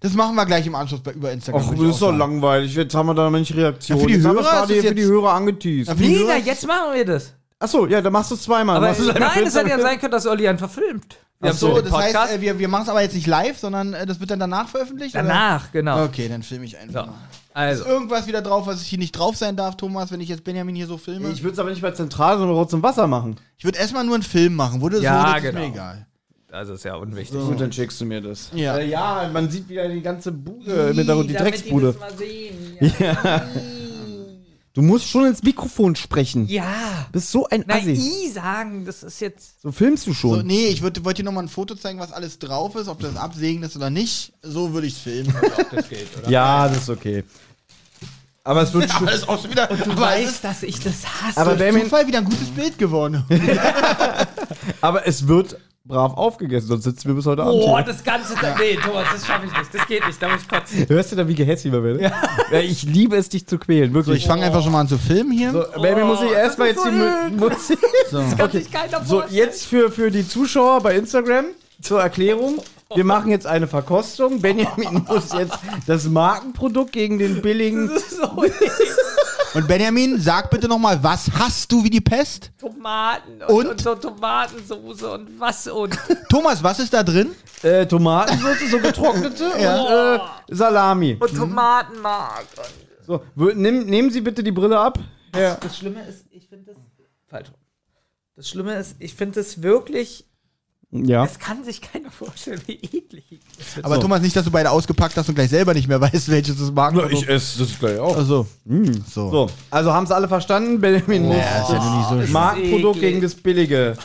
S1: Das machen wir gleich im Anschluss bei über Instagram.
S2: Ach,
S1: würd
S2: das
S1: ich
S2: ist doch
S1: auch sagen.
S2: langweilig. Jetzt haben wir da noch nicht Reaktion.
S1: Ja, für die
S2: jetzt haben wir
S1: Hörer
S2: gerade
S1: ist es
S2: hier für die
S1: jetzt-
S2: Hörer angeteased.
S1: Ja, für die
S3: Nee, na,
S1: Hörer-
S3: jetzt machen wir das.
S2: Achso, ja, dann machst du es zweimal.
S3: Aber
S2: Machst du's einmal
S3: nein,
S2: für
S3: es hätte ja
S2: Instagram.
S3: sein können, dass Olli einen verfilmt.
S1: Ach
S3: Wir haben
S1: so,
S3: den
S1: das heißt, äh, wir, wir machen es aber jetzt nicht live, sondern äh, das wird dann danach veröffentlicht?
S3: Danach, genau.
S1: Oder? Okay, dann filme ich einfach.
S3: So.
S1: mal.
S3: Also,
S1: Irgendwas wieder drauf, was ich hier nicht drauf sein darf, Thomas, wenn ich jetzt Benjamin hier so filme.
S2: Ich würde es aber nicht bei Zentral, sondern rot zum Wasser machen.
S1: Ich würde erstmal nur einen Film machen. Wurde es
S3: Ja,
S1: so, das
S3: genau.
S1: ist mir egal.
S3: also ist ja unwichtig.
S2: Gut, dann schickst du mir das.
S1: Ja.
S2: Äh, ja, man sieht wieder die ganze Bude im Hintergrund, äh, die Drecksbude. Du musst schon ins Mikrofon sprechen.
S3: Ja.
S2: Bist so ein
S3: Na,
S2: Assi.
S3: I sagen, das ist jetzt.
S2: So filmst du
S1: So,
S2: schon.
S1: nee, ich wollte wollt dir nochmal ein Foto zeigen, was alles drauf ist, ob das absägen ist oder nicht. So würde ich es filmen.
S2: ja, das ist okay. Aber es wird schon.
S1: aber das ist auch schon wieder. aber
S3: Du
S1: es
S3: weißt, dass ich das hasse.
S2: Aber
S1: ist
S2: wer-
S1: im Zufall wieder ein gutes Bild geworden.
S2: Aber es wird brav aufgegessen, sonst sitzen wir bis heute Abend.
S3: oh,
S2: hier.
S3: das Ganze. Nee, Thomas, das schaffe ich nicht. Das geht nicht. Da muss ich kotzen.
S2: Hörst du da, wie gehässig man wird? Ja. Ich liebe es, dich zu quälen,
S1: So,
S2: wirklich.
S1: ich fange einfach schon mal an zu filmen hier.
S2: So, oh, Baby, muss ich
S3: das
S2: erstmal
S3: ist
S2: jetzt die
S3: so
S2: Mü- muss ich,
S3: Das kann sich keiner
S2: So,
S3: vorstellen.
S2: jetzt für, für die Zuschauer bei Instagram zur Erklärung. Wir machen jetzt eine Verkostung. Benjamin muss jetzt das Markenprodukt gegen den billigen.
S3: Das ist so eklig.
S1: Und Benjamin, sag bitte nochmal, was hast du wie die Pest?
S3: Tomaten und,
S1: Und?
S3: und? so Tomatensoße und was und.
S1: Thomas, was ist da drin?
S2: äh, Tomatensoße, so getrocknete und äh, Salami.
S3: Und Tomatenmark. Und
S2: So, wür- nimm, nehmen Sie bitte die Brille ab. Ja.
S3: Das Schlimme ist, ich finde das. Falsch. Das Schlimme ist, ich finde das wirklich.
S2: ja.
S3: Das kann sich keiner vorstellen, wie eklig. Das wird
S1: Aber Thomas, nicht, dass du beide ausgepackt hast und gleich selber nicht mehr weißt, welches das mag.
S2: esse das gleich auch.
S1: also, so.
S2: So, also haben es alle verstanden. Benjamin muss
S1: Ja, ist ja nun nicht so
S2: das
S1: schlimm.
S2: Markenprodukt
S3: eklig.
S2: gegen das billige.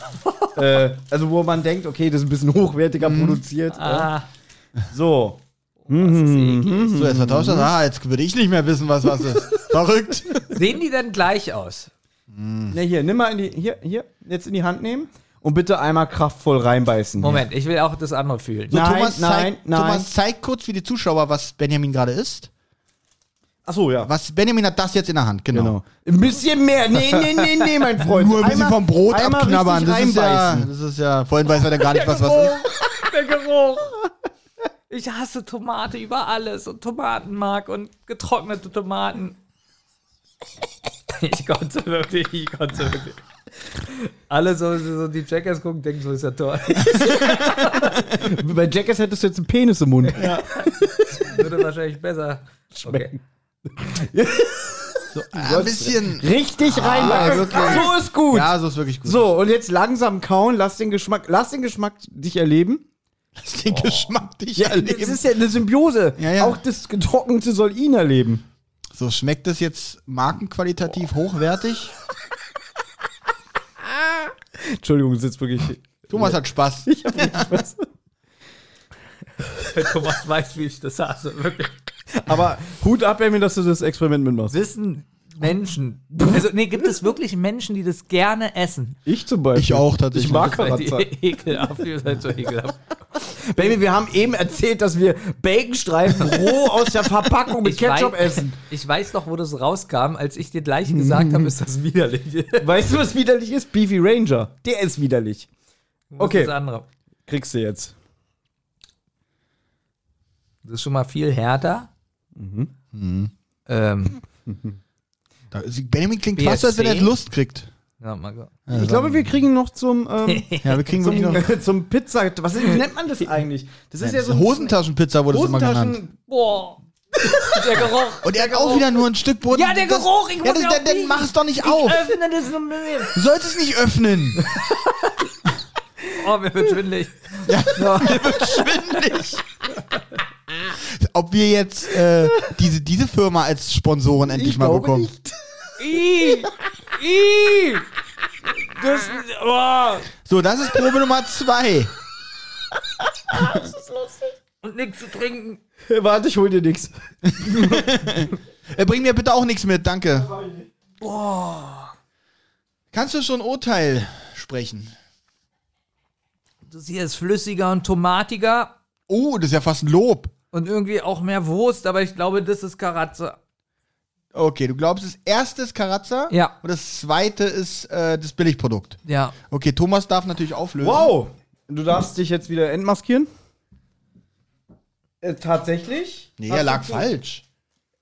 S2: äh, also wo man denkt, okay, das ist ein bisschen hochwertiger produziert. Ja.
S3: Mhm. Ah,
S2: So. Mhm.
S3: das ist eklig.
S1: So, jetzt vertauscht das. Ah, jetzt würde ich nicht mehr wissen, was was ist. Verrückt.
S3: Sehen die denn gleich aus?
S2: Ne, hier, nimm mal in die, hier, hier, jetzt in die Hand nehmen und bitte einmal kraftvoll reinbeißen.
S3: Moment, ich will auch das andere fühlen.
S1: So,
S2: Nein,
S1: Thomas,
S2: nein,
S1: zeigt,
S2: nein.
S1: Thomas zeigt kurz für die Zuschauer, was Benjamin gerade ist.
S2: Achso, ja.
S1: Was, Benjamin hat das jetzt in der Hand, genau.
S2: Genau. Ein bisschen mehr. Nee, nee, nee, nee, mein Freund.
S1: Nur ein bisschen vom Brot
S2: einmal
S1: abknabbern. Das
S2: richtig
S1: ist, ja,
S2: reinbeißen. genau.
S1: das ist ja. Vorhin weiß er dann gar nicht, was was ist.
S3: Der Geruch. Ich hasse Tomate über alles und Tomatenmark und getrocknete Tomaten. Ich konnte wirklich, ich konnte wirklich. Alle so, so die Jackers gucken, denken so, ist ja toll.
S2: Bei Jackass hättest du jetzt einen Penis im Mund.
S3: Würde wahrscheinlich besser schmecken.
S1: Ein bisschen.
S2: Richtig reinbeißen. So ist gut.
S1: Ah, Ja, so ist wirklich gut.
S2: So, und jetzt langsam kauen, lass den Geschmack, lass den Geschmack dich erleben.
S1: Lass den Geschmack dich
S2: Das
S1: erleben.
S2: ist Oh. ja eine Symbiose.
S1: Ja, ja.
S2: Auch das Getrocknete soll ihn erleben.
S1: So, schmeckt das jetzt markenqualitativ hochwertig?
S2: Oh. Entschuldigung, das ist jetzt wirklich.
S1: Thomas hat Spaß.
S3: Thomas weiß, wie ich das hasse. Wirklich.
S2: Aber Hut ab, Emil, dass du das Experiment mitmachst.
S3: Wissen Menschen. Also, nee, gibt es wirklich Menschen, die das gerne essen?
S2: Ich zum Beispiel.
S1: Ich auch tatsächlich.
S2: Ich mag
S3: Seid ihr
S2: Karatzer.
S3: ekelhaft? Ihr seid so ekelhaft.
S2: Baby, wir haben eben erzählt, dass wir Baconstreifen roh aus der Verpackung mit
S3: Ich
S2: Ketchup
S3: weiß-
S2: essen. Mhm.
S3: Ich weiß noch, wo das rauskam, als ich dir gleich gesagt habe, ist das widerlich.
S2: Weißt du, was widerlich ist? Beefy Ranger. Der ist widerlich. Okay.
S3: Das, ist andere.
S2: Kriegst du jetzt.
S3: das ist schon mal viel härter.
S2: Mhm.
S1: Mhm.
S3: Ähm,
S1: Da- Benjamin klingt fast, als wenn er
S3: BSC?
S1: Lust kriegt.
S3: ja, mal so.
S2: ich glaube, wir kriegen noch zum, ähm,
S1: Ja, wir kriegen wirklich noch.
S2: zum, zum Pizza. Was ist, wie nennt man das eigentlich? Das ist ja so ein
S1: Hosentaschenpizza wurde es immer genannt.
S2: Hosentaschen.
S3: Boah. Der Geruch.
S1: Und er hat auch wieder nur ein Stück Boden.
S3: Ja, der
S1: Das-
S3: Geruch, ich
S1: ja,
S3: muss
S1: das,
S3: ja
S1: dann,
S3: auch ähm,
S1: dann
S3: nicht-
S1: mach es doch nicht auf.
S3: Öffne das nur mit.
S1: Du sollst es nicht öffnen.
S3: Oh, mir wird schwindelig.
S1: Ja, schwindelig. ob wir jetzt äh, diese, diese Firma als Sponsoren endlich mal bekommen.
S3: Ih! Ih! Das, oh.
S1: So, das ist Probe Nummer zwei.
S3: Und nichts zu trinken.
S2: Warte, ich hol dir nichts.
S1: Äh, bring mir bitte auch nichts mit, danke. Kannst du schon Urteil sprechen?
S3: Das hier ist flüssiger und tomatiger
S1: Oh, das ist ja fast ein Lob.
S3: und irgendwie auch mehr Wurst, aber ich glaube, das ist Karatze.
S1: Okay, du glaubst, das erste ist Karatza
S3: Ja.
S1: und das zweite ist äh, das Billigprodukt.
S3: Ja.
S1: Okay, Thomas darf natürlich auflösen.
S2: Wow!
S5: Du darfst dich jetzt wieder entmaskieren.
S2: Äh, tatsächlich?
S1: Nee,
S2: Hast
S1: er
S2: du
S1: lag
S2: zu-
S1: falsch.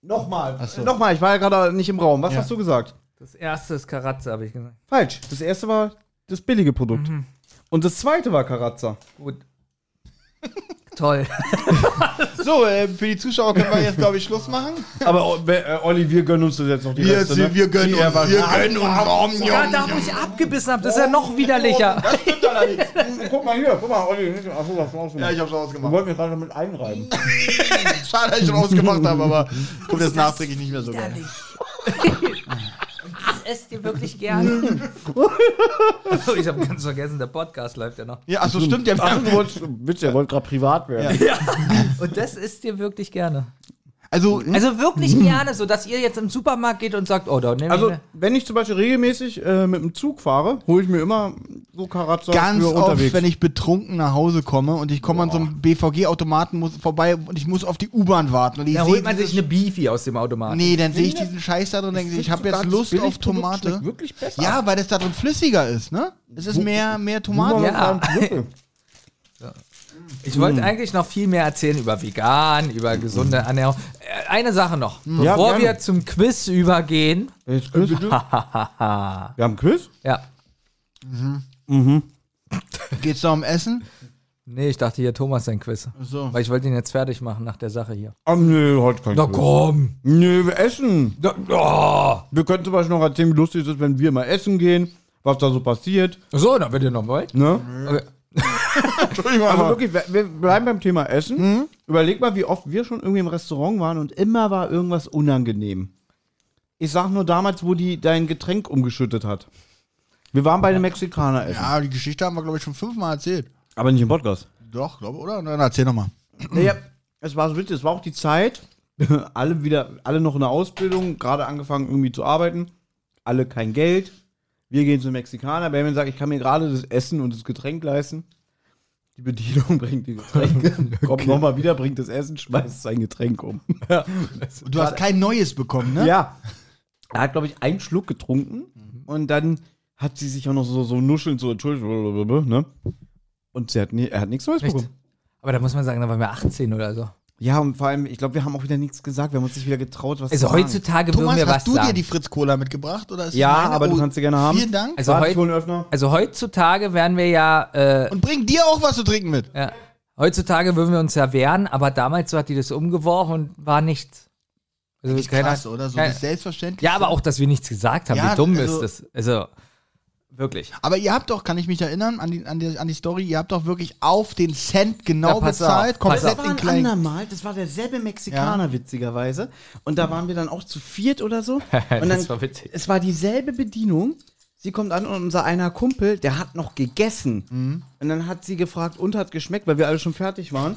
S2: Nochmal.
S1: so.
S2: Äh, Nochmal, ich war ja gerade nicht im Raum. Was
S1: Ja.
S2: hast du gesagt?
S3: Das erste ist Karatze, habe ich gesagt.
S2: Falsch. Das erste war das billige Produkt.
S1: Mhm.
S2: Und das zweite war Karatza.
S3: Gut. Toll.
S1: So, äh, für die Zuschauer können wir jetzt, glaube ich, Schluss machen.
S2: Aber O- äh, Olli, wir gönnen uns das jetzt noch die
S1: Wir,
S2: Reste,
S1: sind-
S2: ne?
S1: wir gönnen
S2: Die er
S1: uns,
S2: war-
S1: wir gönnen uns.
S3: Ja, da, wo ich abgebissen habe, das ist ja noch widerlicher.
S1: Das stimmt allerdings.
S2: Guck mal hier, guck mal, Olli. Achso, was machst du?
S1: Ja, ich habe schon
S2: Du
S1: ausgemacht.
S2: wolltest mich gerade mit einreiben.
S1: Schade, dass ich schon ausgemacht habe, aber kommt jetzt nachträglich nicht mehr so gerne.
S3: Das esst ihr wirklich gerne. ich habe ganz vergessen, der Podcast läuft ja noch.
S1: Ja, achso, stimmt, ja.
S2: du wolltest, Witz, er wollte gerade privat werden.
S3: Und das isst ihr wirklich gerne.
S1: Also,
S3: Also wirklich gerne, so dass ihr jetzt im Supermarkt geht und sagt, oh, da nehme ich
S2: Also,
S3: mir-
S2: wenn ich zum Beispiel regelmäßig äh, mit dem Zug fahre, hole ich mir immer so Karatza
S1: ganz
S2: für
S1: oft,
S2: unterwegs.
S1: wenn ich betrunken nach Hause komme und ich komme an so einem BVG-Automaten muss- vorbei und ich muss auf die U-Bahn warten. Und ich
S3: Da
S1: sehe
S3: holt man sich eine Beefy aus dem Automaten.
S1: Nee, dann sehe ich diesen Scheiß da drin und denke, ich, ich habe jetzt Lust auf Tomate.
S2: Wirklich besser.
S1: Ja, weil das da drin flüssiger ist, ne? Es ist mehr, mehr Tomate.
S3: Ja.
S2: Ja.
S3: Ich wollte eigentlich noch viel mehr erzählen über vegan, über gesunde Ernährung. Äh, Eine Sache noch,
S2: Ja,
S3: bevor
S2: gerne.
S3: wir zum Quiz übergehen.
S2: Jetzt Quiz. Wir Äh, haben Quiz?
S3: Ja.
S1: Geht's da um Essen?
S3: Nee, ich dachte hier Thomas sein Quiz.
S1: So.
S3: Weil ich wollte ihn jetzt fertig machen nach der Sache hier.
S2: Ah, nö, heute kein
S3: Na
S2: Quiz.
S3: komm.
S2: Nö, wir essen.
S3: Da, oh.
S2: Wir können zum Beispiel noch erzählen, wie lustig es ist, wenn wir mal essen gehen, was da so passiert.
S3: So, dann wird ihr noch wollt.
S2: Ne?
S3: Okay.
S2: Also wirklich, wir, wir bleiben beim Thema Essen.
S1: Mhm.
S2: Überleg mal, wie oft wir schon irgendwie im Restaurant waren und immer war irgendwas unangenehm. Ich sag nur damals, wo die dein Getränk umgeschüttet hat. Wir waren bei einem Mexikaner essen.
S1: Ja, Ah, die Geschichte haben wir, glaube ich, schon fünfmal erzählt.
S2: Aber nicht im Podcast.
S1: Doch, glaube oder? Dann erzähl nochmal.
S2: Naja, es war so witzig, es war auch die Zeit, alle wieder, alle noch in der Ausbildung, gerade angefangen irgendwie zu arbeiten, alle kein Geld. Wir gehen zum Mexikaner, Benjamin sagt, ich kann mir gerade das Essen und das Getränk leisten. Die Bedienung bringt die Getränke, kommt nochmal wieder, bringt das Essen, schmeißt sein Getränk um.
S1: Und du hast kein neues bekommen, ne?
S2: Ja. Er hat, glaube ich, einen Schluck getrunken und dann hat sie sich auch noch so, so nuschelnd so entschuldigt, blablabla, ne? Und sie hat, nie, er hat nichts Neues
S3: Echt?
S2: bekommen.
S3: Aber da muss man sagen, da waren wir 18 oder so.
S2: Ja, und vor allem, ich glaube, wir haben auch wieder nichts gesagt, wir haben uns nicht wieder getraut, was
S3: Also
S2: zu sagen.
S3: heutzutage würden
S1: Thomas,
S3: wir was
S1: hast du dir
S3: sagen.
S1: die Fritz Cola mitgebracht? Oder ist
S2: Ja,
S1: meine? Oh.
S2: aber du kannst sie gerne haben.
S1: Vielen Dank.
S3: also,
S2: Warte,
S3: heu
S2: ich hol einen Öffner.
S3: also heutzutage wären wir ja, äh,
S1: Und bring dir auch was zu trinken mit.
S3: ja. Heutzutage würden wir uns ja wehren, aber damals hat die das umgeworfen und war nichts. Also
S1: Ist
S3: keiner-
S1: krass, oder? So
S3: keiner-
S1: das Selbstverständlich.
S3: Ja, aber auch, dass wir nichts gesagt haben.
S1: Ja,
S3: Wie dumm
S1: also-
S3: ist das? Also, wirklich.
S1: Aber ihr habt doch, kann ich mich erinnern, an die, an die, an die Story, ihr habt doch wirklich auf den Cent genau
S3: Na, pass
S1: bezahlt,
S3: auf, pass
S1: komplett
S3: auf.
S1: in klein.
S2: andermal, das war derselbe Mexikaner, witzigerweise. Und da waren wir dann auch zu viert oder so. Und
S3: Das war witzig.
S2: Es war dieselbe Bedienung. Sie kommt an und unser einer Kumpel, der hat noch gegessen.
S3: Mhm.
S2: Und dann hat sie gefragt und hat geschmeckt, weil wir alle schon fertig waren.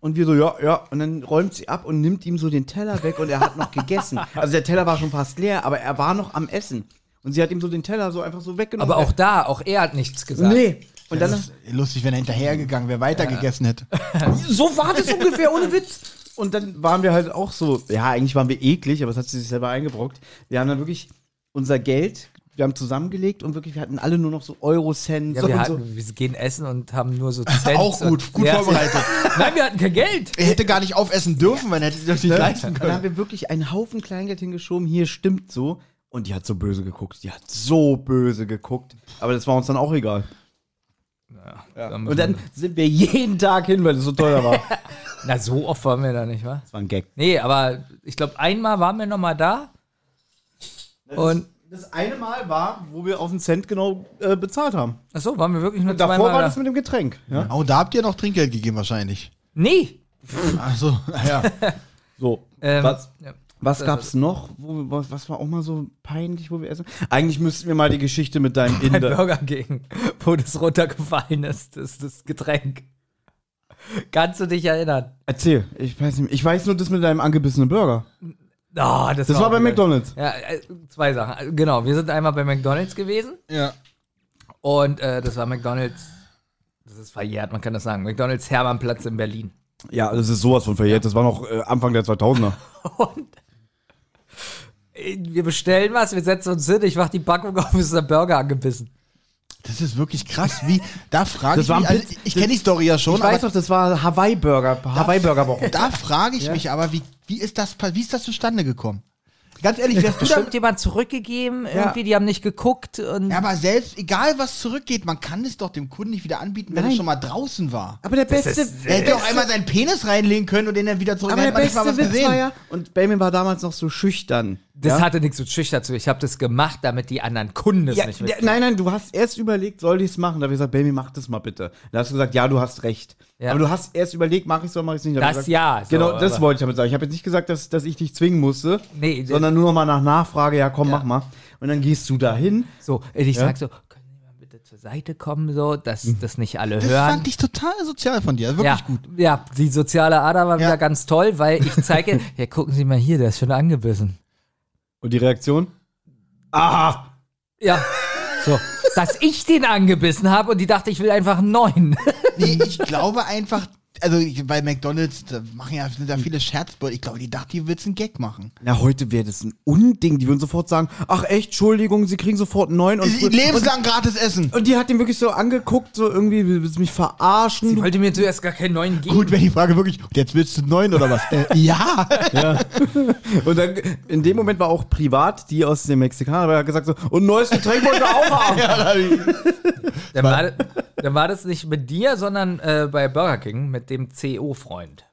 S2: Und wir so, ja, ja. Und dann räumt sie ab und nimmt ihm so den Teller weg und er hat noch gegessen. Also der Teller war schon fast leer, aber er war noch am Essen. Und sie hat ihm so den Teller so einfach so weggenommen.
S3: Aber auch da, auch er hat nichts gesagt.
S2: Nee. Und dann
S1: Das ist lustig, wenn er hinterhergegangen wäre, weitergegessen hätte.
S2: So war das ungefähr, ohne Witz. Und dann waren wir halt auch so, ja, eigentlich waren wir eklig, aber das hat sie sich selber eingebrockt. Wir haben dann wirklich unser Geld, wir haben zusammengelegt und wirklich, wir hatten alle nur noch so Euro-Cent.
S3: Ja,
S2: so
S3: wir,
S2: und
S3: hatten,
S2: so.
S3: wir gehen essen und haben nur so Cent
S1: Auch gut,
S3: und,
S1: gut
S3: Ja.
S1: vorbereitet.
S3: Nein, wir hatten kein Geld.
S1: Er hätte gar nicht aufessen dürfen, wenn er hätte sich das nicht leisten
S2: Und dann haben
S1: können.
S2: wir wirklich einen Haufen Kleingeld hingeschoben, hier stimmt so. Und die hat so böse geguckt, die hat so böse geguckt. Aber das war uns dann auch egal. Und dann sind wir jeden Tag hin, weil es so teuer war.
S3: na, so oft waren wir da nicht, wa?
S2: Das war ein Gag.
S3: Nee, aber ich glaube, einmal waren wir nochmal da. Und,
S2: Das eine Mal war, wo wir auf den Cent genau äh, bezahlt haben.
S3: achso, waren wir wirklich nur
S2: Davor
S3: zweimal
S2: war
S3: da?
S1: ne?
S2: das mit dem Getränk. Ja?
S1: Oh, da habt ihr noch Trinkgeld gegeben wahrscheinlich.
S3: Nee,
S1: Ach so, ja.
S2: So.
S3: Ähm,
S2: Was?
S3: ja.
S2: Was
S3: Das
S2: gab's noch? Wo, was, was war auch mal so peinlich, wo wir essen? Eigentlich müssten wir mal die Geschichte mit deinem
S3: Ein
S2: Inder.
S3: Burger King, wo das runtergefallen ist, das, das Getränk. Kannst du dich erinnern?
S2: Erzähl, ich weiß nicht. Ich weiß nur das mit deinem angebissenen Burger.
S3: Ah,
S2: Das war bei
S3: auch geil.
S2: McDonalds.
S3: Ja, äh, zwei Sachen. Also, Genau, wir sind einmal bei McDonalds gewesen
S1: ja.
S3: und äh, das war McDonalds, das ist verjährt, Ah, man kann das sagen, McDonalds Hermannplatz in Berlin.
S2: Ja, das ist sowas von verjährt. Das war noch äh, Anfang der 2000er.
S3: Und äh, wir bestellen was, wir setzen uns hin, ich mach die Packung auf, ist der Burger angebissen.
S1: Das ist wirklich krass, wie, da frage
S2: Das
S1: ich
S2: war
S1: mich,
S2: ein
S1: also, ich kenne die Story ja schon,
S2: Ich weiß
S1: aber
S2: noch, das war Hawaii Burger, Hawaii Burger Woche.
S1: da frage ich mich aber, wie, wie ist das, pa- wie ist das zustande gekommen? Ganz ehrlich, wär's bestimmt,
S3: Bestimmt jemand zurückgegeben, irgendwie, die haben nicht geguckt und
S1: ja, aber selbst, egal was zurückgeht, man kann es doch dem Kunden nicht wieder anbieten, wenn es
S2: Nein.
S1: schon mal draußen war.
S2: Aber der
S3: Das
S2: beste,
S3: ist-
S1: Er hätte ja auch einmal seinen Penis reinlegen können und den dann wieder zurück,
S2: aber
S1: dann
S2: der
S1: hätte man nicht mal was
S2: beste Witz war
S1: gesehen.
S2: ja, und Benjamin war damals noch so schüchtern.
S3: das
S2: ja?
S3: hatte nichts mit Schüchtern zu. Ich habe das gemacht, damit die anderen Kunden es
S2: ja,
S3: nicht
S2: der,
S3: mit.
S2: nein, nein, du hast erst überlegt, soll ich es machen? Da habe ich gesagt, Baby, mach das mal bitte. Da hast du gesagt, ja, du hast recht.
S3: Ja.
S2: Aber du hast erst überlegt, mache ich es oder mache ich es nicht. Da hab ich
S3: Das
S2: gesagt,
S3: ja, so,
S2: genau, das
S3: aber-
S2: wollte ich damit sagen. Ich habe jetzt nicht gesagt, dass, dass ich dich zwingen musste,
S3: Nee, das-
S2: sondern nur noch mal nach Nachfrage, ja, komm,
S3: Ja.
S2: mach mal. Und dann gehst du dahin.
S3: So, ich
S2: Ja?
S3: sag so, können Sie mal bitte zur Seite kommen, so, dass Hm. das nicht alle
S1: Das
S3: hören.
S1: fand ich total sozial von dir, Also wirklich
S3: ja,
S1: gut.
S3: ja, die soziale Ader war
S1: Ja.
S3: wieder ganz toll, weil ich zeige, ja, gucken Sie mal hier, der ist schon angebissen.
S2: Und die Reaktion? Ah!
S3: Ja, so, dass ich den angebissen habe und die dachte, ich will einfach einen neuen.
S1: Nee, ich glaube einfach, also ich, bei McDonalds da machen ja, sind da viele Scherzbeutel. Ich glaube, die dachte, die willst einen Gag machen.
S2: Na, heute wäre das ein Unding. Die würden sofort sagen, ach echt, Entschuldigung, sie kriegen sofort einen neuen. Und, und,
S1: Lebenslang gratis Essen.
S2: und die hat ihn wirklich so angeguckt, so irgendwie, "Will- willst du mich verarschen?
S3: Die
S2: Du
S3: wollte mir zuerst gar keinen neuen geben.
S1: Gut, wenn die Frage wirklich, und jetzt willst du einen neuen oder was? äh, ja.
S2: Und dann, in dem Moment war auch privat die aus dem Mexikaner, weil er hat gesagt so, und neues Getränk wollte auch haben.
S3: Dann war, dann war das nicht mit dir, sondern äh, bei Burger King mit dem CO-Freund.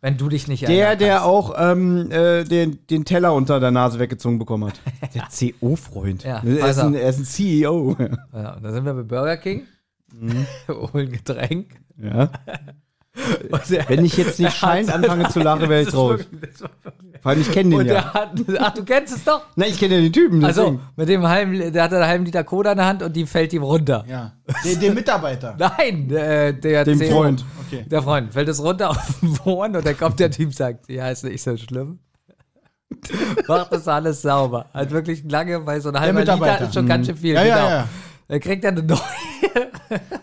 S3: Wenn du dich nicht
S2: Der,
S3: erinnern
S2: der
S3: kannst.
S2: auch ähm, äh, den, den Teller unter der Nase weggezogen bekommen hat. Der E CO-Freund.
S3: Ja,
S2: er, ist
S3: weiß er.
S2: ein- er ist ein E CEO.
S3: Ja, und dann sind wir bei Burger King,
S2: Mhm.
S3: holen Getränk.
S2: Ja.
S3: Und der-
S2: Wenn ich jetzt nicht schallend anfange zu lachen, wäre ich
S3: Das ist
S2: traurig.
S3: wirklich- das war wirklich-
S2: Vor allem, ich kenne
S3: Und
S2: den ja.
S3: der hat, ach, du kennst es doch.
S2: Nein, ich kenne ja den Typen.
S3: Also,
S2: deswegen.
S3: mit dem halben, der hat einen halben Liter Cola in der Hand und die fällt ihm runter.
S1: ja. Den, den Mitarbeiter.
S3: Nein, äh, der
S2: Dem
S3: zählt-
S2: Freund.
S1: Okay.
S3: Der Freund fällt es runter auf den Boden und dann kommt der Typ und sagt, ja, ist nicht so schlimm. Macht das alles sauber. Hat wirklich lange, weil so ein halber Liter
S1: Mitarbeiter.
S3: ist schon ganz schön viel.
S1: Ja, ja,
S3: genau.
S1: ja.
S3: Dann kriegt er eine neue.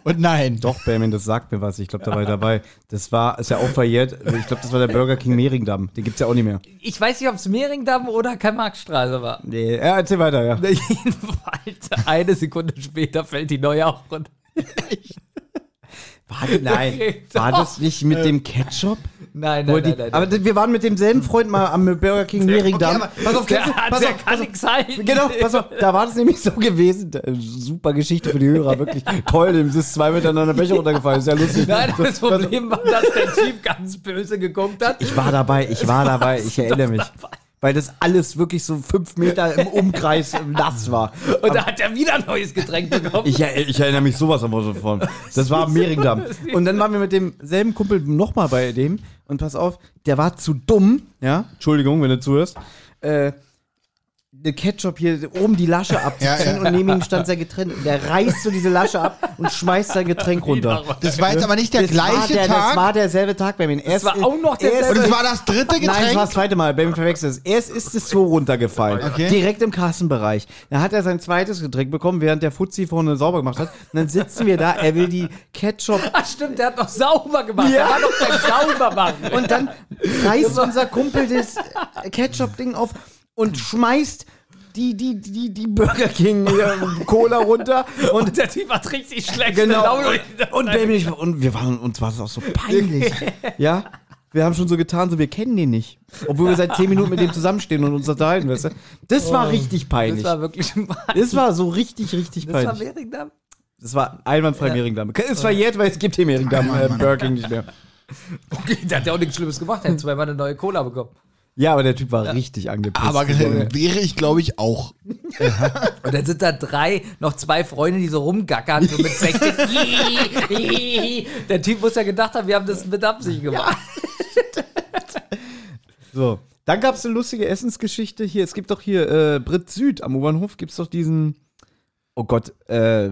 S1: Und nein.
S2: Doch, Benjamin, das sagt mir was. Ich glaube, da war ich dabei. Das war, ist ja auch verjährt. Ich glaube, das war der Burger King Mehringdamm. Den gibt's ja auch nicht mehr.
S3: Ich weiß nicht, ob es Mehringdamm oder Karl-Marx-Straße war.
S2: Nee, ja, erzähl weiter, ja.
S3: Jedenfalls, eine Sekunde später fällt die neue auch runter.
S2: War, nein. War das nicht mit dem Ketchup?
S3: Äh. Nein,
S2: Obwohl
S3: nein,
S2: die,
S3: nein, nein.
S2: aber
S3: nein.
S2: wir waren mit demselben Freund mal am Burger King Mehringdamm.
S1: aber-
S2: pass auf, kennst du-
S3: der hat,
S2: pass
S3: der
S2: auf,
S3: kann
S2: pass auf.
S3: nichts halten.
S2: Genau, pass auf, da war das nämlich so gewesen. Da- äh, Super Geschichte für die Hörer, wirklich toll. Dem ist zwei miteinander Becher runtergefallen. Ist ja lustig.
S3: Nein, das Problem war, dass der Typ ganz böse geguckt hat.
S2: Ich war dabei, ich war dabei, ich erinnere mich. Weil das alles wirklich so fünf Meter im Umkreis nass war.
S3: Und da hat er wieder ein neues Getränk bekommen.
S2: Ich, er- ich erinnere mich sowas aber davon. Das war am Mehringdamm. Und dann waren wir mit demselben Kumpel nochmal bei dem. Und pass auf, der war zu dumm. Ja, Entschuldigung, wenn du zuhörst. Äh, eine Ketchup hier oben die Lasche abzuziehen
S1: Ja, ja.
S2: und neben ihm stand sein Getränk. Der reißt so diese Lasche ab und schmeißt sein Getränk runter.
S1: Das war jetzt aber nicht der
S2: Das
S1: gleiche
S2: war der,
S1: Tag.
S2: Das war derselbe Tag bei mir. Das
S3: war auch noch derselbe
S1: und es war das dritte Getränk.
S2: Nein, das war das zweite Mal. Benjamin verwechselt es. Erst ist es so runtergefallen.
S1: Okay.
S2: Direkt im Kassenbereich. Dann hat er sein zweites Getränk bekommen, während der Fuzzi vorne sauber gemacht hat. Und dann sitzen wir da, er will die Ketchup.
S3: Ach stimmt, der hat noch sauber gemacht. Der war noch beim Saubermachen.
S2: Und dann reißt unser Kumpel das Ketchup-Ding auf und schmeißt die, die, die, die Burger King äh, Cola runter. Und
S3: Und der Typ hat richtig schlecht
S2: Genau.
S3: Laune.
S2: Und, Baby, ich, und wir waren, uns war es auch so peinlich. ja. Wir haben schon so getan, so wir kennen den nicht. Obwohl wir seit zehn Minuten mit dem zusammenstehen und uns unterhalten, weißt du? Das war richtig
S3: das
S2: peinlich. Das
S3: war wirklich Das
S2: war so richtig, richtig
S3: war
S2: peinlich.
S3: Mehringdamm.
S2: Das war einwandfrei Mehringdamm. Ist verjährt, weil es gibt hier Mehringdamm, äh, Burger King nicht mehr.
S3: Okay, der hat ja auch nichts Schlimmes gemacht. Der hat zweimal eine neue Cola bekommen.
S2: Ja, aber der Typ war richtig angepisst.
S1: Aber äh, wäre ich, glaube ich, auch.
S3: Und dann sind da drei, noch zwei Freunde, die so rumgackern, so mit 60. Der Typ muss ja gedacht haben, wir haben das mit Absicht gemacht.
S2: so. Dann gab es eine lustige Essensgeschichte hier. Es gibt doch hier äh, Brit Süd am U-Bahnhof gibt es doch diesen, oh Gott, äh,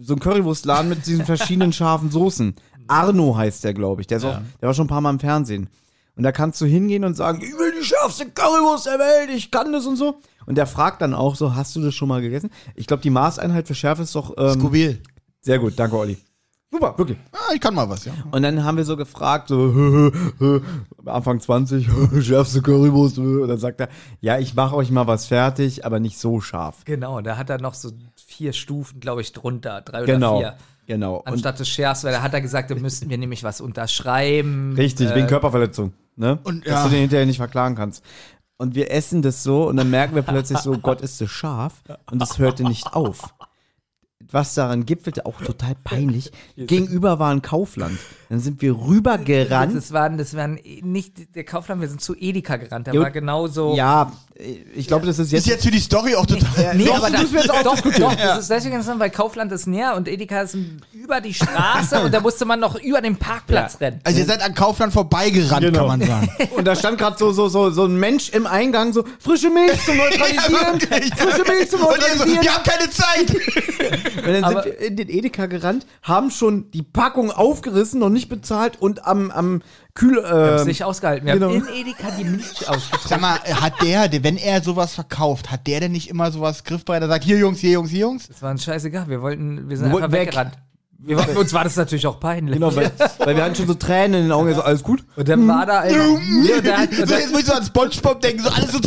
S2: so einen Currywurstladen mit diesen verschiedenen scharfen Soßen. Arno heißt der, glaube ich. Der, ist auch, der war schon ein paar Mal im Fernsehen. Und da kannst du hingehen und sagen, ich will die schärfste Currywurst der Welt, ich kann das und so. Und der fragt dann auch so, hast du das schon mal gegessen? Ich glaube, die Maßeinheit für Schärfe ist doch ähm,
S1: Skurril.
S2: sehr gut. Danke, Olli. Super, wirklich.
S1: Ah, ich kann mal was, ja.
S2: Und dann haben wir so gefragt, so Anfang 20, schärfste Currywurst. Und dann sagt er, ja, ich mache euch mal was fertig, aber nicht so scharf.
S3: Genau, da hat er noch so vier Stufen, glaube ich, drunter. Drei oder
S2: Genau,
S3: vier.
S2: genau. Und
S3: Anstatt des Schärfs, weil da hat er gesagt, da müssten wir nämlich was unterschreiben.
S2: richtig, wegen Körperverletzung. Ne?
S1: Und
S2: Dass
S1: ja.
S2: du den hinterher nicht verklagen kannst. Und wir essen das so und dann merken wir plötzlich so, Gott, ist das scharf. Und es hörte nicht auf. Was daran gipfelte, auch total peinlich. Gegenüber war ein Kaufland. Dann sind wir rübergerannt.
S3: Das waren, das waren eh nicht der Kaufland, wir sind zu Edeka gerannt. Der
S2: Gut.
S3: war genauso.
S2: Ja, ich glaube, das ist
S1: Ist
S2: jetzt.
S1: jetzt für die Story auch total.
S3: Nee,
S1: Doch,
S3: aber
S1: das
S3: das,
S1: müssen wir jetzt
S3: doch,
S1: auch
S3: doch, das ist deswegen interessant, weil Kaufland ist näher und Edeka ist über die Straße und da musste man noch über den Parkplatz rennen.
S1: Also ihr seid an Kaufland vorbeigerannt,
S2: Genau.
S1: kann man sagen.
S2: Und da stand gerade so, so, so, so ein Mensch im Eingang, so frische Milch zum Neutralisieren, frische Milch zum
S1: Und ihr so,
S2: Neutralisieren.
S1: wir haben keine Zeit.
S2: Und dann
S3: Aber-
S2: sind wir in den Edeka gerannt, haben schon die Packung aufgerissen, noch nicht bezahlt und am, am Kühl.
S3: Das ist
S2: Äh,
S3: nicht ausgehalten. Wir
S2: genau.
S3: haben in Edeka die Milch ausgetrunken.
S1: Sag mal, äh, hat der, wenn er sowas verkauft, hat der denn nicht immer sowas griffbereit? Er sagt, hier Jungs, hier Jungs, hier Jungs.
S3: Das war ein scheißegal. Wir wollten, wir sind
S2: Wir wollten
S3: einfach
S2: weg.
S3: weggerannt. Wir waren, uns war das natürlich auch peinlich.
S2: genau, weil, weil wir hatten schon so Tränen in den Augen, so alles gut.
S3: und dann war da einfach. Ja, und, da hat, und,
S1: so,
S3: da,
S1: jetzt muss ich so an SpongeBob denken, so alles so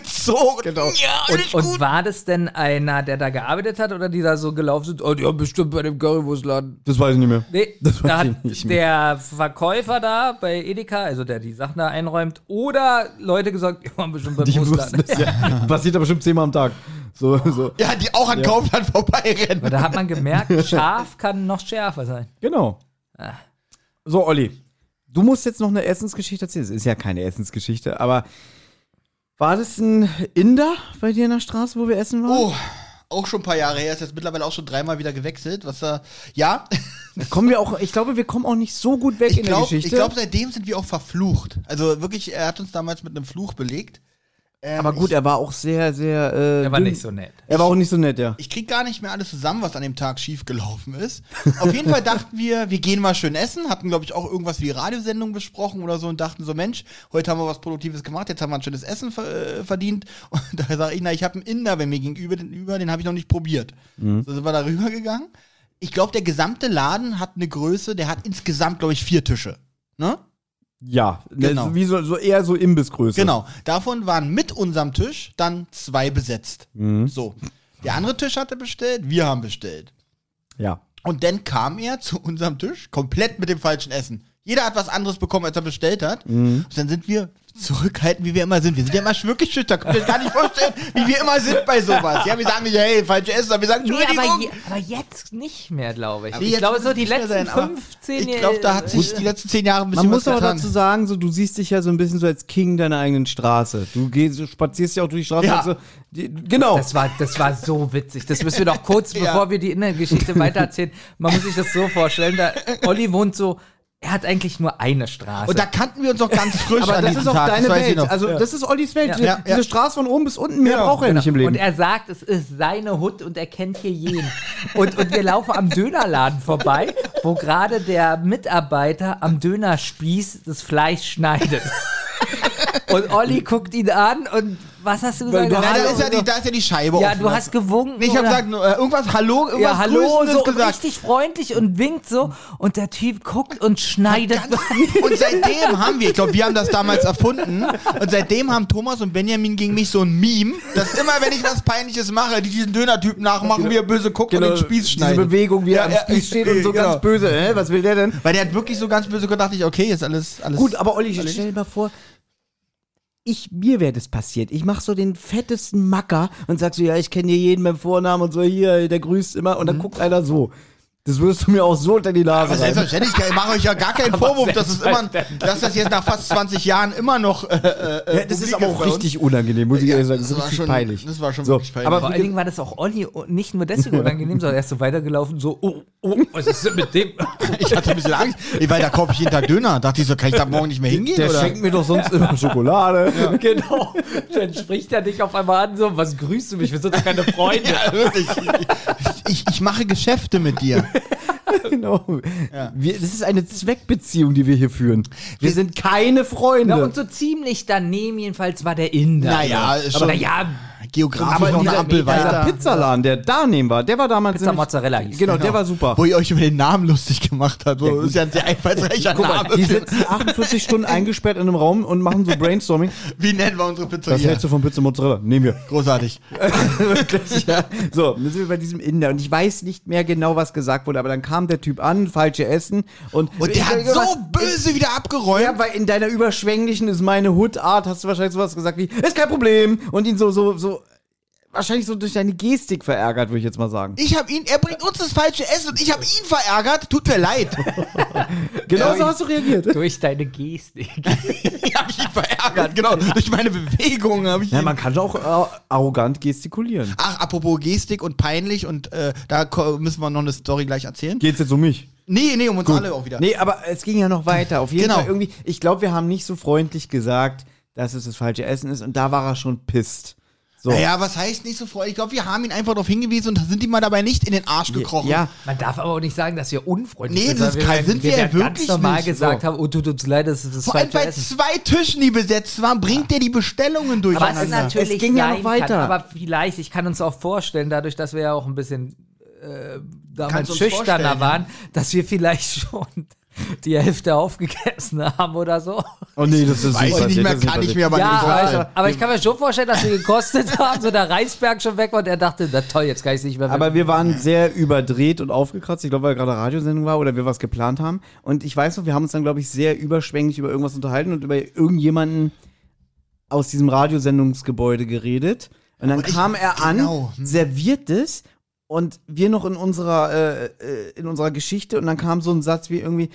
S1: zusammengezogen. Genau. Ja, alles
S3: und, und
S1: gut.
S3: war das denn einer, der da gearbeitet hat oder die da so gelaufen sind? Oh, die haben bestimmt bei dem Currywurstladen.
S2: Das weiß ich nicht mehr.
S3: Nee,
S2: Das
S3: da
S2: weiß
S3: hat
S2: ich nicht
S3: der Verkäufer da bei Edeka, also der die Sachen da einräumt, oder Leute gesagt, wir waren bestimmt beim
S2: Die wussten
S3: Wurstladen.
S2: das ja. Passiert aber bestimmt zehnmal am Tag. So, so.
S1: Ja, die auch an Kaufland vorbeirennen.
S3: Da hat man gemerkt, scharf kann noch schärfer sein.
S2: Genau. So, Olli, du musst jetzt noch eine Essensgeschichte erzählen. Es ist ja keine Essensgeschichte, aber war das ein Inder bei dir in der Straße, wo wir essen waren?
S1: Oh, auch schon ein paar Jahre her, ist jetzt mittlerweile auch schon dreimal wieder gewechselt. Was da, ja,
S2: Kommen wir auch, ich glaube, wir kommen auch nicht so gut weg
S1: Oh. ich
S2: in der
S1: glaube,
S2: Geschichte.
S1: glaub, seitdem sind wir auch verflucht. Also wirklich, er hat uns damals mit einem Fluch belegt. Ähm,
S2: aber gut, er war auch sehr, sehr. Äh,
S3: Der war
S2: dünn.
S3: nicht so nett.
S2: Er war auch nicht so nett, ja.
S1: Ich krieg gar nicht mehr alles zusammen, was an dem Tag schiefgelaufen ist. Auf jeden Fall dachten wir, wir gehen mal schön essen, hatten, glaube ich, auch irgendwas wie Radiosendung besprochen oder so und dachten so, Mensch, heute haben wir was Produktives gemacht, jetzt haben wir ein schönes Essen ver äh, verdient. Und da sage ich, na, ich habe einen Inder bei mir gegenüber, den, über, den habe ich noch nicht probiert. So sind wir da rübergegangen. Ich glaube, der gesamte Laden hat eine Größe, der hat insgesamt, glaube ich, vier Tische. Ne?
S2: Ja,
S1: Genau.
S2: Wie so, so eher so Imbissgröße.
S1: Genau. Davon waren mit unserem Tisch dann zwei besetzt. So. Der andere Tisch hatte bestellt, wir haben bestellt.
S2: Ja.
S1: Und dann kam er zu unserem Tisch, komplett mit dem falschen Essen. Jeder hat was anderes bekommen, als er bestellt hat.
S2: Mhm.
S1: Und dann sind wir zurückhaltend, wie wir immer sind. Wir sind ja immer wirklich schüchtern. Könnt ihr euch gar nicht vorstellen, wie wir immer sind bei sowas. Ja, wir sagen nicht, hey, falsches Essen, aber wir sagen,
S3: Nee, aber, je,
S1: Entschuldigung.
S3: aber jetzt nicht mehr, glaube ich.
S1: Aber
S3: Ich
S1: jetzt
S3: glaube, so
S1: muss
S3: die
S1: es nicht mehr
S3: letzten
S1: sein, aber
S3: 15
S1: ich glaube, da hat sich die letzten zehn Jahre ein bisschen
S2: Man muss
S1: was
S2: aber
S1: getan.
S2: dazu sagen, so, du siehst dich ja so ein bisschen so als King deiner eigenen Straße. Du gehst, du spazierst ja auch durch die Straße.
S1: Ja.
S2: und So, die, genau.
S3: Das war, das war so witzig. Das müssen wir doch kurz, bevor wir die Innengeschichte weitererzählen. Man muss sich das so vorstellen. Da, Olli wohnt so, er hat eigentlich nur eine Straße.
S1: Und da kannten wir uns noch ganz frisch
S2: aber
S1: an
S2: das
S1: diesem
S2: ist auch
S1: Tag.
S2: deine
S1: das weiß ich
S2: Welt.
S1: noch.
S2: Also, das ist Ollis Welt.
S3: Ja.
S2: Diese,
S1: Ja, ja.
S2: diese Straße von oben bis unten, mehr braucht er nicht im Leben.
S3: Und er sagt, es ist seine Hut und er kennt hier jeden. Und, und wir laufen am Dönerladen vorbei, wo gerade der Mitarbeiter am Dönerspieß das Fleisch schneidet. Und Olli guckt ihn an und was hast du gesagt?
S2: du
S1: Nein, da ist ja die, da ist ja die Scheibe
S3: also ja,
S1: offen.
S3: du hast gewunken.
S1: Nee, ich habe
S3: oder-
S1: gesagt, nur, äh, irgendwas Hallo, irgendwas
S3: ja, hallo,
S1: Grüßendes
S3: so und
S1: gesagt.
S3: richtig freundlich und winkt so. Und der Typ guckt und schneidet.
S1: Und seitdem haben wir, ich glaube, wir haben das damals erfunden, und seitdem haben Thomas und Benjamin gegen mich so ein Meme, dass immer, wenn ich was Peinliches mache, die diesen Dönertypen nachmachen, wie er böse guckt und den Spieß
S2: Genau. diese
S1: schneiden.
S2: Bewegung, wie er am
S1: ja,
S2: Spieß steht und so
S1: genau.
S2: ganz böse. Hä, was will der denn?
S1: Weil der hat wirklich so ganz böse gedacht, ich, okay, ist alles, alles.
S2: Gut, aber Olli, stell dir mal vor, ich, mir wäre das passiert. Ich mache so den fettesten Macker und sag so, ja, ich kenne hier jeden beim Vornamen und so, hier, der grüßt immer. Und dann guckt einer so. Das würdest du mir auch so unter die
S1: Mhm. Aber
S2: Nase reiben.
S1: selbstverständlich, ich mache euch ja gar keinen Vorwurf, dass, es immer, dass das jetzt nach fast 20 Jahren immer noch. Äh, äh,
S2: Ja, das ist
S1: publik
S2: aber auch
S1: bei uns.
S2: richtig unangenehm, muss ich
S1: Ja,
S2: ehrlich sagen.
S1: das
S2: Das, ist
S1: war
S2: richtig
S1: schon-
S2: peinlich.
S1: das war schon
S2: so.
S1: wirklich peinlich.
S2: Aber
S3: Vor allen Dingen war das auch Olli und nicht nur deswegen unangenehm, sondern er ist so weitergelaufen, so, oh, oh, was ist denn mit dem?
S1: Ich hatte ein bisschen Angst, ey, weil da kaufe ich jeden Tag Döner. Dachte ich so, kann ich da morgen nicht mehr hingehen?
S2: der
S1: oder?
S2: schenkt mir doch sonst immer Schokolade.
S3: genau. Dann spricht er dich auf einmal an, so, was grüßt du mich? Wir sind doch keine Freunde.
S1: ja, wirklich. Ich, ich mache Geschäfte mit dir.
S2: Genau. Wir, das ist eine Zweckbeziehung, die wir hier führen. Wir sind keine Freunde.
S3: Na, und so ziemlich daneben jedenfalls war der Inder.
S1: Naja, ist
S3: aber
S1: schon-
S3: naja,
S1: Also Geografisch
S3: Aber in
S1: noch eine
S3: dieser-
S1: Ampel
S3: in dieser
S1: weiter.
S2: der Pizzaladen, der daneben war, der war damals.
S3: Pizza
S2: nämlich-
S3: Mozzarella hieß.
S2: Genau, der war super.
S1: Wo ihr euch über den Namen lustig gemacht habt. So, ist ja ein sehr einfallsreicher Name.
S2: Die
S1: für-
S2: sitzen 48 Stunden eingesperrt in einem Raum und machen so Brainstorming.
S1: Wie nennen wir unsere
S2: Was
S1: Pizzeria?
S2: hältst du von Pizza Mozzarella? Nehmen wir.
S1: Großartig.
S2: Wirklich, ja. So, dann sind wir bei diesem Inder und ich weiß nicht mehr genau, was gesagt wurde, aber dann kam der Typ an, falsche Essen und.
S1: Und der hat so
S2: "Äh,
S1: böse wieder abgeräumt.
S2: Ja, weil in deiner überschwänglichen ist meine Hood-Art hast du wahrscheinlich sowas gesagt wie, ist kein Problem und ihn so, so, so, wahrscheinlich so durch deine Gestik verärgert, würde ich jetzt mal sagen.
S1: Ich habe ihn, er bringt uns das falsche Essen und ich habe ihn verärgert. Tut mir leid.
S2: Genau
S3: Ja,
S2: so
S3: ich-
S2: hast du reagiert.
S3: durch deine Gestik.
S1: ich habe ihn verärgert, genau. Durch meine Bewegungen habe ich
S2: Ja,
S1: ihn.
S2: man kann auch äh, arrogant gestikulieren.
S1: Ach, apropos Gestik und peinlich und äh, da ko- müssen wir noch eine Story gleich erzählen.
S2: Geht's jetzt um mich?
S1: Nee, nee, um uns alle auch wieder.
S2: Nee, aber es ging ja noch weiter. Auf jeden
S1: Genau.
S2: Fall irgendwie, ich glaube, wir haben nicht so freundlich gesagt, dass es das falsche Essen ist und da war er schon pisst. So.
S1: Naja, was heißt nicht so freundlich? Ich glaube, wir haben ihn einfach darauf hingewiesen und sind ihm mal dabei nicht in den Arsch gekrochen.
S2: Ja,
S3: Man darf aber auch nicht sagen, dass wir unfreundlich
S1: Nee,
S3: sind.
S1: das
S3: sondern
S1: kann- sind wir ja
S3: werden
S1: wirklich
S3: ganz normal
S1: nicht.
S3: gesagt
S1: So.
S3: haben, oh, tut uns leid, das ist das
S1: Vor allem
S3: falsche
S1: bei
S3: Essen.
S1: zwei Tischen, die besetzt waren, bringt er die Bestellungen
S3: Aber es ist
S1: durcheinander.
S3: natürlich
S2: Es ging ja noch
S3: sein
S2: weiter.
S3: Kann, aber vielleicht, ich kann uns auch vorstellen, dadurch, dass wir ja auch ein bisschen äh,
S1: Kannst
S3: damals
S1: uns
S3: schüchterner
S1: vorstellen,
S3: waren, dass wir vielleicht schon die Hälfte aufgegessen haben oder so.
S2: oh nee, das ist
S1: Weiß ich nicht mehr, kann ich mir aber nicht
S3: ja,
S1: vorstellen.
S3: aber,
S2: also
S3: aber ich kann mir schon vorstellen, dass wir gekostet haben, so der Reisberg schon weg war und er dachte, na toll, jetzt kann ich nicht mehr.
S2: Aber wir waren sehr überdreht und aufgekratzt. Ich glaube, weil gerade Radiosendung war oder wir was geplant haben. Und ich weiß noch, wir haben uns dann, glaube ich, sehr überschwänglich über irgendwas unterhalten und über irgendjemanden aus diesem Radiosendungsgebäude geredet. Und dann
S1: Und ich-
S2: kam er an,
S1: genau, hm.
S2: serviert es und wir noch in unserer, äh, äh, in unserer Geschichte. Und dann kam so ein Satz wie irgendwie,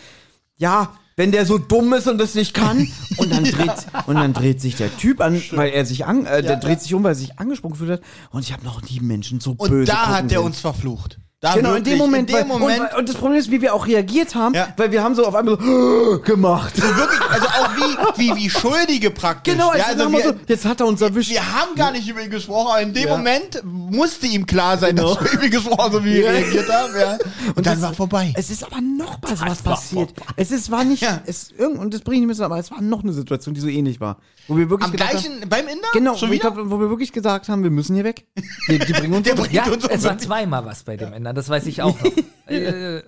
S2: ja, wenn der so dumm ist und das nicht kann, und dann dreht, und dann dreht sich der Typ an, weil er sich an, äh, der dreht sich um, weil er sich angesprochen gefühlt hat. Und ich habe noch nie einen Menschen so
S1: Und
S2: böse
S1: da
S2: gucken
S1: hat er
S2: sehen.
S1: uns verflucht. Da
S2: Genau, in
S1: wirklich,
S2: dem Moment.
S1: In dem
S2: weil-
S1: Moment.
S2: Und, und das Problem ist, wie wir auch reagiert haben,
S1: Ja.
S2: weil wir haben so auf einmal so "Äh, gemacht.
S1: wirklich, also auch wie, wie, wie Schuldige praktisch.
S2: Genau,
S1: ja,
S2: also
S1: also
S2: wir,
S1: wir,
S2: so, jetzt hat er uns erwischt.
S1: wir haben gar nicht über ihn gesprochen, aber in dem Moment musste ihm klar sein, dass wir über ihn gesprochen haben, so wie wir reagiert haben. Ja. Und, dann
S2: Genau. das-
S1: war vorbei.
S2: Es ist aber noch was, was
S3: war
S2: passiert. Es ist, war nicht,
S1: Ja.
S2: es, irgend, und das bringe ich nicht mit, aber es war noch eine Situation, die so ähnlich war. Wo wir wirklich
S1: Am
S2: gedacht
S1: gleichen, beim Inder?
S2: haben, genau,
S1: Schon
S2: wo, ich
S1: wieder?
S2: glaub, wo wir wirklich gesagt haben, wir müssen hier weg. Die, die bringen uns
S1: Der
S2: um.
S1: bringt
S3: ja,
S1: uns um.
S3: es war zweimal was bei dem Ändern, das weiß ich auch noch. äh,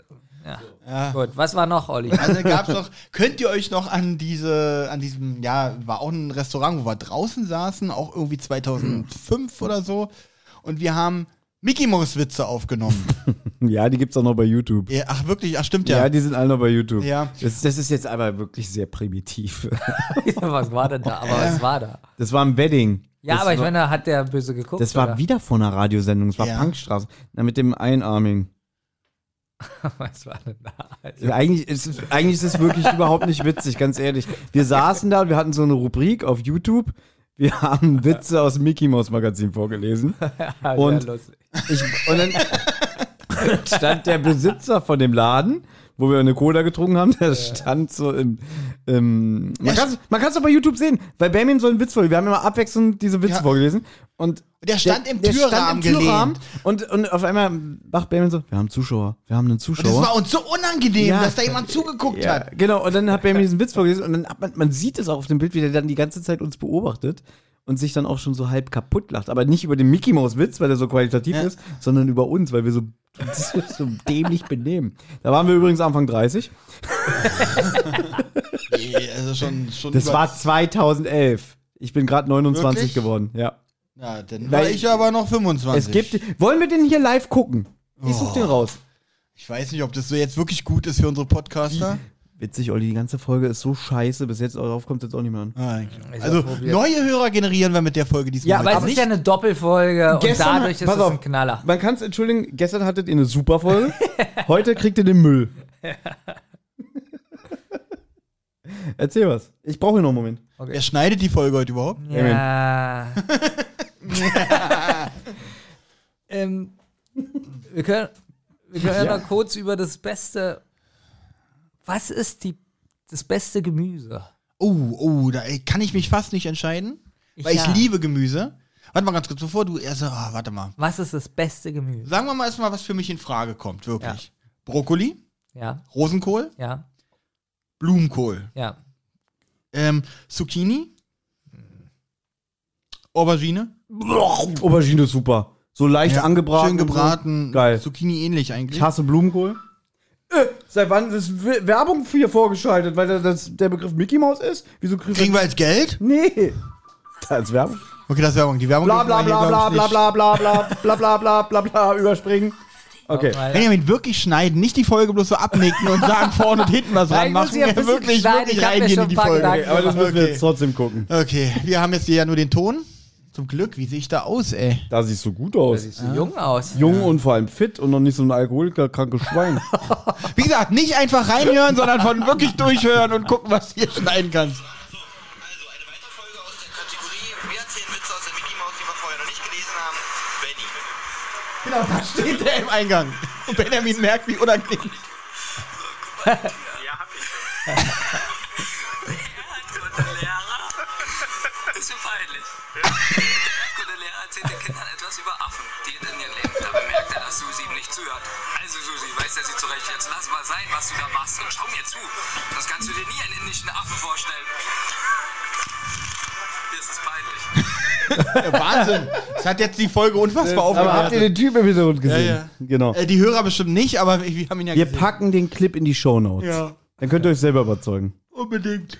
S3: ja. Gut, was war noch, Olli?
S1: Also gab's noch, könnt ihr euch noch an diese, an diesem, ja, war auch ein Restaurant, wo wir draußen saßen, auch irgendwie 2005 oder so. Und wir haben Mickey Mouse Witze aufgenommen.
S2: Ja, die gibt's auch noch bei YouTube.
S1: ja, ach wirklich, ach stimmt
S2: Ja,
S1: ja.
S2: die sind alle noch bei YouTube.
S1: Ja.
S2: Das, das ist jetzt aber wirklich sehr primitiv.
S3: was war denn da? Aber was war da?
S2: Das war ein Wedding.
S3: Ja,
S2: das
S3: aber ich
S2: war-
S3: meine, hat der böse geguckt?
S2: Das war
S3: oder?
S2: wieder vor einer Radiosendung, es war
S1: Ja.
S2: Punkstraße. Na, mit dem Einarmigen.
S3: Was war denn da? Also,
S2: Eigentlich ist, es- eigentlich ist es wirklich überhaupt nicht witzig, ganz ehrlich. Wir saßen da und wir hatten so eine Rubrik auf YouTube. Wir haben Witze aus dem Mickey Mouse Magazin vorgelesen.
S1: Ah,
S3: ja,
S2: Und-
S3: sehr lustig.
S2: Ich, und dann stand der Besitzer von dem Laden, wo wir eine Cola getrunken haben, der stand so im. im man kann es man kann's doch bei YouTube sehen, weil Bamin so einen Witz vorgelesen. Wir haben immer abwechselnd diese Witze
S1: Ja.
S2: vorgelesen. Und
S1: Der stand im Türrahmen gelehnt.
S2: und, und auf einmal macht Bamin so: Wir haben Zuschauer, wir haben einen Zuschauer.
S1: Und das war uns so unangenehm,
S2: Ja.
S1: dass da jemand zugeguckt
S2: Ja,
S1: hat.
S2: genau. Und dann hat er mir diesen Witz vorgelesen und dann hat man, man sieht es auch auf dem Bild, wie der dann die ganze Zeit uns beobachtet und sich dann auch schon so halb kaputt lacht. Aber nicht über den Mickey Mouse Witz, weil der so qualitativ ist, sondern über uns, weil wir so, so dämlich benehmen. Da waren wir übrigens Anfang 30.
S1: Nee, Also schon, schon
S2: Das
S1: über-
S2: war 2011. Ich bin gerade 29
S1: Wirklich?
S2: geworden. Ja.
S1: Ja, dann war
S2: Weil-
S1: ich aber noch 25.
S2: Es gibt. Wollen wir den hier live gucken? Ich such den raus. Hm.
S1: Ich weiß nicht, ob das so jetzt wirklich gut ist für unsere Podcaster.
S2: Witzig, Olli, die ganze Folge ist so scheiße. Bis jetzt darauf kommt jetzt auch nicht mehr an.
S1: Ah, eigentlich.
S3: Ich
S1: also
S3: hab probiert.
S1: neue Hörer generieren wir mit der Folge diesmal.
S3: Ja, aber es ist ja eine Doppelfolge und
S2: Gestern-
S3: dadurch ist
S2: pass
S3: es
S2: auf.
S3: ein Knaller.
S2: Man kann es entschuldigen, gestern hattet ihr eine super Folge. heute kriegt ihr den Müll. Erzähl was. Ich brauche hier noch einen Moment.
S1: Wer schneidet die Folge heute überhaupt?
S3: Ja. ähm, wir können, wir können ja. noch kurz über das beste. Was ist die, das beste Gemüse?
S1: Oh, oh, da ey, kann ich mich fast nicht entscheiden, weil
S3: Ja.
S1: ich liebe Gemüse. Warte mal ganz kurz, bevor du erst, ah, warte mal.
S3: Was ist das beste Gemüse?
S1: Sagen wir mal erstmal, was für mich in Frage kommt, wirklich. Brokkoli,
S3: Ja,
S1: Rosenkohl,
S3: ja,
S1: Blumenkohl,
S3: ja.
S1: ähm, Zucchini, Aubergine,
S2: Aubergine ist super. So leicht
S1: Ja,
S2: angebraten.
S1: schön gebraten,
S2: Geil.
S1: Zucchini ähnlich eigentlich.
S2: Ich hasse Blumenkohl. Äh, Seit wann ist We- Werbung für hier vorgeschaltet? Weil da das der Begriff Mickey Mouse ist? Wieso kriegen
S1: Kriegen wir als Geld?
S2: Nee. Da ist Werbung.
S1: Okay, das ist Werbung. Die Werbung
S2: Bla bla
S1: dürfen wir
S2: bla
S1: hier,
S2: bla
S1: glaub ich,
S2: bla
S1: nicht.
S2: bla bla bla bla bla bla bla bla überspringen. Okay.
S3: Weil-
S1: Benjamin, wirklich schneiden, nicht die Folge bloß so abnicken und sagen vorne und hinten was
S3: Nein,
S1: dran
S3: ich muss
S1: machen.
S3: hier ein bisschen
S1: wirklich,
S3: schneiden,
S1: wirklich
S3: ich hab mir
S1: reingehen
S3: schon
S1: in die
S3: ein paar
S1: Folge.
S3: Gedanken
S2: Aber das müssen wir
S1: Okay.
S2: jetzt trotzdem gucken.
S1: Okay, wir haben jetzt hier ja nur den Ton. Zum Glück, wie sehe ich da aus, ey?
S2: Da siehst du gut
S3: Da
S2: aus.
S3: siehst du jung aus.
S2: Jung und vor allem fit und noch nicht so ein alkoholikerkrankes Schwein.
S1: Wie gesagt, nicht einfach reinhören, sondern von wirklich durchhören und gucken, was du hier schneiden kannst.
S4: Also eine weitere Folge aus der Kategorie Wir erzählen Witze aus der Mickey Mouse, die wir vorher noch nicht gelesen haben. Benny.
S1: Genau, da steht der im Eingang. Und Benjamin merkt, wie unangenehm.
S4: Ja, hab ich schon. Der Erdkundelehrer. Ist ja peinlich. Der Erdkundelehrer erzählt den Kindern etwas über Affen, die in Indien leben. Da bemerkt er, dass Susi ihm nicht zuhört. Also Susi, weiß er sie zurecht. Jetzt lass mal sein, was du da machst und schau mir zu. Das kannst du dir nie einen indischen Affen vorstellen. Dir ist es peinlich.
S1: Wahnsinn. Das hat jetzt die Folge unfassbar
S2: Aber habt ihr
S1: aufgewertet.
S2: den Typ im Hintergrund gesehen?
S1: Ja, ja.
S2: Genau.
S1: Äh, die Hörer bestimmt nicht, aber wir haben ihn ja
S2: Wir
S1: gesehen.
S2: packen den Clip in die Shownotes.
S1: Ja.
S2: Dann könnt ihr euch selber überzeugen.
S1: Unbedingt.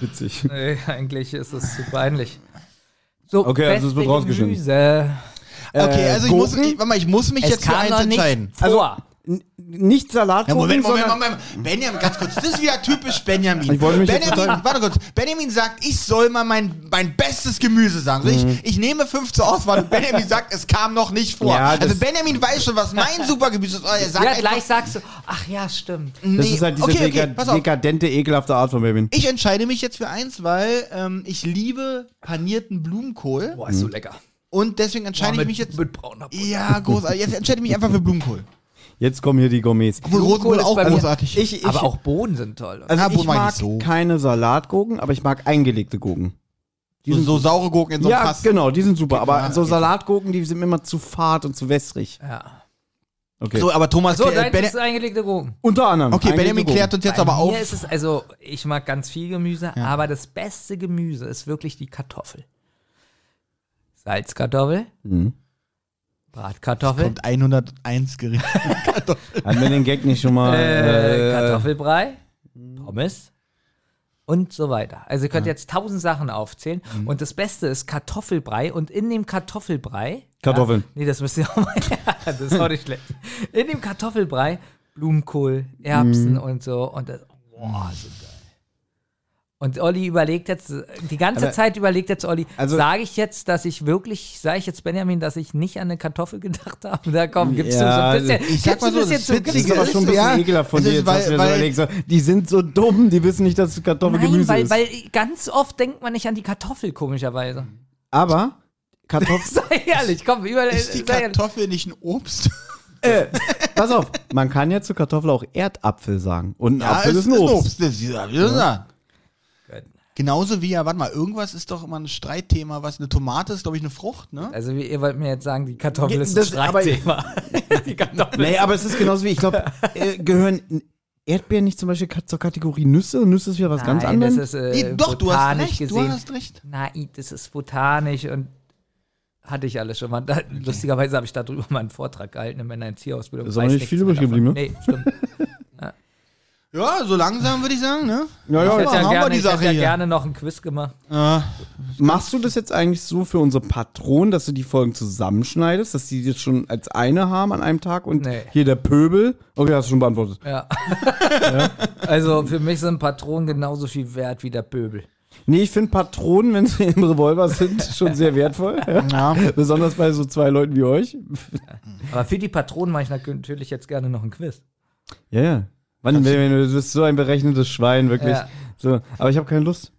S2: Witzig.
S3: Nee, eigentlich ist es zu peinlich. So,
S2: Okay, also es
S3: beste
S2: wird rausgeschnitten.
S3: Gemüse.
S1: Okay, also ich muss, ich, warte mal, ich muss mich
S3: Es
S1: jetzt für
S3: kam
S1: eins
S3: noch nicht
S1: entscheiden.
S2: Also,
S3: vor.
S2: n- nicht Salat.
S1: Ja, Moment, Moment,
S2: sondern-
S1: Moment, Moment. Benjamin, ganz kurz. Das ist wieder typisch Benjamin.
S2: Ich wollte mich jetzt
S1: Benjamin,
S2: verteidigen.
S1: warte kurz. Benjamin sagt, ich soll mal mein, mein bestes Gemüse sagen. Also
S2: Mhm.
S1: ich, ich nehme fünf zur Auswahl und Benjamin sagt, es kam noch nicht vor.
S2: Ja, das-
S1: also Benjamin weiß schon, was mein Supergemüse ist. aber Er sagt
S3: Ja,
S1: einfach, Mhm.
S3: gleich sagst du, ach ja, stimmt.
S1: nee.
S2: Das ist halt diese
S1: okay, okay,
S2: deka-
S1: pass auf.
S2: dekadente, ekelhafte Art von Baby.
S1: Ich entscheide mich jetzt für eins, weil ähm, ich liebe panierten Blumenkohl
S3: Boah, ist so lecker.
S1: und deswegen entscheide Mhm. ich
S3: mit,
S1: mich jetzt.
S3: mit brauner Brust.
S1: Ja, großartig. Jetzt entscheide ich mich einfach für Blumenkohl.
S2: Jetzt kommen hier die Gourmets.
S1: Obwohl Rosenkohl
S3: ist
S1: auch
S3: bei mir-
S1: großartig.
S2: Ich, ich,
S3: Aber auch Bohnen sind toll.
S2: also
S1: Na,
S2: ich
S1: Brot mag ich
S2: mag
S1: so.
S2: keine Salatgurken, aber ich mag eingelegte Gurken.
S1: so, so saure Gurken in so einem
S2: ja,
S1: Fass.
S2: genau, die sind super. Aber
S1: Ja,
S2: so
S1: okay.
S2: Salatgurken, die sind mir immer zu fad und zu wässrig.
S3: ja.
S2: Okay.
S1: So, aber Thomas,
S3: So,
S1: äh,
S3: dein
S1: Bene-
S3: ist eingelegte Gurken.
S2: Unter anderem.
S1: Okay,
S2: eingelegte
S1: Benjamin
S2: Gurken.
S1: klärt uns jetzt
S3: Bei
S1: aber auf.
S3: Mir ist es also, ich mag ganz viel Gemüse, aber das beste Gemüse ist wirklich die Kartoffel. Salzkartoffel,
S1: Mhm.
S3: Bratkartoffel,
S1: Kommt 101 Gericht.
S2: Hatten wir den Gag nicht schon mal?
S3: äh,
S2: äh,
S3: Kartoffelbrei,
S1: hm.
S3: Pommes und so weiter. Also ihr könnt jetzt tausend Sachen aufzählen
S1: Mhm.
S3: und das Beste ist Kartoffelbrei und in dem Kartoffelbrei
S2: Kartoffeln.
S3: Ja, nee, das müsst ihr auch mal. ja, das ist auch nicht schlecht. In dem Kartoffelbrei Blumenkohl, Erbsen
S1: Mhm.
S3: und so und das, boah, so geil. Und Olli überlegt jetzt, die ganze
S2: Aber-
S3: Zeit überlegt jetzt Olli,
S2: Also-
S3: sage ich jetzt, dass ich wirklich, sage ich jetzt Benjamin, dass ich nicht an eine Kartoffel gedacht habe? Da komm, gibst
S2: Ja,
S3: du so ein bisschen.
S1: ich sag
S3: gibst
S1: mal
S3: du
S1: so,
S3: ein bisschen
S1: das
S3: zu,
S1: Witzige
S3: gibst
S2: Das
S3: du
S2: ist aber
S1: ist
S2: schon ein
S1: es,
S2: bisschen
S1: ja.
S2: ekelhaft von
S1: Es
S2: dir,
S1: ist,
S2: jetzt hast du mir so
S1: weil-
S2: überlegt, so, die sind so dumm, die wissen nicht, dass Kartoffel
S3: Nein,
S2: Gemüse
S3: weil,
S2: ist.
S3: weil ganz oft denkt man nicht an die Kartoffel, komischerweise.
S1: Mhm.
S2: aber Kartoffeln,
S3: Sei ehrlich, komm, über
S1: Ist die
S3: sei ehrlich.
S1: Kartoffel nicht ein Obst?
S2: pass auf, man kann ja zu Kartoffel auch Erdapfel sagen. Und ein Apfel
S1: es
S2: ist ein Obst.
S1: Das ist, ja, das ist ja.
S3: Gut.
S1: Genauso wie ja, warte mal, irgendwas ist doch immer ein Streitthema, was eine Tomate ist, glaube ich, eine Frucht, ne?
S3: Also wie, ihr wollt mir jetzt sagen, die Kartoffel
S2: Ja,
S3: ist ein
S2: das- aber-
S3: Streitthema. die Kartoffel.
S2: Nee, aber es ist genauso wie, ich glaube, äh, gehören Erdbeeren nicht zum Beispiel ka- zur Kategorie Nüsse? Nüsse ist wieder was ganz
S3: Nein,
S2: anderes.
S3: Das ist, äh,
S1: Nee, doch, du hast
S3: botanisch
S1: recht,
S3: gesehen.
S1: du hast recht.
S3: Nein, das ist botanisch und hatte ich alles schon mal. Da, Lustigerweise habe ich darüber mal einen Vortrag gehalten in meiner Erzieherausbildung.
S2: Ist aber
S3: Weiß
S2: nicht viel ne?
S3: nichts
S2: übrig
S3: mehr davon.
S2: geblieben,
S3: Nee, stimmt.
S1: Ja, so langsam würde ich sagen, ne?
S2: Ja,
S3: Ich
S2: ja,
S3: hätte
S1: haben
S3: ja,
S1: wir
S3: gerne,
S1: die
S3: ich hätte
S1: Sache
S3: ja
S1: hier.
S3: gerne noch ein Quiz gemacht.
S2: Machst du das jetzt eigentlich so für unsere Patronen, dass du die Folgen zusammenschneidest, dass die jetzt schon als eine haben an einem Tag und
S3: Nee.
S2: hier der Pöbel? Okay, hast du schon beantwortet.
S3: Ja. Also für mich sind Patronen genauso viel wert wie der Pöbel.
S2: Nee, ich finde Patronen, wenn sie im Revolver sind, schon sehr wertvoll. Ja. Besonders bei so zwei Leuten wie euch.
S3: Aber für die Patronen mache ich natürlich jetzt gerne noch ein Quiz.
S2: Ja, ja. Wann, wenn, wenn, du bist so ein berechnetes Schwein, wirklich.
S3: Ja.
S2: So, aber ich habe keine Lust.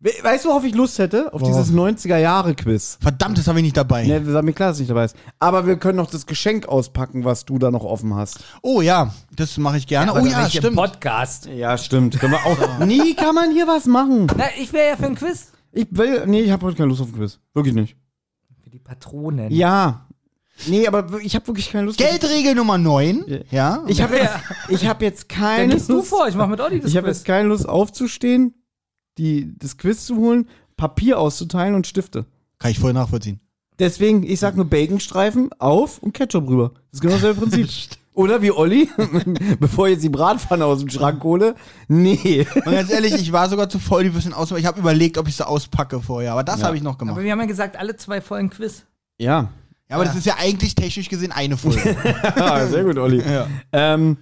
S2: We- Weißt du, worauf ich Lust hätte? Auf dieses 90er-Jahre-Quiz.
S1: Verdammt, das habe ich nicht dabei.
S2: Ne, das war mir klar, dass ich nicht dabei ist. Aber wir können noch das Geschenk auspacken, was du da noch offen hast.
S1: Oh ja, das mache ich gerne. oh
S3: Aber
S1: ja,
S3: nicht Im
S1: stimmt.
S3: Podcast.
S2: Ja, stimmt. Können wir auch. Nie kann man hier was machen.
S3: Na, ich wäre ja für ein Quiz.
S2: Ich will. Nee, ich habe heute keine Lust auf ein Quiz. Wirklich nicht.
S3: Für die Patronen.
S2: Ja. Nee, aber wir- ich habe wirklich keine Lust.
S1: Geldregel Nummer 9. Ja.
S2: Ich habe jetzt, ich hab jetzt
S3: Dann
S2: keine
S3: gehst du
S2: Lust.
S3: vor, ich mache mit Olli das
S2: Ich habe
S3: Quiz.
S2: jetzt keine Lust aufzustehen, die, das Quiz zu holen, Papier auszuteilen und Stifte.
S1: Kann ich voll nachvollziehen.
S2: Deswegen, ich sag nur Baconstreifen auf und Ketchup rüber. Das ist genau dasselbe Prinzip. Oder wie Olli, bevor ich jetzt die Bratpfanne aus dem Schrank hole. Nee.
S1: Und ganz ehrlich, ich war sogar zu voll, die wissen aus. Ich habe überlegt, ob ich sie auspacke vorher, aber das habe ich noch gemacht.
S3: Aber wir haben ja gesagt, alle zwei Folgen Quiz.
S2: Ja.
S1: ja, aber das ist ja eigentlich technisch gesehen eine Folge.
S2: Ah, sehr gut, Olli. Ähm,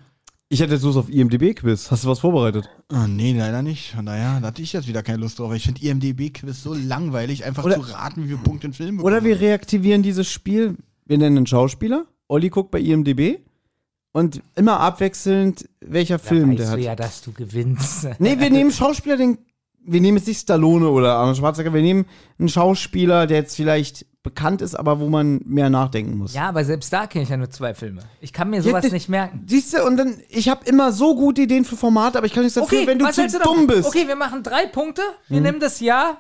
S2: ich hätte jetzt Lust auf IMDB-Quiz. Hast du was vorbereitet?
S1: oh, nee, leider nicht. Von daher da hatte ich jetzt wieder keine Lust drauf. Ich finde IMDB-Quiz so langweilig, einfach
S2: Oder-
S1: zu raten, wie viele Punkte ein Film
S2: Oder wir
S1: bekommen
S2: reaktivieren dieses Spiel. Wir nennen einen Schauspieler. Olli guckt bei IMDB. Und immer abwechselnd, welcher Film der
S3: weißt
S2: hat.
S3: du ja, dass du gewinnst.
S2: Nee, wir nehmen Schauspieler, den. Wir nehmen jetzt nicht Stallone oder Arnold Schwarzenegger, wir nehmen einen Schauspieler, der jetzt vielleicht bekannt ist, aber wo man mehr nachdenken muss.
S3: Ja, aber selbst da kenne ich ja nur zwei Filme. Ich kann mir sowas
S2: das-
S3: nicht merken.
S2: Siehst du, und dann, ich habe immer so gute Ideen für Formate, aber ich kann nichts dafür, wenn du
S3: was
S2: zu
S3: hältst
S2: dumm
S3: davon?
S2: bist. Mhm.
S3: Okay, wir machen drei Punkte. Wir nehmen das Jahr.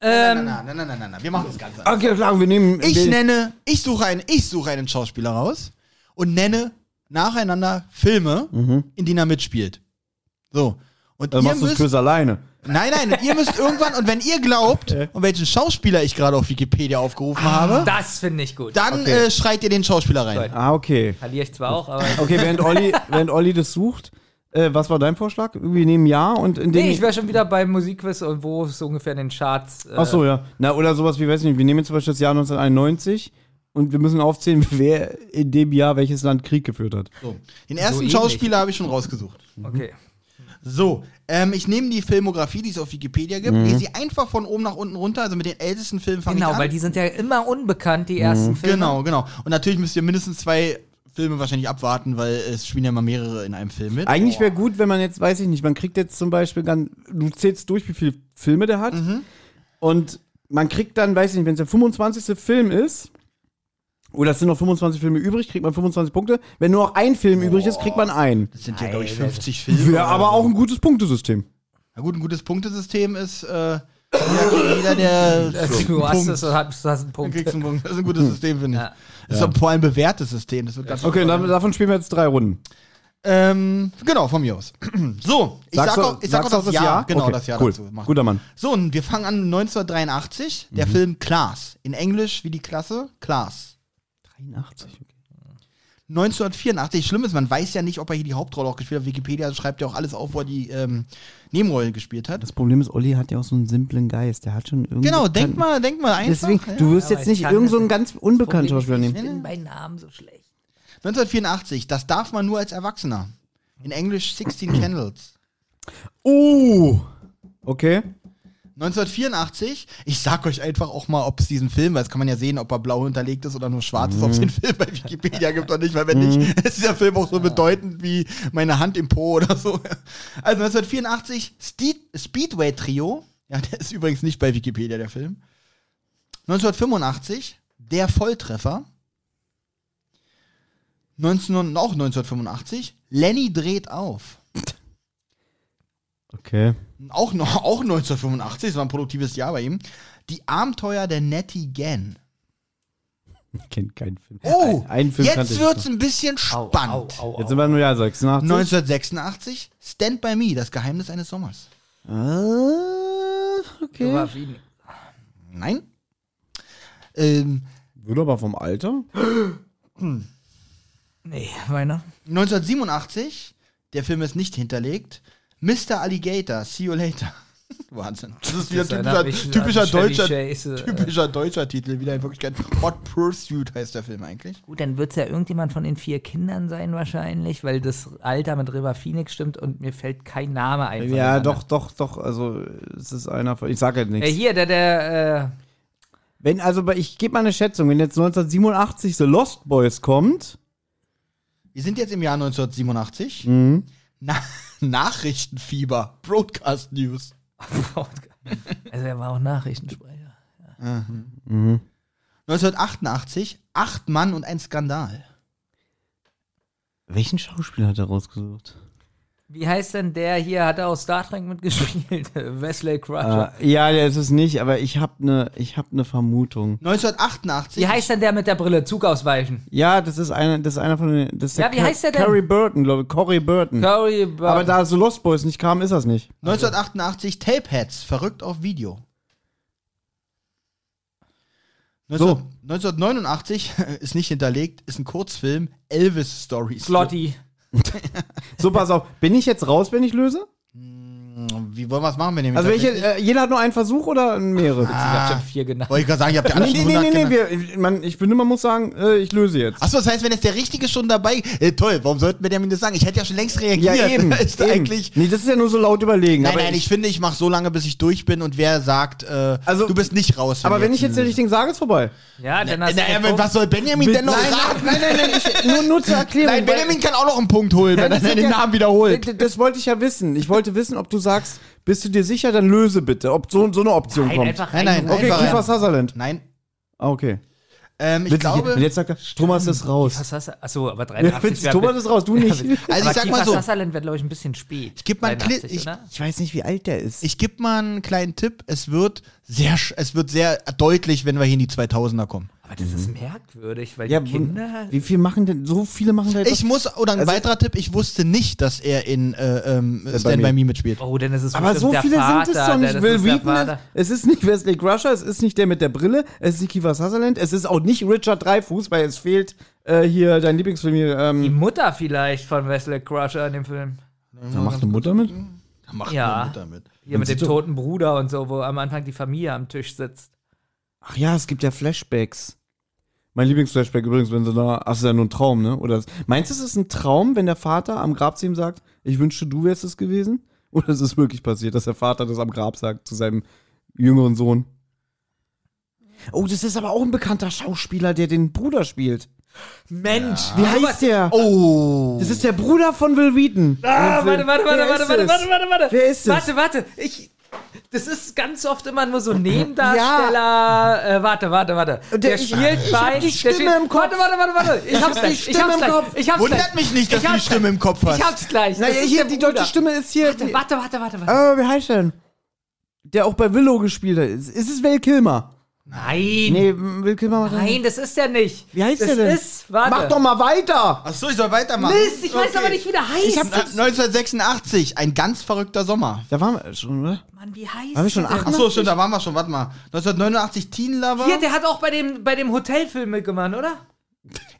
S1: Nein, nein,
S3: Ähm,
S1: nein, nein, nein, nein, nein, wir machen das Ganze.
S2: okay klar, wir nehmen.
S1: Ich
S2: wir,
S1: nenne, ich suche einen, ich suche einen Schauspieler raus und nenne nacheinander Filme, in denen er mitspielt. So. Und
S2: Dann
S1: ihr
S2: Mhm. äh, Also machst du das
S1: müsst,
S2: Quiz alleine.
S1: nein, nein, und ihr müsst irgendwann, und wenn ihr glaubt, um welchen Schauspieler ich gerade auf Wikipedia aufgerufen habe,
S3: Das finde ich gut.
S1: dann äh, schreit ihr den Schauspieler rein.
S3: Gut.
S2: Ah, okay.
S3: Verliere ich zwar auch, aber.
S2: Okay, während Olli, während Olli das sucht, äh, was war dein Vorschlag? Wir nehmen Ja und in dem.
S3: Nee, ich wäre schon wieder beim Musikquiz und wo es ungefähr in den Charts. Äh,
S2: Ach so, ja. Na, oder sowas wie, weiß ich nicht, wir nehmen jetzt zum Beispiel das Jahr 1991 und wir müssen aufzählen, wer in dem Jahr welches Land Krieg geführt hat.
S1: So. Den ersten
S3: ähnlich.
S1: Schauspieler habe ich schon rausgesucht.
S2: Mhm.
S3: Okay.
S1: So, ähm, ich nehme die Filmografie, die es auf Wikipedia gibt, lese sie einfach von oben nach unten runter, also mit den ältesten Filmen fange ich
S3: Genau,
S1: an.
S3: weil die sind ja immer unbekannt, die
S2: Mhm.
S3: ersten Filme.
S1: Genau, genau. Und natürlich müsst ihr mindestens zwei Filme wahrscheinlich abwarten, weil es spielen ja mal mehrere in einem Film mit.
S2: Eigentlich wäre gut, wenn man jetzt, weiß ich nicht, man kriegt jetzt zum Beispiel dann, du zählst durch, wie viele Filme der hat.
S1: Mhm.
S2: Und man kriegt dann, weiß ich nicht, wenn es der 25. Film ist, oder es sind noch 25 Filme übrig, kriegt man 25 Punkte. Wenn nur noch ein Film übrig ist, kriegt man einen.
S1: Das sind ja, glaube ich, 50 Filme.
S2: Wäre aber auch ein gutes Punktesystem.
S1: Na gut, ein gutes Punktesystem ist, äh, jeder, jeder der.
S3: Also Du hast
S1: Punkt.
S3: es und hast, du hast einen
S1: Dann
S3: Punkt.
S1: kriegst du einen Punkt. Das ist ein gutes System, finde ich.
S3: Ja.
S1: Das ist vor allem ein bewährtes System. Das wird ganz
S2: Okay, dann, davon spielen wir jetzt drei Runden.
S1: ähm, Genau, von mir aus. So, ich sag
S2: Sagst du-
S1: auch, ich sag auch
S2: sagst du
S1: das, Jahr. Genau,
S2: Okay,
S1: das Jahr
S2: cool.
S1: dazu. Mach.
S2: Guter Mann.
S1: So, und wir fangen an 1983, der
S2: Mhm.
S1: Film Klaas. In Englisch wie die Klasse, Klaas.
S2: 83, okay.
S1: 1984, schlimm ist, man weiß ja nicht, ob er hier die Hauptrolle auch gespielt hat. Wikipedia schreibt ja auch alles auf, wo er die ähm, Nebenrolle gespielt hat.
S2: Das Problem ist, Olli hat ja auch so einen simplen Geist. Der hat schon irgendwie.
S1: Genau, denk mal, denk mal einfach.
S2: Deswegen,
S1: ja.
S2: du wirst
S3: Ja, aber
S2: jetzt
S3: ich
S2: nicht
S3: kann
S2: irgend
S3: das
S2: so einen ganz unbekannten Schauspieler
S3: Ich
S2: nehmen.
S3: bin bei Namen so schlecht.
S1: 1984, das darf man nur als Erwachsener. In Englisch 16 Candles.
S2: Oh! Okay.
S1: 1984, ich sag euch einfach auch mal, ob es diesen Film, weil das kann man ja sehen, ob er blau hinterlegt ist oder nur schwarz ist, ob es den Film bei Wikipedia gibt oder nicht, weil wenn nicht, ist dieser Film auch so bedeutend wie meine Hand im Po oder so. Also 1984, Steed, Speedway Trio, ja, der ist übrigens nicht bei Wikipedia, der Film. 1985, Der Volltreffer. 19, und auch 1985, Lenny dreht auf.
S2: Okay.
S1: Auch, noch, auch 1985, es war ein produktives Jahr bei ihm. Die Abenteuer der Nettie Gann.
S2: Ich kenne keinen Film.
S1: Oh,
S2: Ein- einen Film kannte
S1: jetzt
S2: ich
S1: wird's
S2: noch.
S1: ein bisschen
S3: Au,
S1: spannend.
S3: au, au,
S2: Jetzt
S3: au.
S2: sind wir nur Jahr 86.
S1: 1986, Stand By Me, das Geheimnis eines Sommers.
S2: Ah, okay.
S3: Geografien.
S1: Nein? Ähm,
S2: Würde aber vom Alter?
S3: Nee, meiner.
S1: 1987, Der Film ist nicht hinterlegt. Mr. Alligator, see you later. Wahnsinn. Das ist wieder
S3: Das
S1: typischer,
S3: erinnert mich an
S1: typischer,
S3: Chevy
S1: deutscher,
S3: Chase, äh.
S1: typischer deutscher Titel. Wieder in Wirklichkeit Hot Pursuit heißt der Film eigentlich.
S3: Gut, dann wird es ja irgendjemand von den vier Kindern sein wahrscheinlich, weil das Alter mit River Phoenix stimmt und mir fällt kein Name ein. von
S2: Ja,
S3: den
S2: doch, doch, doch. Also, es ist einer von. Ich sag halt
S3: anderen. Äh,
S2: nichts.
S3: hier, der, der, äh,
S2: Wenn, also, bei- ich gebe mal eine Schätzung. Wenn jetzt 1987 The Lost Boys kommt,
S1: Wir sind jetzt im Jahr 1987.
S2: Mhm.
S1: Na Nachrichtenfieber, Broadcast News.
S3: äh, also er war auch Nachrichtensprecher.
S1: 1988, acht Mann und ein Skandal.
S2: welchen Schauspieler hat er rausgesucht?
S3: Wie heißt denn der hier? Hat er auch Star Trek mitgespielt? Wesley Crusher.
S2: Äh, ja, der ist es nicht, aber ich habe eine hab ne Vermutung.
S1: 1988.
S3: Wie heißt denn der mit der Brille? Zug ausweichen.
S2: Ja, das ist einer, das ist einer von den. Das ist
S3: Ja, wie
S2: Car-
S3: heißt der denn?
S2: Curry Burton, glaube ich. Corey Burton.
S3: Curry äh,
S2: aber da The Lost Boys nicht kam, ist das nicht.
S1: 1988 Tapeheads, verrückt auf Video. 1989 ist nicht hinterlegt, ist ein Kurzfilm Elvis Stories.
S3: Slotty.
S2: So, pass auf. Bin ich jetzt raus, wenn ich löse?
S1: Wie wollen wir es machen, wenn ihr
S2: Also, welche, äh, jeder hat nur einen Versuch oder mehrere?
S1: Ah,
S3: Ich hab schon vier genannt.
S1: Wollte ich gerade sagen, ich hab die anderen
S2: Nee, nee,
S1: schon
S2: nee,
S1: 100
S2: nee, nee,
S1: genannt.
S2: wir, man, ich finde, man muss sagen, äh, ich löse jetzt.
S1: Achso, das heißt, wenn jetzt der Richtige schon dabei äh, toll, warum sollten wir dem das sagen? Ich hätte ja schon längst reagiert. ist eigentlich.
S2: Nee, das ist ja nur so laut überlegen.
S1: Nein,
S2: aber
S1: nein, ich finde, ich mache so lange, bis ich durch bin und wer sagt, äh,
S2: Also-
S1: du bist nicht raus.
S2: aber
S1: wir
S2: wenn ich jetzt den richtigen sage, ist vorbei.
S3: Ja, dann hast
S1: Naja,
S3: du. geguckt.
S1: was soll Benjamin denn noch
S2: nein,
S1: sagen?
S2: nein, nein, nein, ich, nur, nur zur Erklärung.
S1: Nein,
S2: weil-
S1: Benjamin kann auch noch einen Punkt holen, wenn er
S2: das sind
S1: den
S2: ja-
S1: Namen wiederholt.
S2: D- Das wollte ich ja wissen. Ich wollte wissen, ob du sagst, bist du dir sicher, dann löse bitte, ob so, so eine Option
S3: Nein,
S2: kommt.
S3: einfach
S1: Nein, nein,
S3: rein.
S2: okay,
S1: einfach
S2: Kiefer
S1: rein.
S2: Sutherland.
S1: Nein.
S2: Ah, okay.
S1: Ähm, ich
S2: Witzig.
S1: glaube,
S2: Und jetzt sagt er, Thomas ist raus.
S3: oh, Was hast du? Achso, aber 83
S2: Ja, witzig,
S3: wär-
S2: Thomas ist raus, du nicht.
S1: also ich sag
S3: aber
S1: mal
S3: Kiefer
S1: so,
S3: Sutherland wird, glaube ich, ein bisschen spät. Ich
S1: geb mal einen Kli- ich-
S2: Ich weiß nicht, wie alt der ist.
S1: ich gebe mal einen kleinen Tipp. Es wird sehr, sch- es wird sehr deutlich, wenn wir hier in die 2000er kommen.
S3: Aber das ist merkwürdig, weil
S2: ja,
S3: die
S2: wo-
S3: Kinder.
S2: wie viel machen denn, so viele machen da jetzt
S1: Ich muss, oder ein
S2: Also-
S1: weiterer Tipp, ich wusste nicht, dass er in äh, ähm, Stand By Me mitspielt.
S3: Oh, denn ist es
S2: Aber
S3: bestimmt
S2: so
S3: der
S2: viele
S3: Vater,
S2: sind es doch
S3: der-
S2: nicht.
S3: das
S2: Will
S3: ist der
S2: Wheaton,
S3: Vater.
S2: es ist nicht Wesley Crusher, es ist nicht der mit der Brille, es ist nicht Kiefer Sutherland, es ist auch nicht Richard Dreyfuss, weil es fehlt äh, hier dein Lieblingsfilm hier.
S3: Die
S2: Ähm,
S3: Mutter vielleicht von Wesley Crusher in dem Film.
S2: macht eine Mutter mit?
S1: Da macht
S3: Ja.
S1: meine Mutter mit.
S3: Hier mit dem
S2: so-
S3: toten Bruder und so, wo am Anfang die Familie am Tisch sitzt.
S2: Ach ja, es gibt ja Flashbacks. Mein Lieblingsflashback übrigens, wenn sie da, ach, das ist ja nur ein Traum, ne? Oder das- meinst du, es ist ein Traum, wenn der Vater am Grab zu ihm sagt, ich wünschte, du wärst es gewesen? Oder ist es wirklich passiert, dass der Vater das am Grab sagt zu seinem jüngeren Sohn? Oh, das ist aber auch ein bekannter Schauspieler, der den Bruder spielt.
S3: Mensch,
S2: Wie heißt der?
S1: Oh.
S2: Das ist der Bruder von Will Wheaton.
S3: Ah,
S2: Im
S3: warte,
S2: Film.
S3: warte, warte,
S2: Wer
S3: warte,
S2: ist
S3: warte,
S2: es?
S3: warte, warte, warte.
S2: Wer ist es?
S3: Warte, warte. Ich, das ist ganz oft immer nur so Nebendarsteller. Äh, warte, warte, warte. Der,
S2: ich-
S3: spielt
S2: ich
S3: bei.
S2: hab die
S3: der
S2: Stimme
S3: spielt-
S2: im Kopf.
S3: Warte, warte, warte, warte. Ich hab's
S2: die
S3: gleich. Ich
S2: Stimme
S3: hab's
S2: im
S3: gleich.
S2: Kopf.
S3: Ich hab's
S1: Wundert
S3: gleich.
S1: mich nicht, dass
S3: Ich
S1: du die
S3: hab's
S1: Stimme im Kopf hast.
S3: Ich hab's gleich.
S2: Na,
S3: Das ist
S2: hier,
S3: der
S2: die
S3: Bruder.
S2: deutsche Stimme ist hier.
S3: Warte, warte, warte, warte. warte.
S2: Äh, wie heißt der denn? Der auch bei Willow gespielt hat. Ist, ist es Will Kilmer?
S3: Nein.
S2: Äh, Nee, m- Will Kilmer macht das nicht.
S3: Nein, das ist der nicht.
S2: Wie heißt
S3: das
S2: der denn?
S3: Ist, warte.
S2: Mach doch mal weiter!
S1: Achso, ich soll weitermachen.
S3: Mist, ich weiß
S1: Okay.
S3: aber nicht, wie der heißt.
S1: Na, 1986, ein ganz verrückter Sommer.
S2: Da waren wir schon, oder?
S3: Mann, wie heißt
S2: Haben wir schon
S3: der denn?
S2: acht?
S1: Achso, stimmt, da waren wir schon, warte mal. 1989 Teen Lover.
S3: Hier, der hat auch bei dem, bei dem Hotelfilm mitgemacht, oder?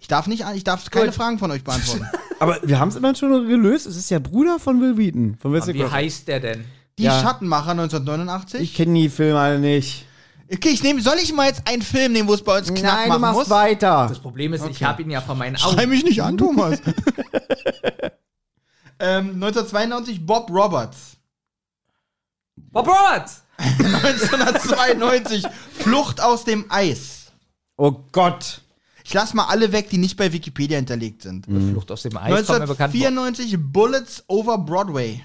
S1: Ich darf nicht, ich darf keine Fragen von euch beantworten.
S2: Aber wir haben es immerhin schon gelöst. Es ist der Bruder von Will Wheaton. Von Wesley
S3: Wie
S2: Crusher.
S3: heißt der denn?
S1: Die
S2: Ja.
S1: Schattenmacher 1989.
S2: Ich kenne die Filme alle nicht.
S1: okay, ich nehm, soll ich mal jetzt einen Film nehmen, wo es bei uns knapp
S2: Nein, du
S1: machen
S2: machst
S1: muss?
S2: weiter.
S3: Das Problem ist, ich habe ihn ja vor meinen
S1: Schrei
S3: Augen.
S1: mich nicht an, Thomas. ähm, 1992 Bob Roberts.
S3: Bob Roberts!
S1: 1992 Flucht aus dem Eis.
S2: Oh Gott.
S1: Ich lasse mal alle weg, die nicht bei Wikipedia hinterlegt sind.
S3: Flucht aus dem Eis kommt mir bekannt vor.
S1: 1994 Bullets over Broadway.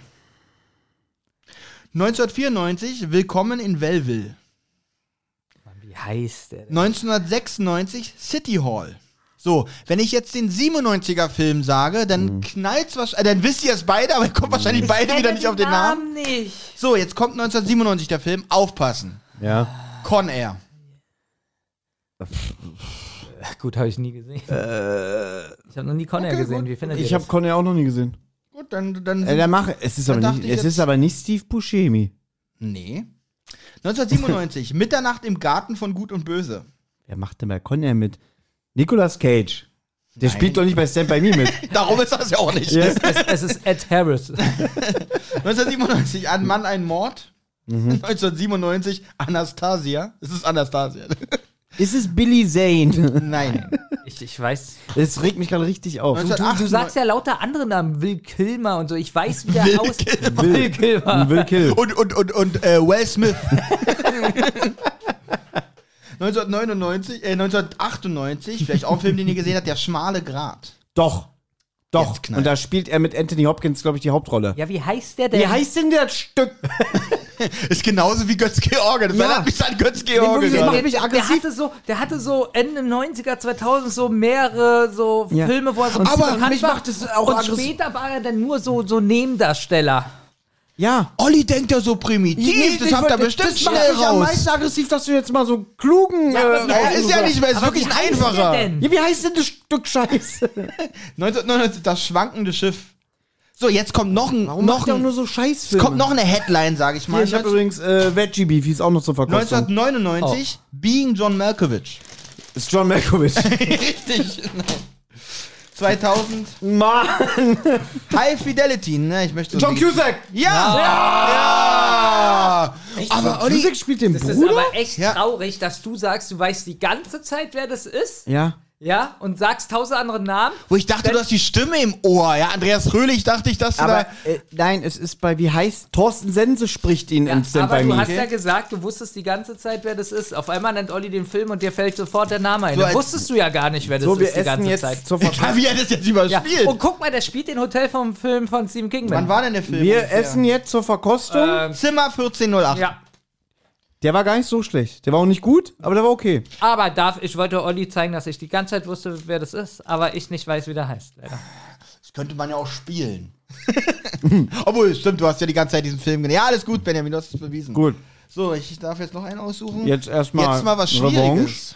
S1: 1994 Willkommen in Belleville.
S3: Mann, Wie heißt der denn?
S1: 1996 City Hall. So, wenn ich jetzt den 97er Film sage, dann
S3: Mhm.
S1: knallt's wahrscheinlich, äh, dann wisst ihr es beide, aber ihr kommt wahrscheinlich beide wieder nicht auf den Namen.
S3: nicht.
S1: So, jetzt kommt 1997 der Film, aufpassen.
S2: Ja.
S1: Con Air.
S3: Gut, habe ich nie gesehen. ich habe noch nie Connor gesehen. Wie findet
S2: Äh, Ich
S3: ihr
S2: habe
S3: das?
S2: Conny auch noch nie gesehen.
S1: Gut, dann, dann.
S2: Äh, der mach, es ist
S1: Dann
S2: aber
S1: dachte
S2: nicht,
S1: ich
S2: es
S1: jetzt-
S2: ist aber nicht Steve Buscemi.
S1: nee. 1997 Mitternacht im Garten von Gut und Böse.
S2: Wer macht denn bei Conny mit? Nicolas Cage. Der spielt doch nicht bei Stand By Me mit.
S1: Darum ist das ja auch nicht.
S3: Es, es, es ist Ed Harris.
S1: 1997, ein Mann, ein Mord. Mhm. 1997, Anastasia. Es ist Anastasia.
S2: Ist es Billy Zane?
S1: Nein.
S3: Ich, ich weiß.
S2: Das regt mich gerade richtig auf.
S3: Du, du, du
S1: 1998
S3: sagst ja lauter andere Namen. Will Kilmer und so. Ich weiß, wie der Will aus.
S1: Kilmer.
S3: Will Kilmer.
S2: Will Kill.
S1: Und, und, und, und äh, Will Smith. 1999, äh, 1998, vielleicht auch ein Film, den ihr gesehen habt, Der schmale Grat.
S2: Doch. Doch.
S1: Jetzt knallt.
S2: Und da spielt er mit Anthony Hopkins, glaube ich, die Hauptrolle.
S3: Ja, wie heißt der denn?
S2: Wie heißt denn das Stück?
S1: Ist genauso wie Götz-George. Das
S2: Ja.
S1: erinnert mich an
S2: Nee,
S1: Götz-George.
S2: wirklich,
S1: gerade.
S2: macht mich
S3: der
S2: aggressiv.
S3: hatte so, der hatte so Ende 90er, 2000 so mehrere so
S2: Ja.
S3: Filme, wo er so
S2: Aber
S3: bekannt
S2: mich
S3: war.
S2: macht es auch
S3: Und
S2: aggressiv.
S3: später war er dann nur so, so Nebendarsteller.
S2: Ja.
S1: Olli denkt ja so primitiv. das
S2: ich
S1: habt ihr
S2: wollte-
S1: bestimmt
S2: das macht
S1: schnell
S2: mich am
S1: raus.
S2: meisten aggressiv, dass du jetzt mal so einen klugen.
S3: aber wie
S2: äh,
S1: Nein, ist ja nicht mehr, ist
S3: Aber
S1: wirklich
S3: wie
S1: ein
S3: heißt
S1: einfacher.
S3: der denn?
S2: ja, wie heißt denn das Stück Scheiße?
S1: 1999, das schwankende Schiff. So, jetzt kommt noch ein.
S2: Warum
S1: noch
S2: macht er auch
S1: ein
S2: nur so Scheißfilme?
S1: es kommt noch eine Headline, sage ich mal.
S2: Hier, ich habe übrigens äh, Veggie Beefies auch noch zur Verkostung.
S1: 1999,
S2: Oh.
S1: Being John Malkovich.
S2: Ist John Malkovich.
S1: Richtig. 2000,
S2: Mann!
S1: High Fidelity. Ne, ich möchte so
S2: John
S1: nicht-
S2: Cusack!
S1: Ja! Ja! Aber
S2: Olli,
S1: Olli,
S2: Cusack spielt den
S3: Das
S2: Bruder?
S3: ist aber echt
S1: Ja.
S3: traurig, dass du sagst, du weißt die ganze Zeit, wer das ist,
S2: ja.
S3: ja, und sagst tausend andere Namen.
S1: wo ich dachte, du hast die Stimme im Ohr. Ja, Andreas Fröhlich dachte ich, dass du
S2: Aber
S1: da.
S2: äh, nein, es ist bei, wie heißt, Thorsten Sense spricht ihn in Stand
S3: aber
S2: By
S3: du
S2: Me.
S3: hast ja gesagt, du wusstest die ganze Zeit, wer das ist. Auf einmal nennt Olli den Film und dir fällt sofort der Name ein.
S1: So
S3: Dann
S1: als-
S3: wusstest du ja gar nicht, wer das
S2: so,
S3: ist
S2: wir
S3: die
S2: essen
S3: ganze
S2: jetzt
S3: Zeit.
S2: zur Verkostung.
S1: Ja, wie er das jetzt
S3: Ja.
S1: überspielt.
S2: Oh,
S3: Und guck mal, der spielt den Hotel vom Film von Stephen King.
S1: Wann war denn der Film?
S2: Wir
S1: ungefähr?
S2: essen jetzt zur Verkostung.
S1: Zimmer 1408.
S3: Ja.
S2: Der war gar nicht so schlecht. Der war auch nicht gut, aber der war okay.
S3: Aber darf, ich wollte Olli zeigen, dass ich die ganze Zeit wusste, wer das ist, aber ich nicht weiß, wie der heißt, leider.
S1: Das könnte man ja auch spielen. Obwohl, stimmt, du hast ja die ganze Zeit diesen Film gesehen. Ja, alles gut, Benjamin, du hast es bewiesen.
S2: Gut.
S1: So, ich darf jetzt noch einen aussuchen.
S2: Jetzt erstmal
S1: Jetzt mal was
S2: Revanche.
S1: Schwieriges.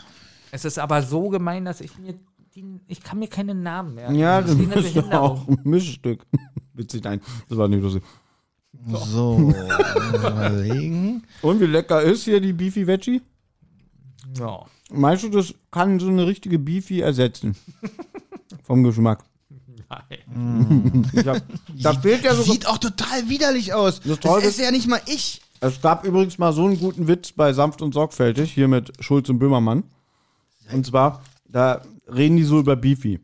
S3: Es ist aber so gemein, dass ich mir. Die, ich kann mir keine Namen merken.
S2: Ja,
S3: Ich
S2: das
S3: bin eine
S2: ist genau.
S3: Behinderung.
S2: auch ein Mischstück. Witzig, nein, das war nicht lustig.
S1: So, überlegen.
S2: Und wie lecker ist hier die Beefy Veggie?
S3: Ja.
S2: Meinst du, das kann so eine richtige Beefy ersetzen? Vom Geschmack.
S3: Nein.
S2: Ich hab, da fehlt ja so.
S1: Sieht auch total widerlich aus. Das
S2: Das Tolle
S1: ist ja nicht mal ich.
S2: Es gab übrigens mal so einen guten Witz bei Sanft und Sorgfältig, hier mit Schulz und Böhmermann. Und zwar, da reden die so über Beefy.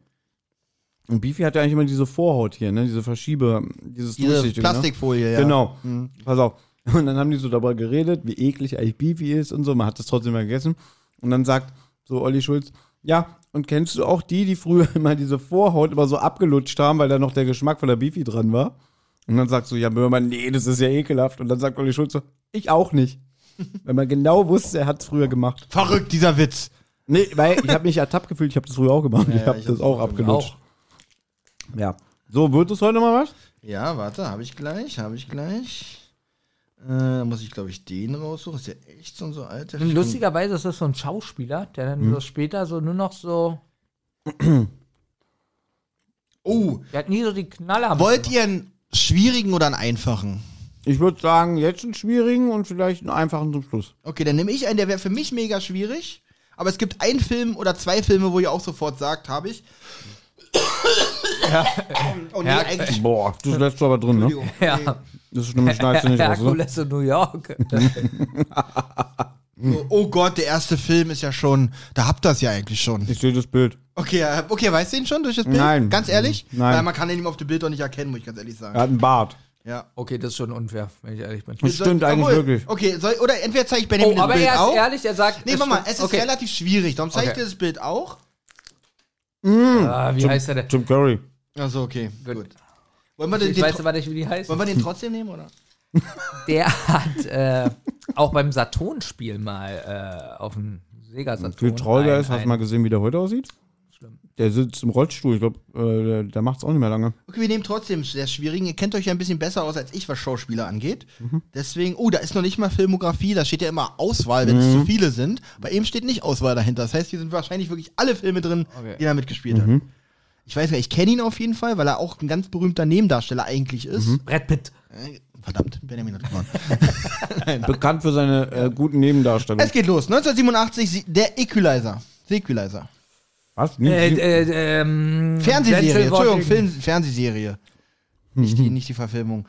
S2: Und Beefy hat ja eigentlich immer diese Vorhaut hier, ne? Diese Verschiebe, dieses
S1: Diese
S2: Durchsichtige, ne?
S1: Plastikfolie, ja. Mhm.
S2: Genau. Pass auf. Und dann haben die so darüber geredet, wie eklig eigentlich Beefy ist und so. Man hat das trotzdem mal gegessen. Und dann sagt so Olli Schulz, ja, und kennst du auch die, die früher immer diese Vorhaut immer so abgelutscht haben, weil da noch der Geschmack von der Beefy dran war? Und dann sagt so, ja, Böhmermann, nee, das ist ja ekelhaft. Und dann sagt Olli Schulz so, ich auch nicht. Weil man genau wusste, er hat es früher gemacht.
S1: Verrückt, dieser Witz.
S2: Nee, weil ich habe mich ertappt gefühlt, ich habe das früher auch gemacht. ich
S1: ja,
S2: habe
S1: ich
S2: das
S1: hab's
S2: auch
S1: auch
S2: abgelutscht. Ja. So, wird es heute mal was?
S1: Ja, warte, habe ich gleich, habe ich gleich. Äh, da muss ich, glaube ich, den raussuchen. Ist ja echt so ein so alter
S3: Und Lustigerweise ist das so ein Schauspieler, der dann
S2: Mhm.
S3: so später so nur noch so.
S1: Oh,
S3: Der hat nie so die Knaller.
S1: wollt ihr einen schwierigen oder einen einfachen?
S2: Ich würde sagen, jetzt einen schwierigen und vielleicht einen einfachen zum Schluss.
S1: Okay, dann nehme ich einen, der wäre für mich mega schwierig. Aber es gibt einen Film oder zwei Filme, wo ihr auch sofort sagt, habe ich. oh nee,
S3: Ja,
S1: eigentlich.
S2: Boah, das lässt du aber drin, ne?
S1: Entschuldigung.
S3: Ja.
S2: Das stimmt, schneidest du nicht ne? raus, oder?
S3: Herkules in New York.
S1: So, oh Gott, der erste Film ist ja schon. Da habt ihr es ja eigentlich schon.
S2: Ich sehe das Bild.
S1: Okay, äh, okay, weißt du ihn schon durch das Bild?
S2: Nein.
S1: Ganz ehrlich?
S2: Nein.
S1: Weil man kann ihn ihm auf dem Bild doch nicht erkennen, muss ich ganz ehrlich sagen.
S2: Er hat einen Bart.
S1: Ja.
S3: Okay, das ist schon unfair, wenn ich ehrlich bin.
S2: Das stimmt eigentlich
S1: Obwohl,
S2: wirklich.
S1: Okay, soll, oder entweder zeige ich Benjamin
S3: Oh,
S1: das
S3: aber
S1: Bild
S3: er ist
S1: auch.
S3: ehrlich, er sagt.
S1: nee, warte mal, es ist
S3: okay.
S1: relativ schwierig. Darum zeige
S3: Okay.
S1: ich dir das Bild auch.
S3: Ah, wie heißt er denn?
S2: Jim Curry.
S1: Achso, Also, okay. Gut.
S3: Gut.
S1: Wollen, wir den,
S3: Ich
S1: den,
S3: weiß
S1: tro-
S3: aber nicht, wie die heißt.
S1: wollen wir den trotzdem nehmen, oder?
S3: Der hat äh, auch beim Saturn-Spiel mal äh, auf dem Sega Saturn.
S2: Viel trauriger
S3: ein-
S2: ist, hast du
S3: ein-
S2: mal gesehen, wie der heute aussieht? Der sitzt im Rollstuhl. Ich glaube, äh, der, der macht es auch nicht mehr lange.
S1: Okay, wir nehmen trotzdem sehr schwierigen. Ihr kennt euch ja ein bisschen besser aus als ich, was Schauspieler angeht. Deswegen, oh, da ist noch nicht mal Filmografie, da steht ja immer Auswahl, wenn es zu viele sind. Bei ihm steht nicht Auswahl dahinter. Das heißt, hier sind wahrscheinlich wirklich alle Filme drin, die er mitgespielt hat. Ich weiß nicht, ich kenne ihn auf jeden Fall, weil er auch ein ganz berühmter Nebendarsteller eigentlich ist.
S3: Brad Pitt.
S1: Äh, Verdammt, Benjamin hat gewonnen.
S2: Bekannt für seine äh, guten Nebendarstellungen.
S1: es geht los. 1987, Sie- der Equalizer. The Equalizer.
S2: Was? Wie,
S3: Äh,
S2: wie,
S3: äh, ähm,
S1: Fernsehserie,
S3: Denzel
S1: Entschuldigung,
S3: Washington.
S1: Film, Fernsehserie. Nicht die, nicht die Verfilmung.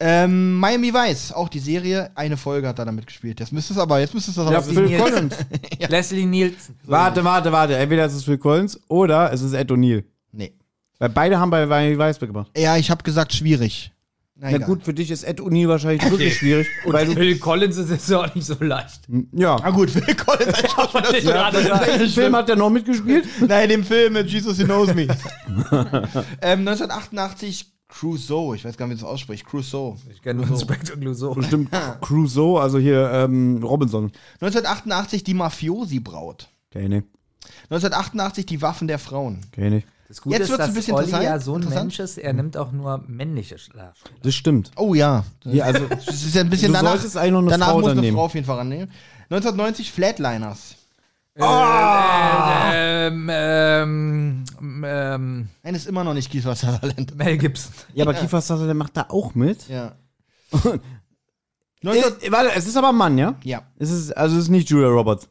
S1: Ähm, Miami Vice, auch die Serie, eine Folge hat er damit gespielt. Jetzt müsstest du aber, jetzt müsstest du das
S2: ja,
S1: aber
S2: Phil
S3: Nielsen.
S2: Collins.
S3: Leslie Nielsen.
S2: Warte, warte, warte. Entweder ist es Phil Collins oder es ist Ed O'Neill.
S1: Nee.
S2: Weil beide haben bei Miami Vice mitgemacht.
S1: Ja, ich habe gesagt, schwierig.
S2: Na
S1: egal.
S2: gut, für dich ist Ed O'Neill wahrscheinlich wirklich schwierig. Weil du, Hm,
S3: Phil Collins ist jetzt auch nicht so leicht.
S1: Na
S2: ja.
S1: Ah, gut, Phil Collins als Schauspieler.
S3: Ich gerade sagen.
S2: Welchen Film hat der noch mitgespielt?
S1: Nein, in dem Film äh, Jesus He Knows Me. ähm, 1988 Crusoe, ich weiß gar nicht, wie man es ausspricht. Crusoe.
S3: Ich kenne nur Inspector Clouseau.
S2: Bestimmt Crusoe, also hier ähm, Robinson.
S1: 1988 die Mafiosi-Braut.
S2: Kenn ich nicht.
S1: 1988 die Waffen der Frauen.
S2: Kenn ich nicht.
S3: Das Gute
S1: Jetzt
S3: ist,
S1: wird's
S3: dass
S1: ein bisschen
S3: Olli
S1: interessant-
S3: ja so ein
S1: interessant.
S3: Mensch ist, er nimmt auch nur männliche Schlafschläfer.
S2: Das stimmt.
S1: Oh ja.
S2: Ja, also,
S1: Das ist ja ein bisschen
S2: Du
S1: danach.
S2: solltest eigentlich noch eine
S1: danach
S2: Frau
S1: muss
S2: dann
S1: eine
S2: nehmen.
S1: Frau auf jeden Fall rannehmen. 1990 Flatliners.
S3: Ähm, ähm, ähm,
S1: Nein, ist immer noch nicht Kiefer Sutherland.
S3: Mel Gibson.
S2: ja, aber Kiefer Sutherland macht da auch mit.
S1: Ja.
S2: Äh,
S1: 19,
S2: warte, es ist aber ein Mann, ja?
S1: ja.
S2: Es ist, also es ist nicht Julia Roberts.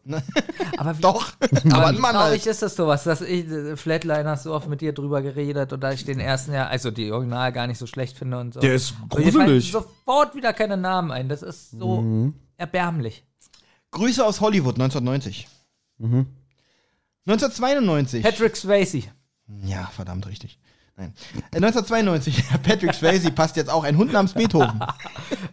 S3: Aber wie
S1: Doch. Aber ein Mann
S3: traurig
S1: halt.
S3: ist das sowas, dass ich äh, Flatliners so oft mit dir drüber geredet und da ich den ersten ja, also die Original gar nicht so schlecht finde und so.
S2: Der ist
S3: Und mir fallen
S2: gruselig. Mhm.
S3: sofort wieder keine Namen ein. Das ist so erbärmlich.
S1: Grüße aus Hollywood 1990.
S2: Mhm.
S1: 1992.
S3: Patrick Swayze.
S1: ja, verdammt richtig. Nein. Äh, 1992. Patrick Swayze passt jetzt auch. Ein Hund namens Beethoven.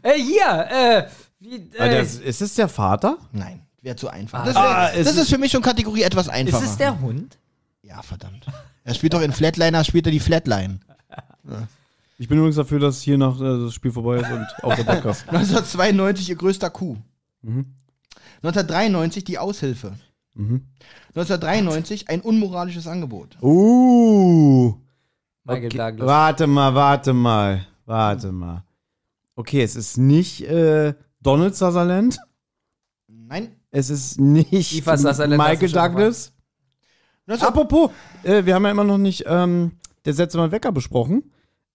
S3: Äh, hier, äh, wie,
S2: Äh,
S3: äh,
S2: der, ist ist es der Vater?
S1: Nein, wäre zu einfach.
S3: Ah.
S1: das wär,
S2: Ah, es
S1: das ist, für mich schon Kategorie etwas einfacher.
S3: ist es der Hund?
S1: ja, verdammt. Er spielt doch in Flatliner, spielt er die Flatline.
S2: Ich bin übrigens dafür, dass hier noch äh, das Spiel vorbei ist und auch der Podcast.
S1: 1992 ihr größter Kuh.
S2: Mhm.
S1: 1993 die Aushilfe. 1993 ein unmoralisches Angebot.
S2: Uh.
S3: Michael
S2: Okay,
S3: Douglas.
S2: warte mal, warte mal, warte mal. Okay, es ist nicht äh, Donald Sutherland.
S1: Nein.
S2: Es ist nicht
S3: Kiefer Sutherland hast du
S2: Michael
S3: schon
S2: Douglas.
S1: 19
S2: Also Apropos, äh, wir haben ja immer noch nicht ähm, der Sätze mal Wecker besprochen.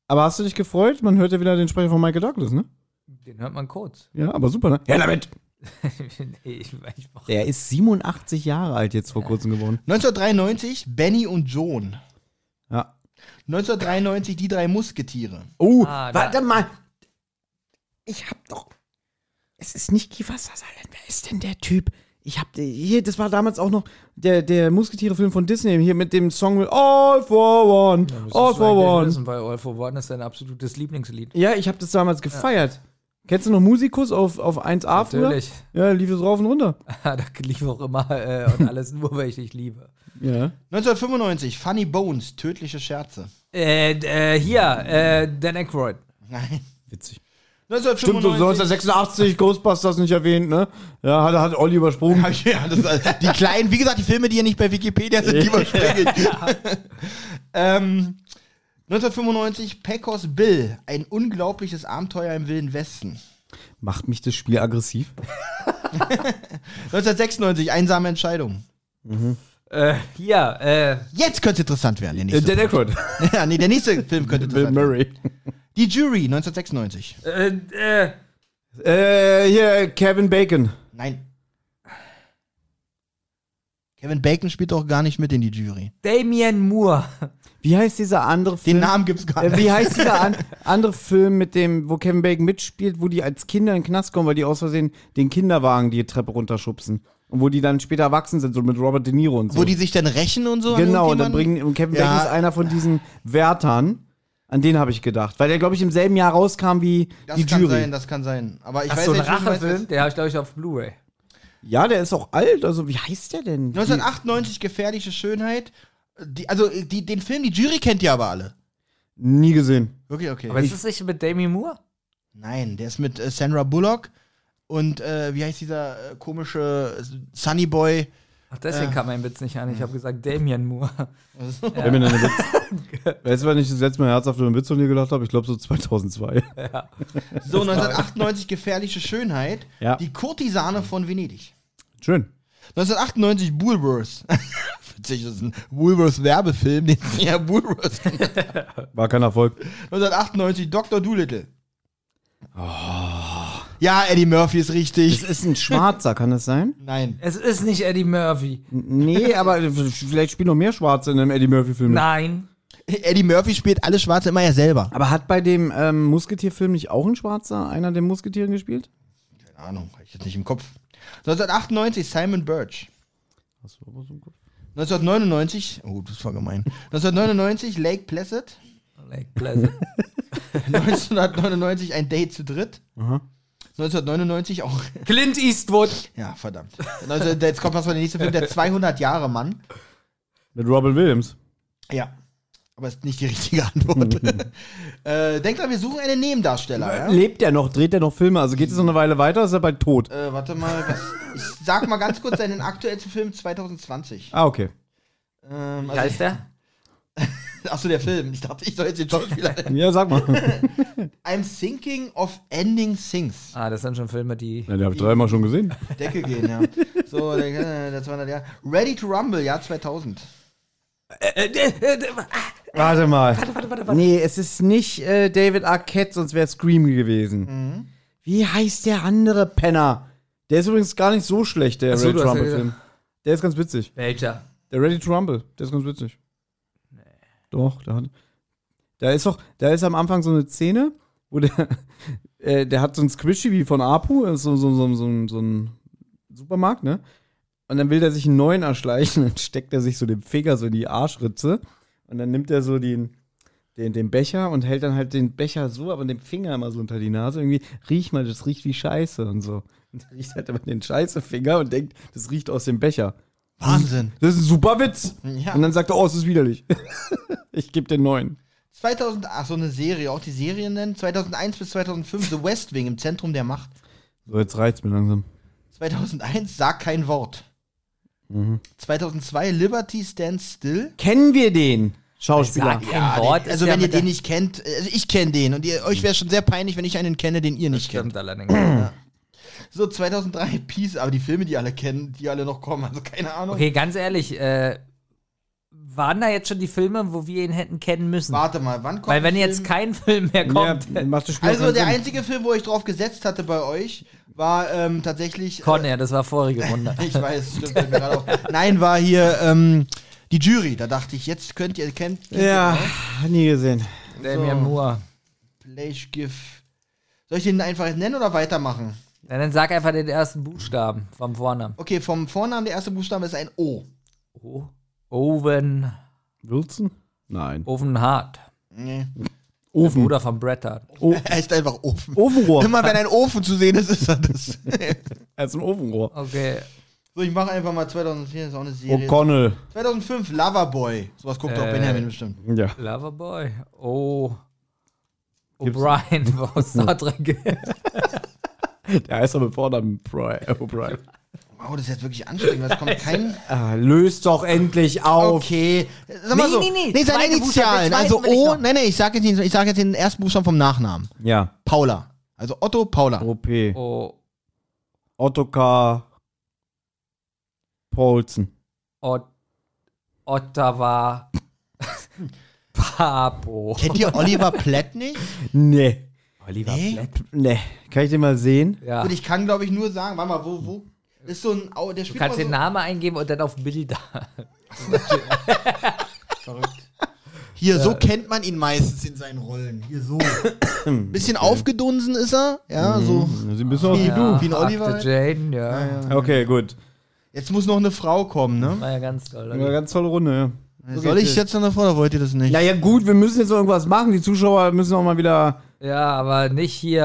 S2: Aber hast du dich gefreut? Man hört ja wieder den Sprecher von Michael Douglas, ne?
S3: Den hört man kurz.
S2: Ja, aber super, ne? Ja, damit!
S3: nee, ich weiß nicht.
S2: Der ist 87 Jahre alt jetzt vor kurzem geworden.
S1: 1993 Benny und Joan.
S2: Ja.
S1: 1993 die drei Musketiere.
S2: Oh,
S3: Ah, da-
S2: warte mal. Ich hab doch. Es ist nicht Kiefer Sutherland. Wer ist denn der Typ? Ich hab. die- Hier, das war damals auch noch der, der Musketiere-Film von Disney. Hier mit dem Song mit All for One. All for One.
S3: Wissen, weil All for One ist dein absolutes Lieblingslied.
S2: Ja, ich hab das damals gefeiert. Kennst du noch Musikus auf, auf 1A früher?
S3: Natürlich.
S2: Ja, lief es rauf und runter.
S3: da lief auch immer äh, und alles nur, weil ich dich liebe.
S2: Ja.
S1: 1995 Funny Bones, tödliche Scherze.
S3: Äh, äh, hier, äh, Dan Aykroyd.
S1: Nein.
S2: Witzig. Stimmt, so
S1: 1995
S2: 1986 Ghostbusters nicht erwähnt, ne? Ja, hat, hat Olli übersprungen.
S1: Hab ich- ja, das, also, die kleinen, wie gesagt, die Filme, die ihr nicht bei Wikipedia sind, die überspringe ich. ähm, 1995 Pecos Bill, ein unglaubliches Abenteuer im Wilden Westen.
S2: Macht mich das Spiel aggressiv?
S1: 1996 Einsame Entscheidung.
S3: Äh, hier, äh,
S1: Jetzt könnte es interessant werden. Der nächste,
S2: Aykroyd.
S1: ja, nee, der nächste Film könnte
S2: Äh, Bill
S1: interessant werden.
S2: Murray.
S1: Die Jury 1996.
S3: äh, äh,
S2: Äh, hier, Kevin Bacon.
S1: Nein. Kevin Bacon spielt doch gar nicht mit in die Jury.
S3: Damien Moore.
S2: Wie heißt dieser andere Film?
S1: Den Namen gibt's gar
S2: Äh,
S1: nicht.
S2: wie heißt dieser an, andere Film mit dem, wo Kevin Bacon mitspielt, wo die als Kinder in den Knast kommen, weil die aus Versehen den Kinderwagen die Treppe runterschubsen. Und wo die dann später erwachsen sind, so mit Robert De Niro und so.
S1: Wo die sich dann rächen und so. an
S2: genau, und dann
S1: irgendjemanden?
S2: bringen, und Kevin
S1: Ja.
S2: Bacon ist einer von diesen Wärtern. An den habe ich gedacht. Weil der, glaube ich, im selben Jahr rauskam wie
S1: Das
S2: die
S1: kann
S2: Jury.
S1: sein, das kann sein. Aber ich
S3: Ach
S1: weiß
S3: so, ein
S1: nicht, wie du meinst,
S3: Rachefilm? Der habe ich, glaube ich, auf Blu-ray.
S2: Ja, der ist auch alt. Also, wie heißt der denn?
S1: 1998 gefährliche Schönheit. Die, also die, den Film, die Jury kennt ihr aber alle.
S2: Die, nie gesehen.
S1: Okay, okay.
S3: Aber ist das nicht mit Damien Moore?
S1: Nein, der ist mit äh, Sandra Bullock und äh, wie heißt dieser äh, komische Sunny Boy?
S3: Ach, deswegen kam mein Witz nicht an. Ich habe gesagt Damien Moore.
S2: Ja. Wenn mir dann Witz. weißt du, wann ich das letzte Mal herzhaft über einen Witz von dir gelacht habe? Ich glaube, so 2002.
S1: So, 1998 gefährliche Schönheit.
S2: Ja.
S1: Die Kurtisane von Venedig.
S2: Schön.
S1: 1998 Woolworths. Witzig, das ist ein Woolworths-Werbefilm, den sie ja Woolworths nennen.
S2: War kein Erfolg.
S1: 1998 Dr. Doolittle. Ja, Eddie Murphy ist richtig.
S2: Es ist ein Schwarzer, kann das sein?
S1: Nein.
S3: Es ist nicht Eddie Murphy.
S2: Nee, aber vielleicht spielen noch mehr Schwarze in einem Eddie Murphy-Film. mit.
S3: Nein.
S1: Eddie Murphy spielt alle Schwarze immer ja selber.
S2: Aber hat bei dem ähm, Musketier-Film nicht auch ein Schwarzer einer der Musketieren gespielt?
S1: Keine Ahnung, hab ich jetzt nicht im Kopf. 1998 Simon Birch. 1999, oh, das war gemein. 1999 Lake Placid.
S3: Lake Placid.
S1: 1999 ein Date zu dritt. 1999 auch,
S3: Clint Eastwood.
S1: ja, verdammt. 19, jetzt kommt was von der nächsten Film, der 200 Jahre Mann.
S2: Mit Robin Williams.
S1: Ja. Aber ist nicht die richtige Antwort. äh, denkt dran, wir suchen einen Nebendarsteller. Ja?
S2: Lebt er noch? Dreht er noch Filme? Also geht es noch eine Weile weiter? Ist er bald tot?
S1: Äh, warte mal, was, ich sag mal ganz kurz seinen aktuellsten Film 2020.
S2: Ah, okay.
S1: Ähm,
S3: Wie heißt
S1: also,
S3: der?
S1: achso, der Film. Ich dachte, ich soll jetzt den Schauspieler.
S2: Ja, sag mal.
S1: I'm thinking of ending things.
S3: Ah, das sind schon Filme, die.
S2: Ja, den habe ich dreimal schon gesehen.
S1: Decke gehen, ja. So, der, der 200 Jahre. Ready to Rumble, Jahr 2000.
S2: Äh, Warte mal. Warte, warte, warte, Nee, es ist nicht äh, David Arquette, sonst wäre Scream gewesen. Wie heißt der andere Penner? Der ist übrigens gar nicht so schlecht, der
S3: Ach so,
S2: Ready
S3: du
S2: to
S3: hast ja
S2: Rumble-Film. Der ist ganz witzig.
S3: Welcher?
S2: Der Ready to Rumble, der ist ganz witzig. Doch, da hat. Da ist doch, da ist am Anfang so eine Szene, wo der, äh, der hat so ein Squishy wie von Apu, das ist so, so, so, so, ein- so ein Supermarkt, ne? Und dann will der sich einen neuen erschleichen, dann steckt er sich so den Finger so in die Arschritze und dann nimmt er so den, den, den Becher und hält dann halt den Becher so, aber den Finger immer so unter die Nase. Irgendwie, riech mal, das riecht wie Scheiße und so. Und dann riecht halt immer den Scheißefinger und denkt, das riecht aus dem Becher.
S1: Wahnsinn.
S2: Das ist ein super Witz.
S1: Ja.
S2: Und dann sagt er, oh, es ist widerlich. ich gebe den neuen.
S1: 2000, ach so eine Serie, auch die Serien nennen. 2001 bis 2005 The West Wing im Zentrum der Macht.
S2: So, jetzt reizt mir langsam.
S1: 2001 Sag kein Wort. 2002 Liberty Stands Still.
S2: Kennen wir den Schauspieler?
S3: Sag kein Wort.
S1: also wenn ihr den nicht kennt, äh, also ich kenne den und ihr, euch wäre schon sehr peinlich, wenn ich einen kenne, den ihr nicht kennt.
S3: Stimmt allerdings.
S1: So 2003 Peace, aber die Filme, die alle kennen, die alle noch kommen, also keine Ahnung.
S3: Okay, ganz ehrlich, äh, waren da jetzt schon die Filme, wo wir ihn hätten kennen müssen?
S1: Warte mal, wann kommt
S3: Weil wenn
S1: ein
S3: jetzt
S1: Film?
S3: kein Film mehr kommt,
S2: Ja, macht das Spiel
S1: Also
S2: keinen
S1: der
S2: Sinn.
S1: einzige Film, wo ich drauf gesetzt hatte bei euch, war ähm, tatsächlich.
S3: Con Air, das war vorige Runde.
S1: Ich weiß, stimmt. fällt mir gerade auf. Nein, war hier ähm, die Jury. Da dachte ich, jetzt könnt ihr kennt, kennt
S2: Ja, nie gesehen.
S3: Damian Moore.
S1: Fleischgif. Soll ich den einfach nennen oder weitermachen?
S3: Na, dann sag einfach den ersten Buchstaben vom Vornamen.
S1: Okay, vom Vornamen der erste Buchstabe ist ein O.
S3: Oh. Owen,
S2: Wilson? Nein.
S3: Owen Hart.
S1: Nee.
S2: Ofen.
S3: Bruder von Bret Hart.
S1: Er heißt einfach Ofen.
S2: Ofenrohr.
S1: Immer wenn ein Ofen zu sehen ist, ist er das.
S2: Er ist ein Ofenrohr.
S3: Okay.
S1: so, ich mache einfach mal 2004, das ist auch eine Serie.
S2: O'Connell.
S1: 2005, Loverboy. Sowas guckt auch
S3: Oh Äh.
S1: Benjamin bestimmt.
S2: Ja.
S3: Loverboy. Oh. O'Brien war aus Star Trek.
S2: Der heißt aber mit Vornamen Bri- O'Brien.
S1: Wow, das ist jetzt wirklich anstrengend. Das kommt kein...
S2: Ah, löst doch endlich auf.
S1: Okay. Sag mal
S3: Nee,
S1: so.
S3: nee, nee.
S1: Nee, seine
S3: Zweite Buchstabe,
S1: Initialen.
S3: den zweiten
S1: Also
S3: will ich
S1: O.
S3: noch.
S1: Nee, nee, ich sage jetzt, nicht- ich sag jetzt den ersten Buchstaben vom Nachnamen.
S2: Ja.
S1: Paula. Also Otto Paula.
S2: OP.
S3: Oh.
S2: Ottokar Paulsen.
S3: Ot Ottawa. Papo.
S1: Kennt ihr Oliver Platt nicht?
S2: Nee.
S3: Oliver
S1: Nee.
S2: Nee. Kann ich den mal sehen?
S3: Ja.
S1: Und ich kann, glaube ich, nur sagen, warte mal, wo, wo? Ist so ein. Au- Der
S3: Du
S1: spielt
S3: kannst
S1: mal
S3: den
S1: so,
S3: Namen eingeben und dann auf Bilder.
S1: Hier, so
S3: Äh.
S1: kennt man ihn meistens in seinen Rollen. Hier so. Bisschen aufgedunsen ist er. Ja,
S3: Mhm.
S1: so.
S2: Sieht ein bisschen aus
S1: Wie,
S2: wie
S1: du,
S3: Ja,
S1: Hm, wie ein Oliver.
S3: Akte Jane, ja.
S2: du. Okay, gut.
S1: Jetzt muss noch eine Frau kommen, ne?
S3: War ja ganz toll.
S2: Eine ganz tolle Runde, ja.
S1: Soll ich jetzt noch eine Frau oder wollt ihr das nicht?
S2: Naja, gut, wir müssen jetzt noch irgendwas machen. Die Zuschauer müssen auch mal wieder.
S3: Ja, aber nicht hier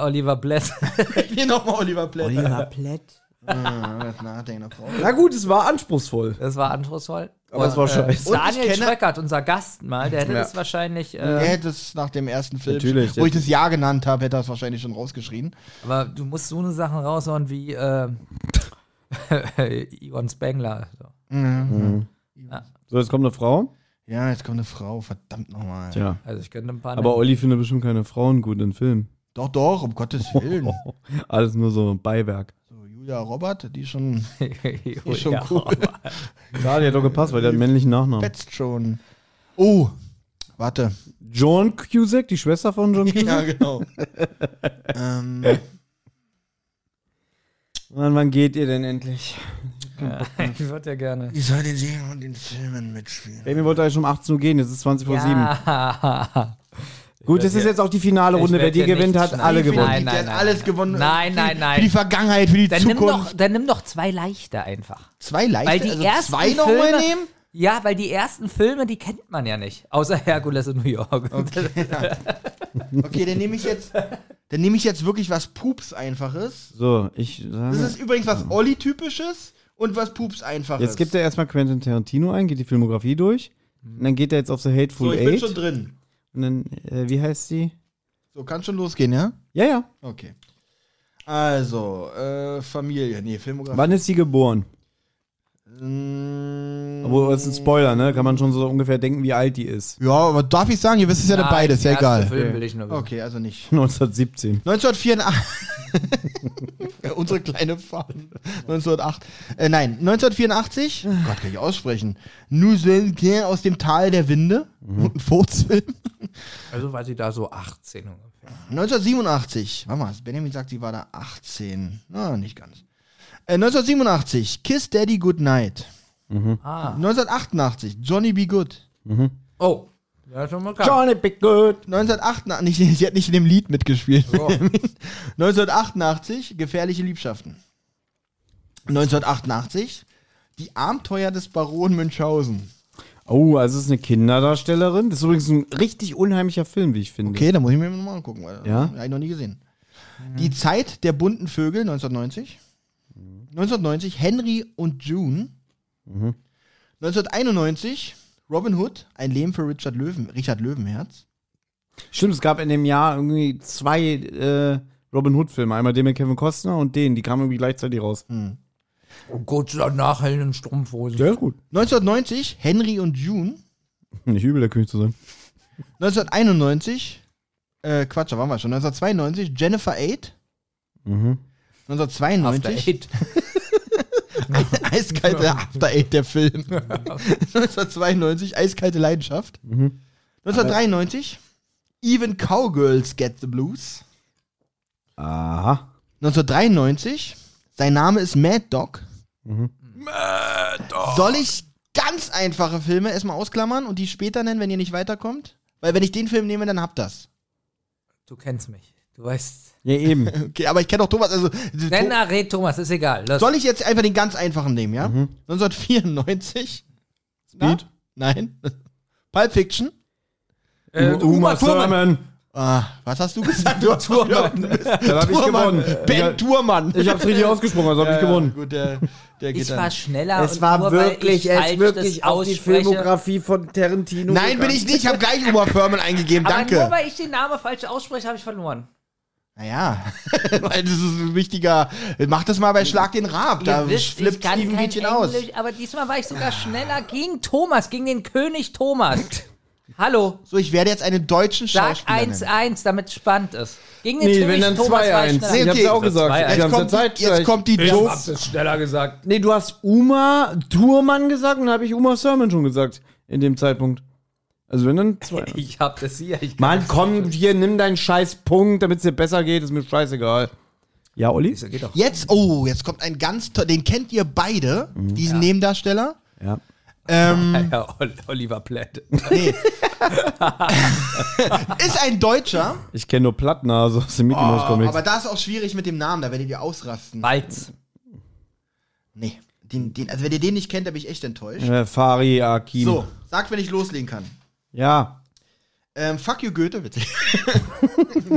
S3: äh, Oliver Bless.
S1: Hier nochmal Oliver Platt.
S2: Oliver Plett.
S1: Ah, nachdenken, eine Frau.
S2: Na gut, es war anspruchsvoll.
S3: Das war anspruchsvoll.
S2: Aber es war scheiße.
S3: Äh,
S1: Und ich
S3: Daniel
S1: kenne-
S3: Schröckert, unser Gast mal, der hätte
S2: Ja.
S3: das wahrscheinlich.
S1: Er
S3: Äh,
S1: hätte es nach dem ersten Film,
S2: Natürlich,
S1: wo ich
S2: ja.
S1: das Ja genannt habe, hätte er es wahrscheinlich schon rausgeschrien.
S3: Aber du musst so eine Sachen raushauen wie äh, Ivan Spengler. So.
S1: Mhm.
S2: So, jetzt kommt eine Frau.
S1: Ja, jetzt kommt eine Frau, verdammt nochmal.
S2: Tja.
S3: Also ich könnte ein paar.
S2: Aber
S3: nennen.
S2: Olli findet bestimmt keine Frauen gut in Filmen.
S1: Doch, doch, um Gottes Willen.
S2: Alles nur so Beiwerk.
S1: So, Julia Robert, die schon, die schon
S3: ja.
S1: cool.
S2: Ja, die hat doch gepasst, weil der hat einen männlichen Nachnamen.
S1: Fetzt schon. Oh, warte.
S2: John Cusack, die Schwester von John Cusack.
S1: Ja, genau. ähm,
S2: Mann, wann geht ihr denn endlich?
S3: Ich würde ja gerne.
S1: Ich soll den Serien und den Filmen mitspielen.
S2: Baby wollte eigentlich schon um 18 Uhr gehen, jetzt ist 20 vor 7.
S3: Ja.
S2: Gut, das ist jetzt auch die finale
S3: Ich
S2: Runde. Wer
S3: werd
S2: die
S3: hier
S2: gewinnt,
S3: nicht
S2: hat
S3: schneiden.
S2: alle gewonnen.
S1: Der
S3: Nein, nein,
S1: hat
S3: nein.
S1: alles gewonnen.
S3: Nein, nein, nein.
S1: Für die Vergangenheit, für die
S3: Dann nimm, doch,
S1: Zukunft.
S3: dann nimm doch zwei leichte einfach.
S1: zwei leichte,
S3: Weil die
S1: also
S3: ersten
S1: zwei
S3: Filme,
S1: nochmal nehmen?
S3: Ja, weil die ersten Filme, die kennt man ja nicht. Außer Herkules in New York.
S1: Okay, dann nehme ich jetzt, dann nehme ich jetzt wirklich was Pups einfaches.
S2: So, ich
S1: Das
S2: sage.
S1: ist übrigens was Olli typisches und was Pups einfaches.
S2: Jetzt gibt er erstmal Quentin Tarantino ein, geht die Filmografie durch. Und dann geht er jetzt auf The
S1: Mhm. so,
S2: Hateful
S1: ich bin
S2: Eight.
S1: schon drin.
S2: Und dann, äh, wie heißt sie?
S1: So, kann schon losgehen, ja?
S2: Ja, ja.
S1: Okay. Also, äh, Familie, nee, Filmografie.
S2: Wann ist sie geboren?
S1: Mm,
S2: Obwohl, das ist ein Spoiler, ne? Kann man schon so ungefähr denken, wie alt die ist.
S1: ja, aber darf ich sagen, ihr wisst es ja
S3: Nein,
S1: beides, ja
S3: den ersten
S1: egal.
S3: Film will ich nur wissen.
S1: Okay, also nicht.
S2: 1917.
S1: 1984. Ja, Unsere kleine Fahne. 1908. Äh, nein, 1984. Gott, kann ich aussprechen. Nuselke aus dem Tal der Winde. Ein Furzfilm.
S3: Also war sie da so 18 ungefähr.
S1: 1987. Warte mal, Benjamin sagt, sie war da 18. Na, nicht ganz. Äh, 1987. Kiss Daddy Goodnight.
S3: Ah.
S1: 1988. Johnny Be Good.
S3: Oh. Ja, schon mal klar.
S2: Johnny Big Good.
S1: 1988. Nicht, sie hat nicht in dem Lied mitgespielt.
S3: So.
S1: 1988, Gefährliche Liebschaften. 1988, Die Abenteuer des Baron Münchhausen.
S2: Oh, also es ist eine Kinderdarstellerin. Das ist übrigens ein richtig unheimlicher Film, wie ich finde.
S1: Okay, da muss ich mir nochmal angucken, weil
S2: Ja?
S1: habe ich noch nie gesehen. Die Zeit der bunten Vögel, 1990. 1990, Henry und June. 1991, Robin Hood, ein Leben für Richard Löwen, Richard Löwenherz.
S2: Stimmt, es gab in dem Jahr irgendwie zwei äh, Robin Hood-Filme. Einmal den mit Kevin Costner und den. Die kamen irgendwie gleichzeitig raus.
S1: Mhm.
S3: Und kurz danach hellen in Strumpfhosen.
S2: Der ist gut.
S1: 1990, Henry und June.
S2: Nicht übel, der König zu sein.
S1: 1991, äh, Quatsch, da waren wir schon. 1992, Jennifer 8.
S2: Mhm.
S3: After
S1: 1992,
S3: Eight.
S1: eiskalte After Eight, der Film. 1992, eiskalte Leidenschaft. 1993, Even Cowgirls Get the Blues.
S2: Aha.
S1: 1993, sein Name ist Mad Dog. Mad Dog. Soll ich ganz einfache Filme erstmal ausklammern und die später nennen, wenn ihr nicht weiterkommt? Weil wenn ich den Film nehme, dann habt das.
S3: Du kennst mich. Du weißt.
S2: Ja, eben.
S1: Okay, aber ich kenne auch Thomas, also
S3: Nenn,
S1: To-
S3: na, red Thomas, ist egal. Los.
S1: Soll ich jetzt einfach den ganz einfachen nehmen, ja? 1994. Mhm. Speed? Nein. Pulp Fiction.
S3: äh, Uma Thurman.
S1: Ah, was hast du gesagt? Du hast
S3: Thurman.
S2: Dann hab ich gewonnen.
S1: Ben Thurmann.
S2: Ich hab's richtig ausgesprochen, also hab ich gewonnen.
S1: Gut, der, der geht
S3: Ich
S1: dann.
S3: war schneller.
S6: Es
S3: Äh, und
S6: war
S3: nur, weil
S6: wirklich,
S3: ich
S6: es
S3: falsch
S6: wirklich
S3: das
S6: auf die
S3: ausspreche-
S6: Filmografie von Tarantino.
S1: Nein, bin ich nicht. Ich habe gleich Uma Thurman eingegeben.
S3: Aber nur
S1: Danke.
S3: weil ich den Namen falsch ausspreche, habe ich verloren.
S1: Naja, weil das ist ein wichtiger. Mach das mal bei Schlag den Raab. Da
S3: Ihr wisst, ich
S1: flippt
S3: kann
S1: Steven
S3: kein
S1: Gätchen aus. Ah.
S3: Englisch, aber diesmal war ich sogar schneller gegen Thomas, gegen den König Thomas. Hallo,
S1: So, ich werde jetzt einen deutschen
S3: sag
S1: Schauspieler nennen.
S3: 1-1, damit es spannend ist. Gegen den
S2: Nee,
S3: König
S2: wenn dann
S3: Thomas war ich
S2: 2-1.
S3: schneller.
S2: Ich hab's ja auch gesagt.
S1: Jetzt
S2: Wir haben's ja
S1: kommt,
S2: Zeit.
S1: die, jetzt kommt die doof.
S3: es schneller gesagt.
S2: Nee, du hast Uma Thurman gesagt und dann habe ich Uma Thurman schon gesagt. In dem Zeitpunkt. Also wenn dann zwei.
S3: Ich hab das hier. Ich
S2: Mann, komm hier, nimm deinen scheiß Punkt, damit es dir besser geht, ist mir scheißegal. Ja, Olli?
S3: geht doch.
S1: Jetzt, oh, jetzt kommt ein ganz toller, den kennt ihr beide,
S2: Mhm.
S1: diesen Nebendarsteller.
S2: Ja.
S1: Ähm,
S3: Ja, Oliver Platt.
S1: nee. ist ein Deutscher, Ah,
S2: Ich kenne nur Plattnase aus dem Mickey
S6: Oh,
S2: Mouse Comics.
S1: aber da ist auch schwierig mit dem Namen, da werdet ihr ausrasten.
S3: Walz.
S1: Nee, den, den, also wenn ihr den nicht kennt, da bin ich echt enttäuscht.
S2: Äh, Fari Akim.
S1: So, sagt, wenn ich loslegen kann.
S2: Ja,
S1: Ähm, fuck you Goethe, witzig.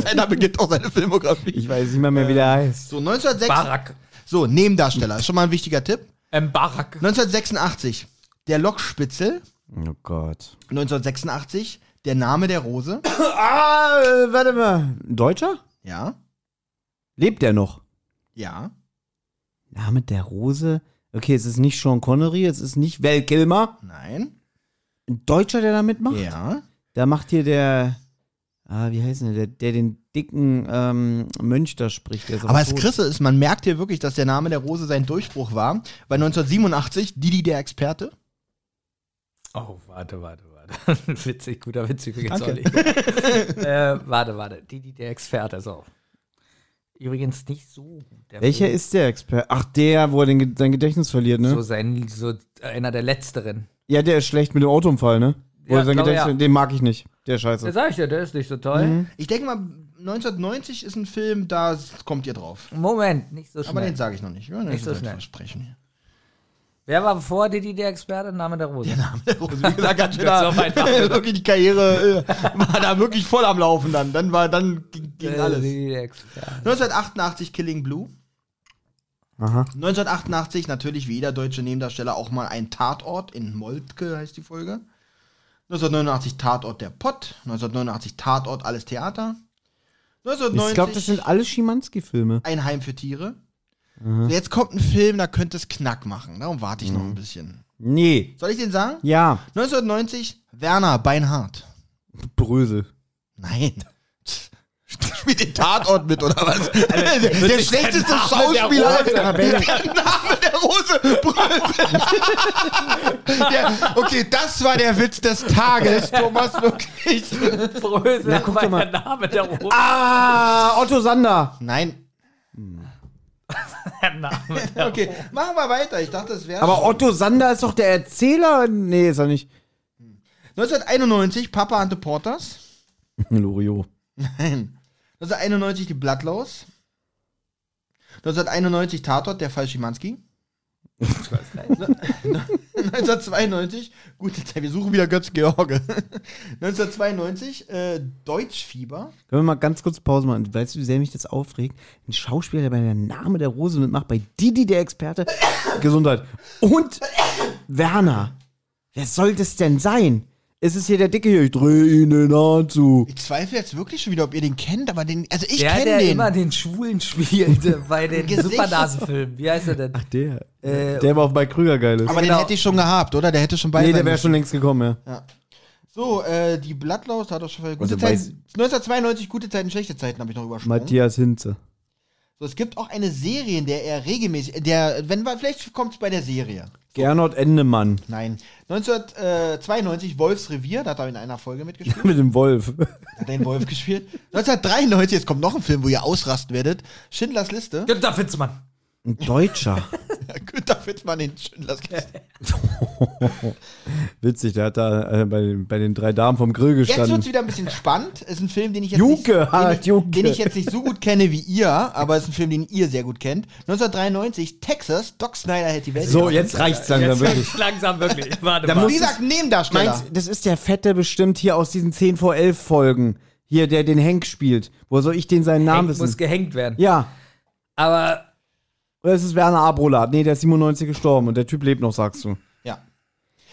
S1: Seiner beginnt auch seine Filmografie.
S2: ich weiß nicht mal mehr, wie
S6: Äh.
S2: der heißt.
S1: So, 1906.
S3: Barack.
S1: So, Nebendarsteller, ist schon mal ein wichtiger Tipp.
S3: Ähm, Barack.
S1: 1986, der Lokspitzel.
S2: Oh Gott.
S1: 1986, der Name der Rose.
S2: Ah, äh, warte mal. Ein Deutscher?
S1: Ja,
S2: Lebt der noch?
S1: ja.
S2: Name der Rose? Okay, es ist nicht Sean Connery, es ist nicht Val Kilmer.
S1: Nein.
S2: Ein Deutscher, der da mitmacht?
S1: Ja.
S2: Da macht hier der. Ah, wie heißt denn der? Der den dicken ähm, Mönch da spricht. Der ist
S1: Aber das
S2: tot.
S1: Krasse ist, man merkt hier wirklich, dass der Name der Rose sein Durchbruch war, weil 1987 Didi der Experte.
S3: Oh, warte, warte, warte. Witzig, guter Witz übrigens,
S1: Danke.
S3: Olli. äh, warte, warte. Die, die der Experte, so. übrigens nicht so gut. Der
S2: Welcher
S3: Film.
S2: ist der Experte? Ach, der, wo er den, Ge- sein Gedächtnis verliert, ne?
S3: so sein, so einer der letzteren.
S2: Ja, der ist schlecht mit dem Autounfall, ne? Wo
S3: Ja,
S2: er sein
S3: glaube,
S2: Gedächtnis,
S3: ja.
S2: Den mag ich nicht. Der ist scheiße.
S3: Da sag ich ja, der ist nicht so toll.
S1: Ich denke mal, 1990 ist ein Film, da kommt ihr drauf.
S3: Moment, nicht so
S1: Aber
S3: schnell.
S1: den sage ich noch nicht. Wir wollen
S3: Nicht so
S1: selbst
S3: schnell.
S1: Versprechen.
S3: Wer war vor Didi der Experte? Name der Rose.
S1: Wie gesagt, ganz schön
S3: Das war mein Name.
S1: wirklich die Karriere äh, war da wirklich voll am Laufen dann. Dann war dann ging, ging
S3: Äh,
S1: alles.
S3: Didi der Experte.
S1: 1988 Killing Blue.
S2: Aha.
S1: 1988 natürlich wie jeder deutsche Nebendarsteller auch mal ein Tatort in Moltke heißt die Folge. 1989 Tatort der Pott. 1989 Tatort alles Theater. 1990
S2: Ich glaube, das sind alle Schimanski-Filme.
S1: ein Heim für Tiere. So, jetzt kommt ein Film, da könnte es knack machen. Darum warte ich noch ein bisschen.
S2: Nee.
S1: Soll ich den sagen?
S2: Mhm. Ja.
S1: 1990 Werner Beinhardt.
S2: Brösel.
S1: Nein. Spielt den Tatort mit, oder was? Also, der der schlechteste Schauspieler. Der Name der Rose. der, okay, das war der Witz des Tages, Thomas, wirklich.
S3: Brösel Na,
S2: guck doch mal.
S3: der Name der Rose.
S2: Ah, Otto Sander.
S1: Nein.
S3: Der Name der
S1: Okay, machen wir weiter. Ich dachte, es wäre.
S2: Aber Otto Sander ist doch der Erzähler. Nee, ist er nicht.
S1: 1991 Papa Ante Portas.
S2: Lorio.
S1: Nein. 1991 die Blattlaus. 1991 Tatort, der Fall Schimanski. 1992, gute Zeit, wir suchen wieder Götz-George. 1992, äh, Deutschfieber.
S2: Können wir mal ganz kurz Pause machen? Weißt du, wie sehr mich das aufregt? Ein Schauspieler, der bei der Name der Rose mitmacht, bei Didi der Experte, Gesundheit und Werner. Wer soll das denn sein? Ist es hier der Dicke hier? Ich drehe ihn den Hahn zu.
S1: Ich zweifle jetzt wirklich schon wieder, ob ihr den kennt, aber den, also ich
S3: der,
S1: kenne
S3: der
S1: den.
S3: immer den Schwulen spielte bei den
S1: Gesicht.
S3: Supernasenfilmen. Wie heißt er denn?
S2: Der.
S3: Äh,
S2: der war auf bei Krüger geil ist.
S1: aber
S3: genau.
S1: den hätte ich schon gehabt, oder? Der hätte schon bei
S2: nee,
S1: sein
S2: der wäre
S1: müssen.
S2: schon längst gekommen, ja.
S1: So, äh, die Blattlaus, da hat er schon gute
S2: Also weiß-
S1: Zeiten. 1992, gute Zeiten, schlechte Zeiten habe ich noch übersprungen.
S2: Matthias Hinze.
S1: So, es gibt auch eine Serie, in der er regelmäßig, der, wenn wir, vielleicht kommt es bei der Serie.
S2: Gernot Endemann.
S1: Nein. 1992 Wolfs Revier, da hat er in einer Folge mitgespielt,
S2: Mit dem Wolf.
S1: hat den Wolf gespielt. 1993, jetzt kommt noch ein Film, wo ihr ausrasten werdet, Schindlers Liste.
S3: Günter Fitzmann.
S2: Ein Deutscher.
S1: Günther Fitzmann in Schindlers Liste.
S2: Witzig, der hat da äh, bei, den- bei den drei Damen vom Grill
S1: Jetzt
S2: gestanden.
S1: wird's wieder ein bisschen spannend. Ist ein Film, den ich jetzt
S2: Juke,
S1: nicht, den, ich,
S2: Harald Juke.
S1: den ich jetzt nicht so gut kenne wie ihr, aber ist ein Film, den ihr sehr gut kennt. 1993 Texas, Doc Snyder hält die Welt.
S2: so,
S1: erobert.
S2: jetzt reicht's langsam wirklich.
S3: Langsam wirklich. Warte
S2: Da
S3: mal.
S1: Wie gesagt, Nebendarsteller.
S2: Meinst, das ist der Fette bestimmt hier aus diesen 10 vor 11 Folgen. Hier, der den Henk spielt. Wo soll ich den seinen Namen
S3: Henk muss
S2: wissen?
S3: gehängt werden.
S2: Ja.
S3: Aber
S2: Oder ist es Werner Abrolat? Nee, der ist 97 gestorben und der Typ lebt noch, sagst du.
S1: Ja.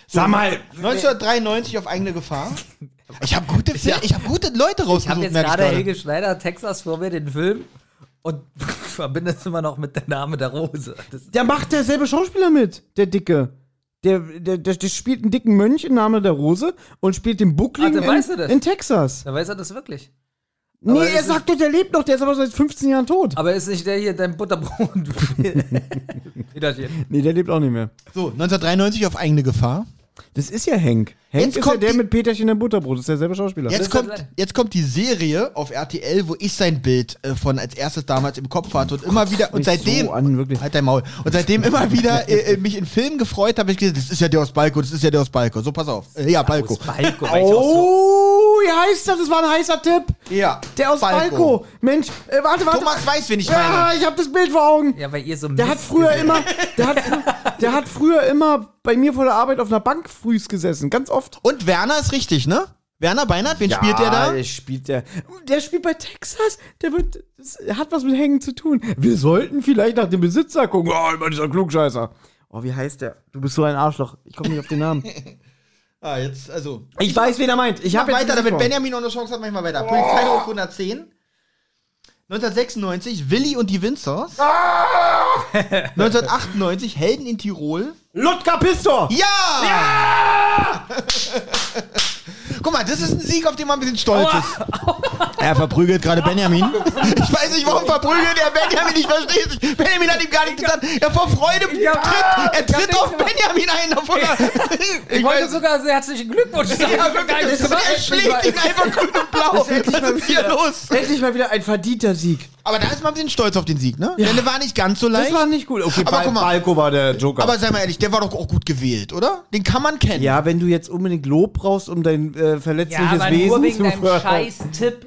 S1: Sag mal, 1993 auf eigene Gefahr. Ich habe gute, Fil- ich hab gute Leute
S3: ich habe
S1: rausgesucht.
S3: jetzt
S1: merk
S3: gerade
S1: gerade.
S3: Helge Schneider, Texas, vor mir den Film und verbinde es immer noch mit der Name der Rose. Das ist
S2: Der macht derselbe Schauspieler mit, der Dicke. Der, der, der, der spielt einen dicken Mönch im Namen der Rose und spielt den Buckling
S3: Ah, dann weißt du
S2: in,
S3: das.
S2: in Texas.
S3: dann weiß er das wirklich.
S2: Nee,
S3: es
S2: er
S3: ist-
S2: sagt doch, der lebt noch, der ist aber seit 15 Jahren tot.
S3: Aber ist nicht der hier dein Butterbrot? Wiederchen.
S2: Nee, der lebt auch nicht mehr.
S1: So, 1993 auf eigene Gefahr.
S2: Das ist ja Henk. Henk
S1: Jetzt
S2: ist ja
S1: kommt
S2: der
S1: die-
S2: mit Peterchen im Butterbrot, das ist derselbe Schauspieler.
S1: Jetzt
S3: ist ja
S1: kommt,
S3: geil.
S1: jetzt kommt die Serie auf RTL, wo ich sein Bild äh, von als erstes damals im Kopf hatte und immer wieder und
S2: mich so
S1: seitdem
S2: an, wirklich.
S1: halt dein Maul und seitdem immer wieder äh, äh, mich in Filmen gefreut habe, ich gesagt, das ist ja der aus Balko, das ist ja der aus Balko. So pass auf. Äh, ja, Balko.
S3: Falco. weil ich auch so-
S2: Oh, wie heißt das? Das war ein heißer Tipp.
S1: Ja,
S2: Der aus Falco. Mensch, äh, warte, warte.
S1: Thomas weiß, wen ich
S2: ja,
S1: meine.
S2: ich hab das Bild vor Augen.
S3: Ja, weil ihr so
S2: Der hat
S3: Mist-
S2: früher immer, der hat, fr- der hat früher immer bei mir vor der Arbeit auf einer Bank frühs gesessen, ganz oft.
S1: Und Werner ist richtig, ne? Werner Beinhardt, wen spielt der da?
S2: Der spielt der. Der spielt bei Texas. Der wird, das hat was mit Hängen zu tun. Wir sollten vielleicht nach dem Besitzer gucken. Oh, immer dieser Klugscheißer. Oh, wie heißt der? Du bist so ein Arschloch. Ich komme nicht auf den Namen.
S1: Ah, jetzt also
S2: Ich weiß, wen er meint. Ich
S1: Ich mach
S2: habe
S1: weiter, damit Benjamin noch eine Chance hat, mach ich mal weiter.
S3: Oh.
S1: Polizeiruf 110. 1996, Willi und die Winzers.
S3: Ah!
S1: 1998, Helden in Tirol.
S2: Ludger Pistor.
S1: Ja! Guck mal, das ist ein Sieg, auf den man ein bisschen stolz ist. Er verprügelt gerade Benjamin. Ich weiß nicht, warum verprügelt er Benjamin, ich verstehe es nicht. Benjamin hat ihm gar nichts gesagt. Er vor Freude
S3: hab-
S1: tritt, er
S3: ich hab
S1: tritt
S3: nichts
S1: auf
S3: gemacht.
S1: Benjamin ein. Obwohl er,
S3: Ich wollte sogar sehr herzlichen Glückwunsch sagen.
S1: Ja, wirklich, das
S3: war
S1: er
S3: echt
S1: schlägt ihn einfach grün und blau. Was ist hier los?
S2: Endlich mal wieder ein verdienter Sieg.
S1: Aber da ist man ein bisschen stolz auf den Sieg, ne? Denn der war nicht ganz so leicht.
S2: Das war nicht gut. Okay,
S1: Aber
S2: Bal
S1: guck mal.
S2: Balko war der Joker.
S1: aber sei mal ehrlich, der war doch auch gut gewählt, oder? Den kann man kennen.
S2: ja, wenn du jetzt unbedingt Lob brauchst, um dein äh,
S3: Ja,
S2: verletzliches
S3: aber
S2: Wesen
S3: nur wegen
S2: zu
S3: deinem
S2: fördern.
S3: Scheiß-Tipp.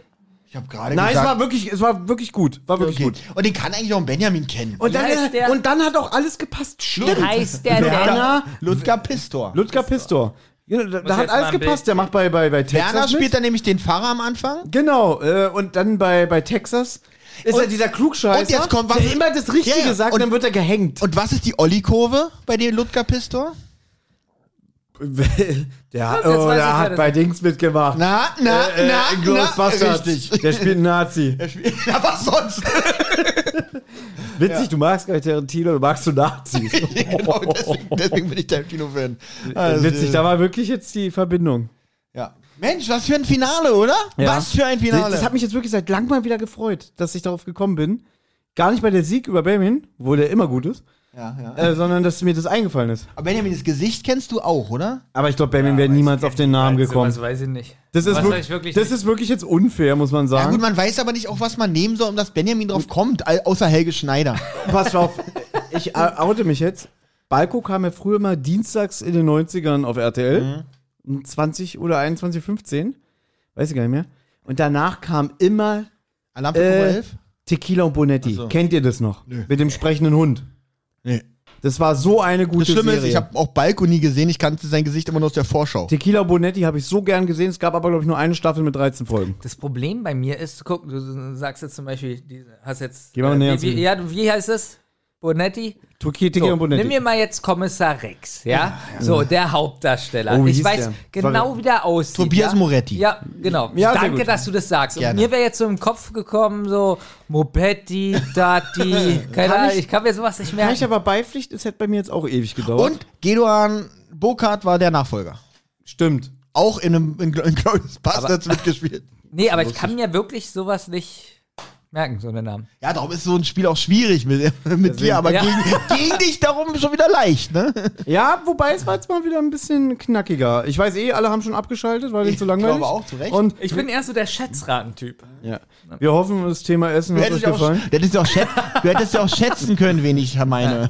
S1: Ich habe gerade
S2: Nein, es
S1: gesagt.
S2: war wirklich, es war wirklich gut. War wirklich
S1: okay. äh,
S2: gut.
S1: Und den kann eigentlich auch ein Benjamin kennen.
S2: Und dann,
S3: heißt der?
S2: und dann hat auch alles gepasst.
S3: Wie
S2: Stimmt.
S3: heißt der denn?
S2: Werner,
S1: Ludger Pistor.
S2: Ludger Pistor. Ja, da da
S3: jetzt
S2: hat
S3: mal
S2: alles
S3: ein
S2: gepasst.
S3: Bild
S2: Der macht bei, bei, bei Texas.
S1: Werner
S2: mit.
S1: spielt dann nämlich den Fahrer am Anfang.
S2: Genau. Äh, und dann bei, bei Texas ist
S1: Und-
S2: er dieser Klugscheißer,
S1: und jetzt kommt was-
S2: der immer das Richtige
S1: Ja, ja.
S2: sagt und,
S1: Und-
S2: dann wird er gehängt.
S1: Und was ist die Olli-Kurve bei dem Ludger Pistor?
S2: der
S3: jetzt weiß
S2: oh,
S3: ich,
S2: der
S3: wer
S2: hat
S3: das
S2: bei Dings mitgemacht.
S1: Na, na,
S2: Äh, in Ghostbusters.
S1: Richtig.
S2: Der spielt einen Nazi.
S1: Er spielt- Na, was sonst?
S2: Witzig, du magst gar nicht Tarantino, du magst du Nazis.
S1: genau, deswegen, deswegen bin ich Tarantino-Fan. Also,
S2: Witzig, da war wirklich jetzt die Verbindung.
S1: ja. Mensch, was für ein Finale, oder? Was für ein Finale.
S2: Das, das hat mich jetzt wirklich seit langem mal wieder gefreut, dass ich darauf gekommen bin. Gar nicht bei der Sieg über Benjamin, wo der immer gut ist,
S1: ja, ja.
S2: äh, sondern dass mir das eingefallen ist.
S1: Aber Benjamin, das Gesicht kennst du auch, oder?
S2: Aber ich also glaube, Benjamin wäre niemals auf den Namen gekommen.
S3: Das Also, weiß ich nicht.
S2: Das ist,
S3: Was
S2: wirklich,
S3: weiß ich wirklich
S2: das ist wirklich jetzt unfair, muss man
S1: Ja,
S2: sagen.
S1: gut, man weiß aber nicht auch, was man nehmen soll, um dass Benjamin drauf kommt, au- außer Helge Schneider.
S2: Pass auf, ich äh, oute mich jetzt. Balko kam ja früher immer dienstags in den 90ern auf RTL. um 20 oder 21.15. Weiß ich gar nicht mehr. Und danach kam immer
S1: Alarm
S2: Äh,
S1: 11?
S2: Tequila und Bonetti.
S1: so.
S2: Kennt ihr das noch?
S1: Nö.
S2: Mit dem sprechenden Hund.
S1: Nee.
S2: Das war so eine gute
S1: Das Schlimme
S2: Serie.
S1: ist, ich habe auch Balko nie gesehen, ich kannte sein Gesicht immer nur aus der Vorschau.
S2: Tequila und Bonetti habe ich so gern gesehen. Es gab aber, glaube ich, nur eine Staffel mit 13 Folgen.
S3: Das Problem bei mir ist, guck, du sagst jetzt zum Beispiel, die- hast jetzt.
S2: Geh mal
S3: äh,
S2: näher
S3: wie,
S2: zu-
S3: wie, ja, du- wie heißt es? Bonetti?
S2: Tequila, Tequila
S3: So,
S2: und
S3: nimm
S2: Bonetti.
S3: mir mal jetzt Kommissar Rex, um ja? So, der Hauptdarsteller.
S2: Oh, wie
S3: ich
S2: hieß
S3: weiß
S2: der?
S3: genau, wie der aussieht.
S1: Tobias
S3: ja?
S1: Moretti.
S3: Ja, genau.
S2: Ja, sehr
S3: Danke,
S2: gut.
S3: dass du das sagst. Und
S1: Gerne.
S3: mir wäre jetzt so im Kopf gekommen, so Mopetti, Dati, keine Ahnung, ich, kann mir sowas nicht
S2: Kann
S3: merken.
S2: ich aber beipflichten, es hätte bei mir jetzt auch ewig gedauert.
S1: Und Gedoan Burkhardt war der Nachfolger.
S2: Stimmt.
S1: Auch in, einem, in, Gl- in Glorious Bastards mitgespielt.
S3: nee, aber ich kann mir wirklich sowas nicht merken, so einen Namen.
S1: Ja, darum ist so ein Spiel auch schwierig mit, mit dir, aber
S3: Ja.
S1: gegen, gegen dich darum schon wieder leicht, ne?
S2: Ja, wobei es war jetzt mal wieder ein bisschen knackiger. Ich weiß eh, alle haben schon abgeschaltet, weil es
S1: Ich
S2: zu langweilig
S1: glaube auch, zu Recht.
S2: Und
S3: Ich bin eher so der Schätzraten-Typ.
S2: ja, wir hoffen, das Thema Essen hat euch
S1: ja auch,
S2: gefallen.
S1: du, hättest ja auch schät, du hättest ja auch schätzen können, wen ich meine.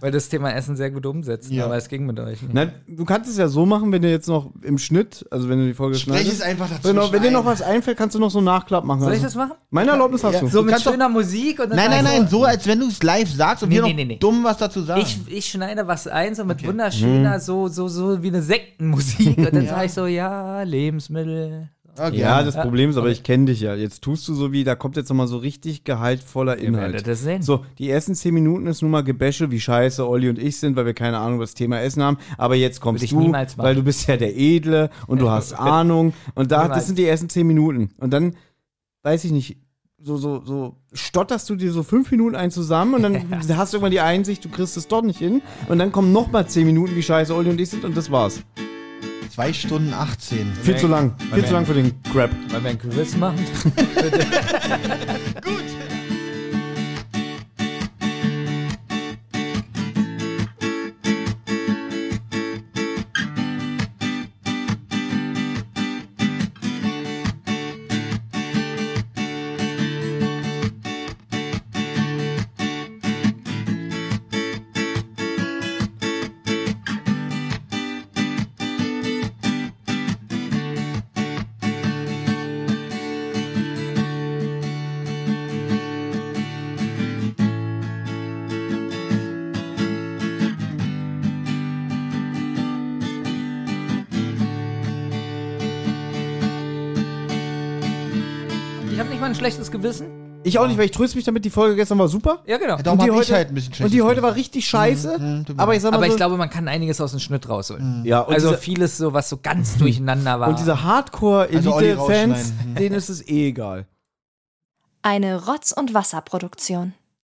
S3: Weil das Thema Essen sehr gut umsetzt,
S1: Ja.
S3: aber es ging mit euch nicht.
S2: Na, du kannst es ja so machen, wenn du jetzt noch im Schnitt, also wenn du die Folge schneidest.
S1: einfach
S2: Wenn, noch- wenn dir noch
S1: ein.
S2: was einfällt, kannst du noch so einen Nachklapp machen.
S3: Soll ich
S2: Also,
S3: das machen?
S2: Meine Erlaubnis hast du.
S3: So mit
S1: kannst doch-
S3: schöner Musik und dann
S1: Nein, nein,
S3: sagst du,
S1: nein, so als wenn du es live sagst und
S3: Also, Nee,
S1: wir
S3: nee,
S1: noch
S3: nee, nee.
S1: dumm was dazu
S2: Ah.
S1: sagen.
S3: Ich, ich schneide was ein, so mit wunderschöner,
S2: Hm.
S3: so, so, so wie eine Sektenmusik. Und dann sage ich so, ja, Lebensmittel.
S1: okay.
S2: Ja, das
S3: Ja.
S2: Problem ist, aber ich kenne dich ja. Jetzt tust du so wie, da kommt jetzt nochmal so richtig gehaltvoller Inhalt.
S3: werdet es sehen.
S2: So, die ersten zehn Minuten ist nun mal Gebäsche, wie scheiße Olli und ich sind, weil wir keine Ahnung über das Thema Essen haben. Aber jetzt kommst
S3: ich
S2: du,
S3: niemals machen.
S2: weil du bist ja der Edle und du hast Ahnung. Und da,
S3: Niemals.
S2: das sind die ersten zehn Minuten. Und dann, weiß ich nicht, so, so, so stotterst du dir so fünf Minuten ein zusammen und dann hast du irgendwann die Einsicht, du kriegst es doch nicht hin. Und dann kommen nochmal zehn Minuten, wie scheiße Olli und ich sind und das war's.
S1: 2 Stunden 18.
S2: Viel zu lang. Viel zu lang für den Crap.
S3: Wollen wir ein Quiz machen? Ich habe nicht mal ein schlechtes Gewissen.
S2: Ich auch nicht, weil ich tröste mich damit, die Folge gestern war super.
S3: Ja, genau.
S1: Darum
S2: Und die
S1: hab ich
S2: heute-
S1: halt ein bisschen
S2: und
S1: schlecht.
S2: die heute war richtig scheiße.
S1: tut mir
S2: aber ich sag mal
S3: Aber
S2: so,
S3: ich glaube, man kann einiges aus dem Schnitt rausholen.
S2: ja, Also und
S3: also
S2: also diese,
S3: vieles so, was so ganz durcheinander war.
S2: und diese
S1: Also Olli
S2: Hardcore-Elite-Fans,
S1: rausschneiden.
S2: denen ist es eh egal.
S7: Eine Rotz- und Wasserproduktion.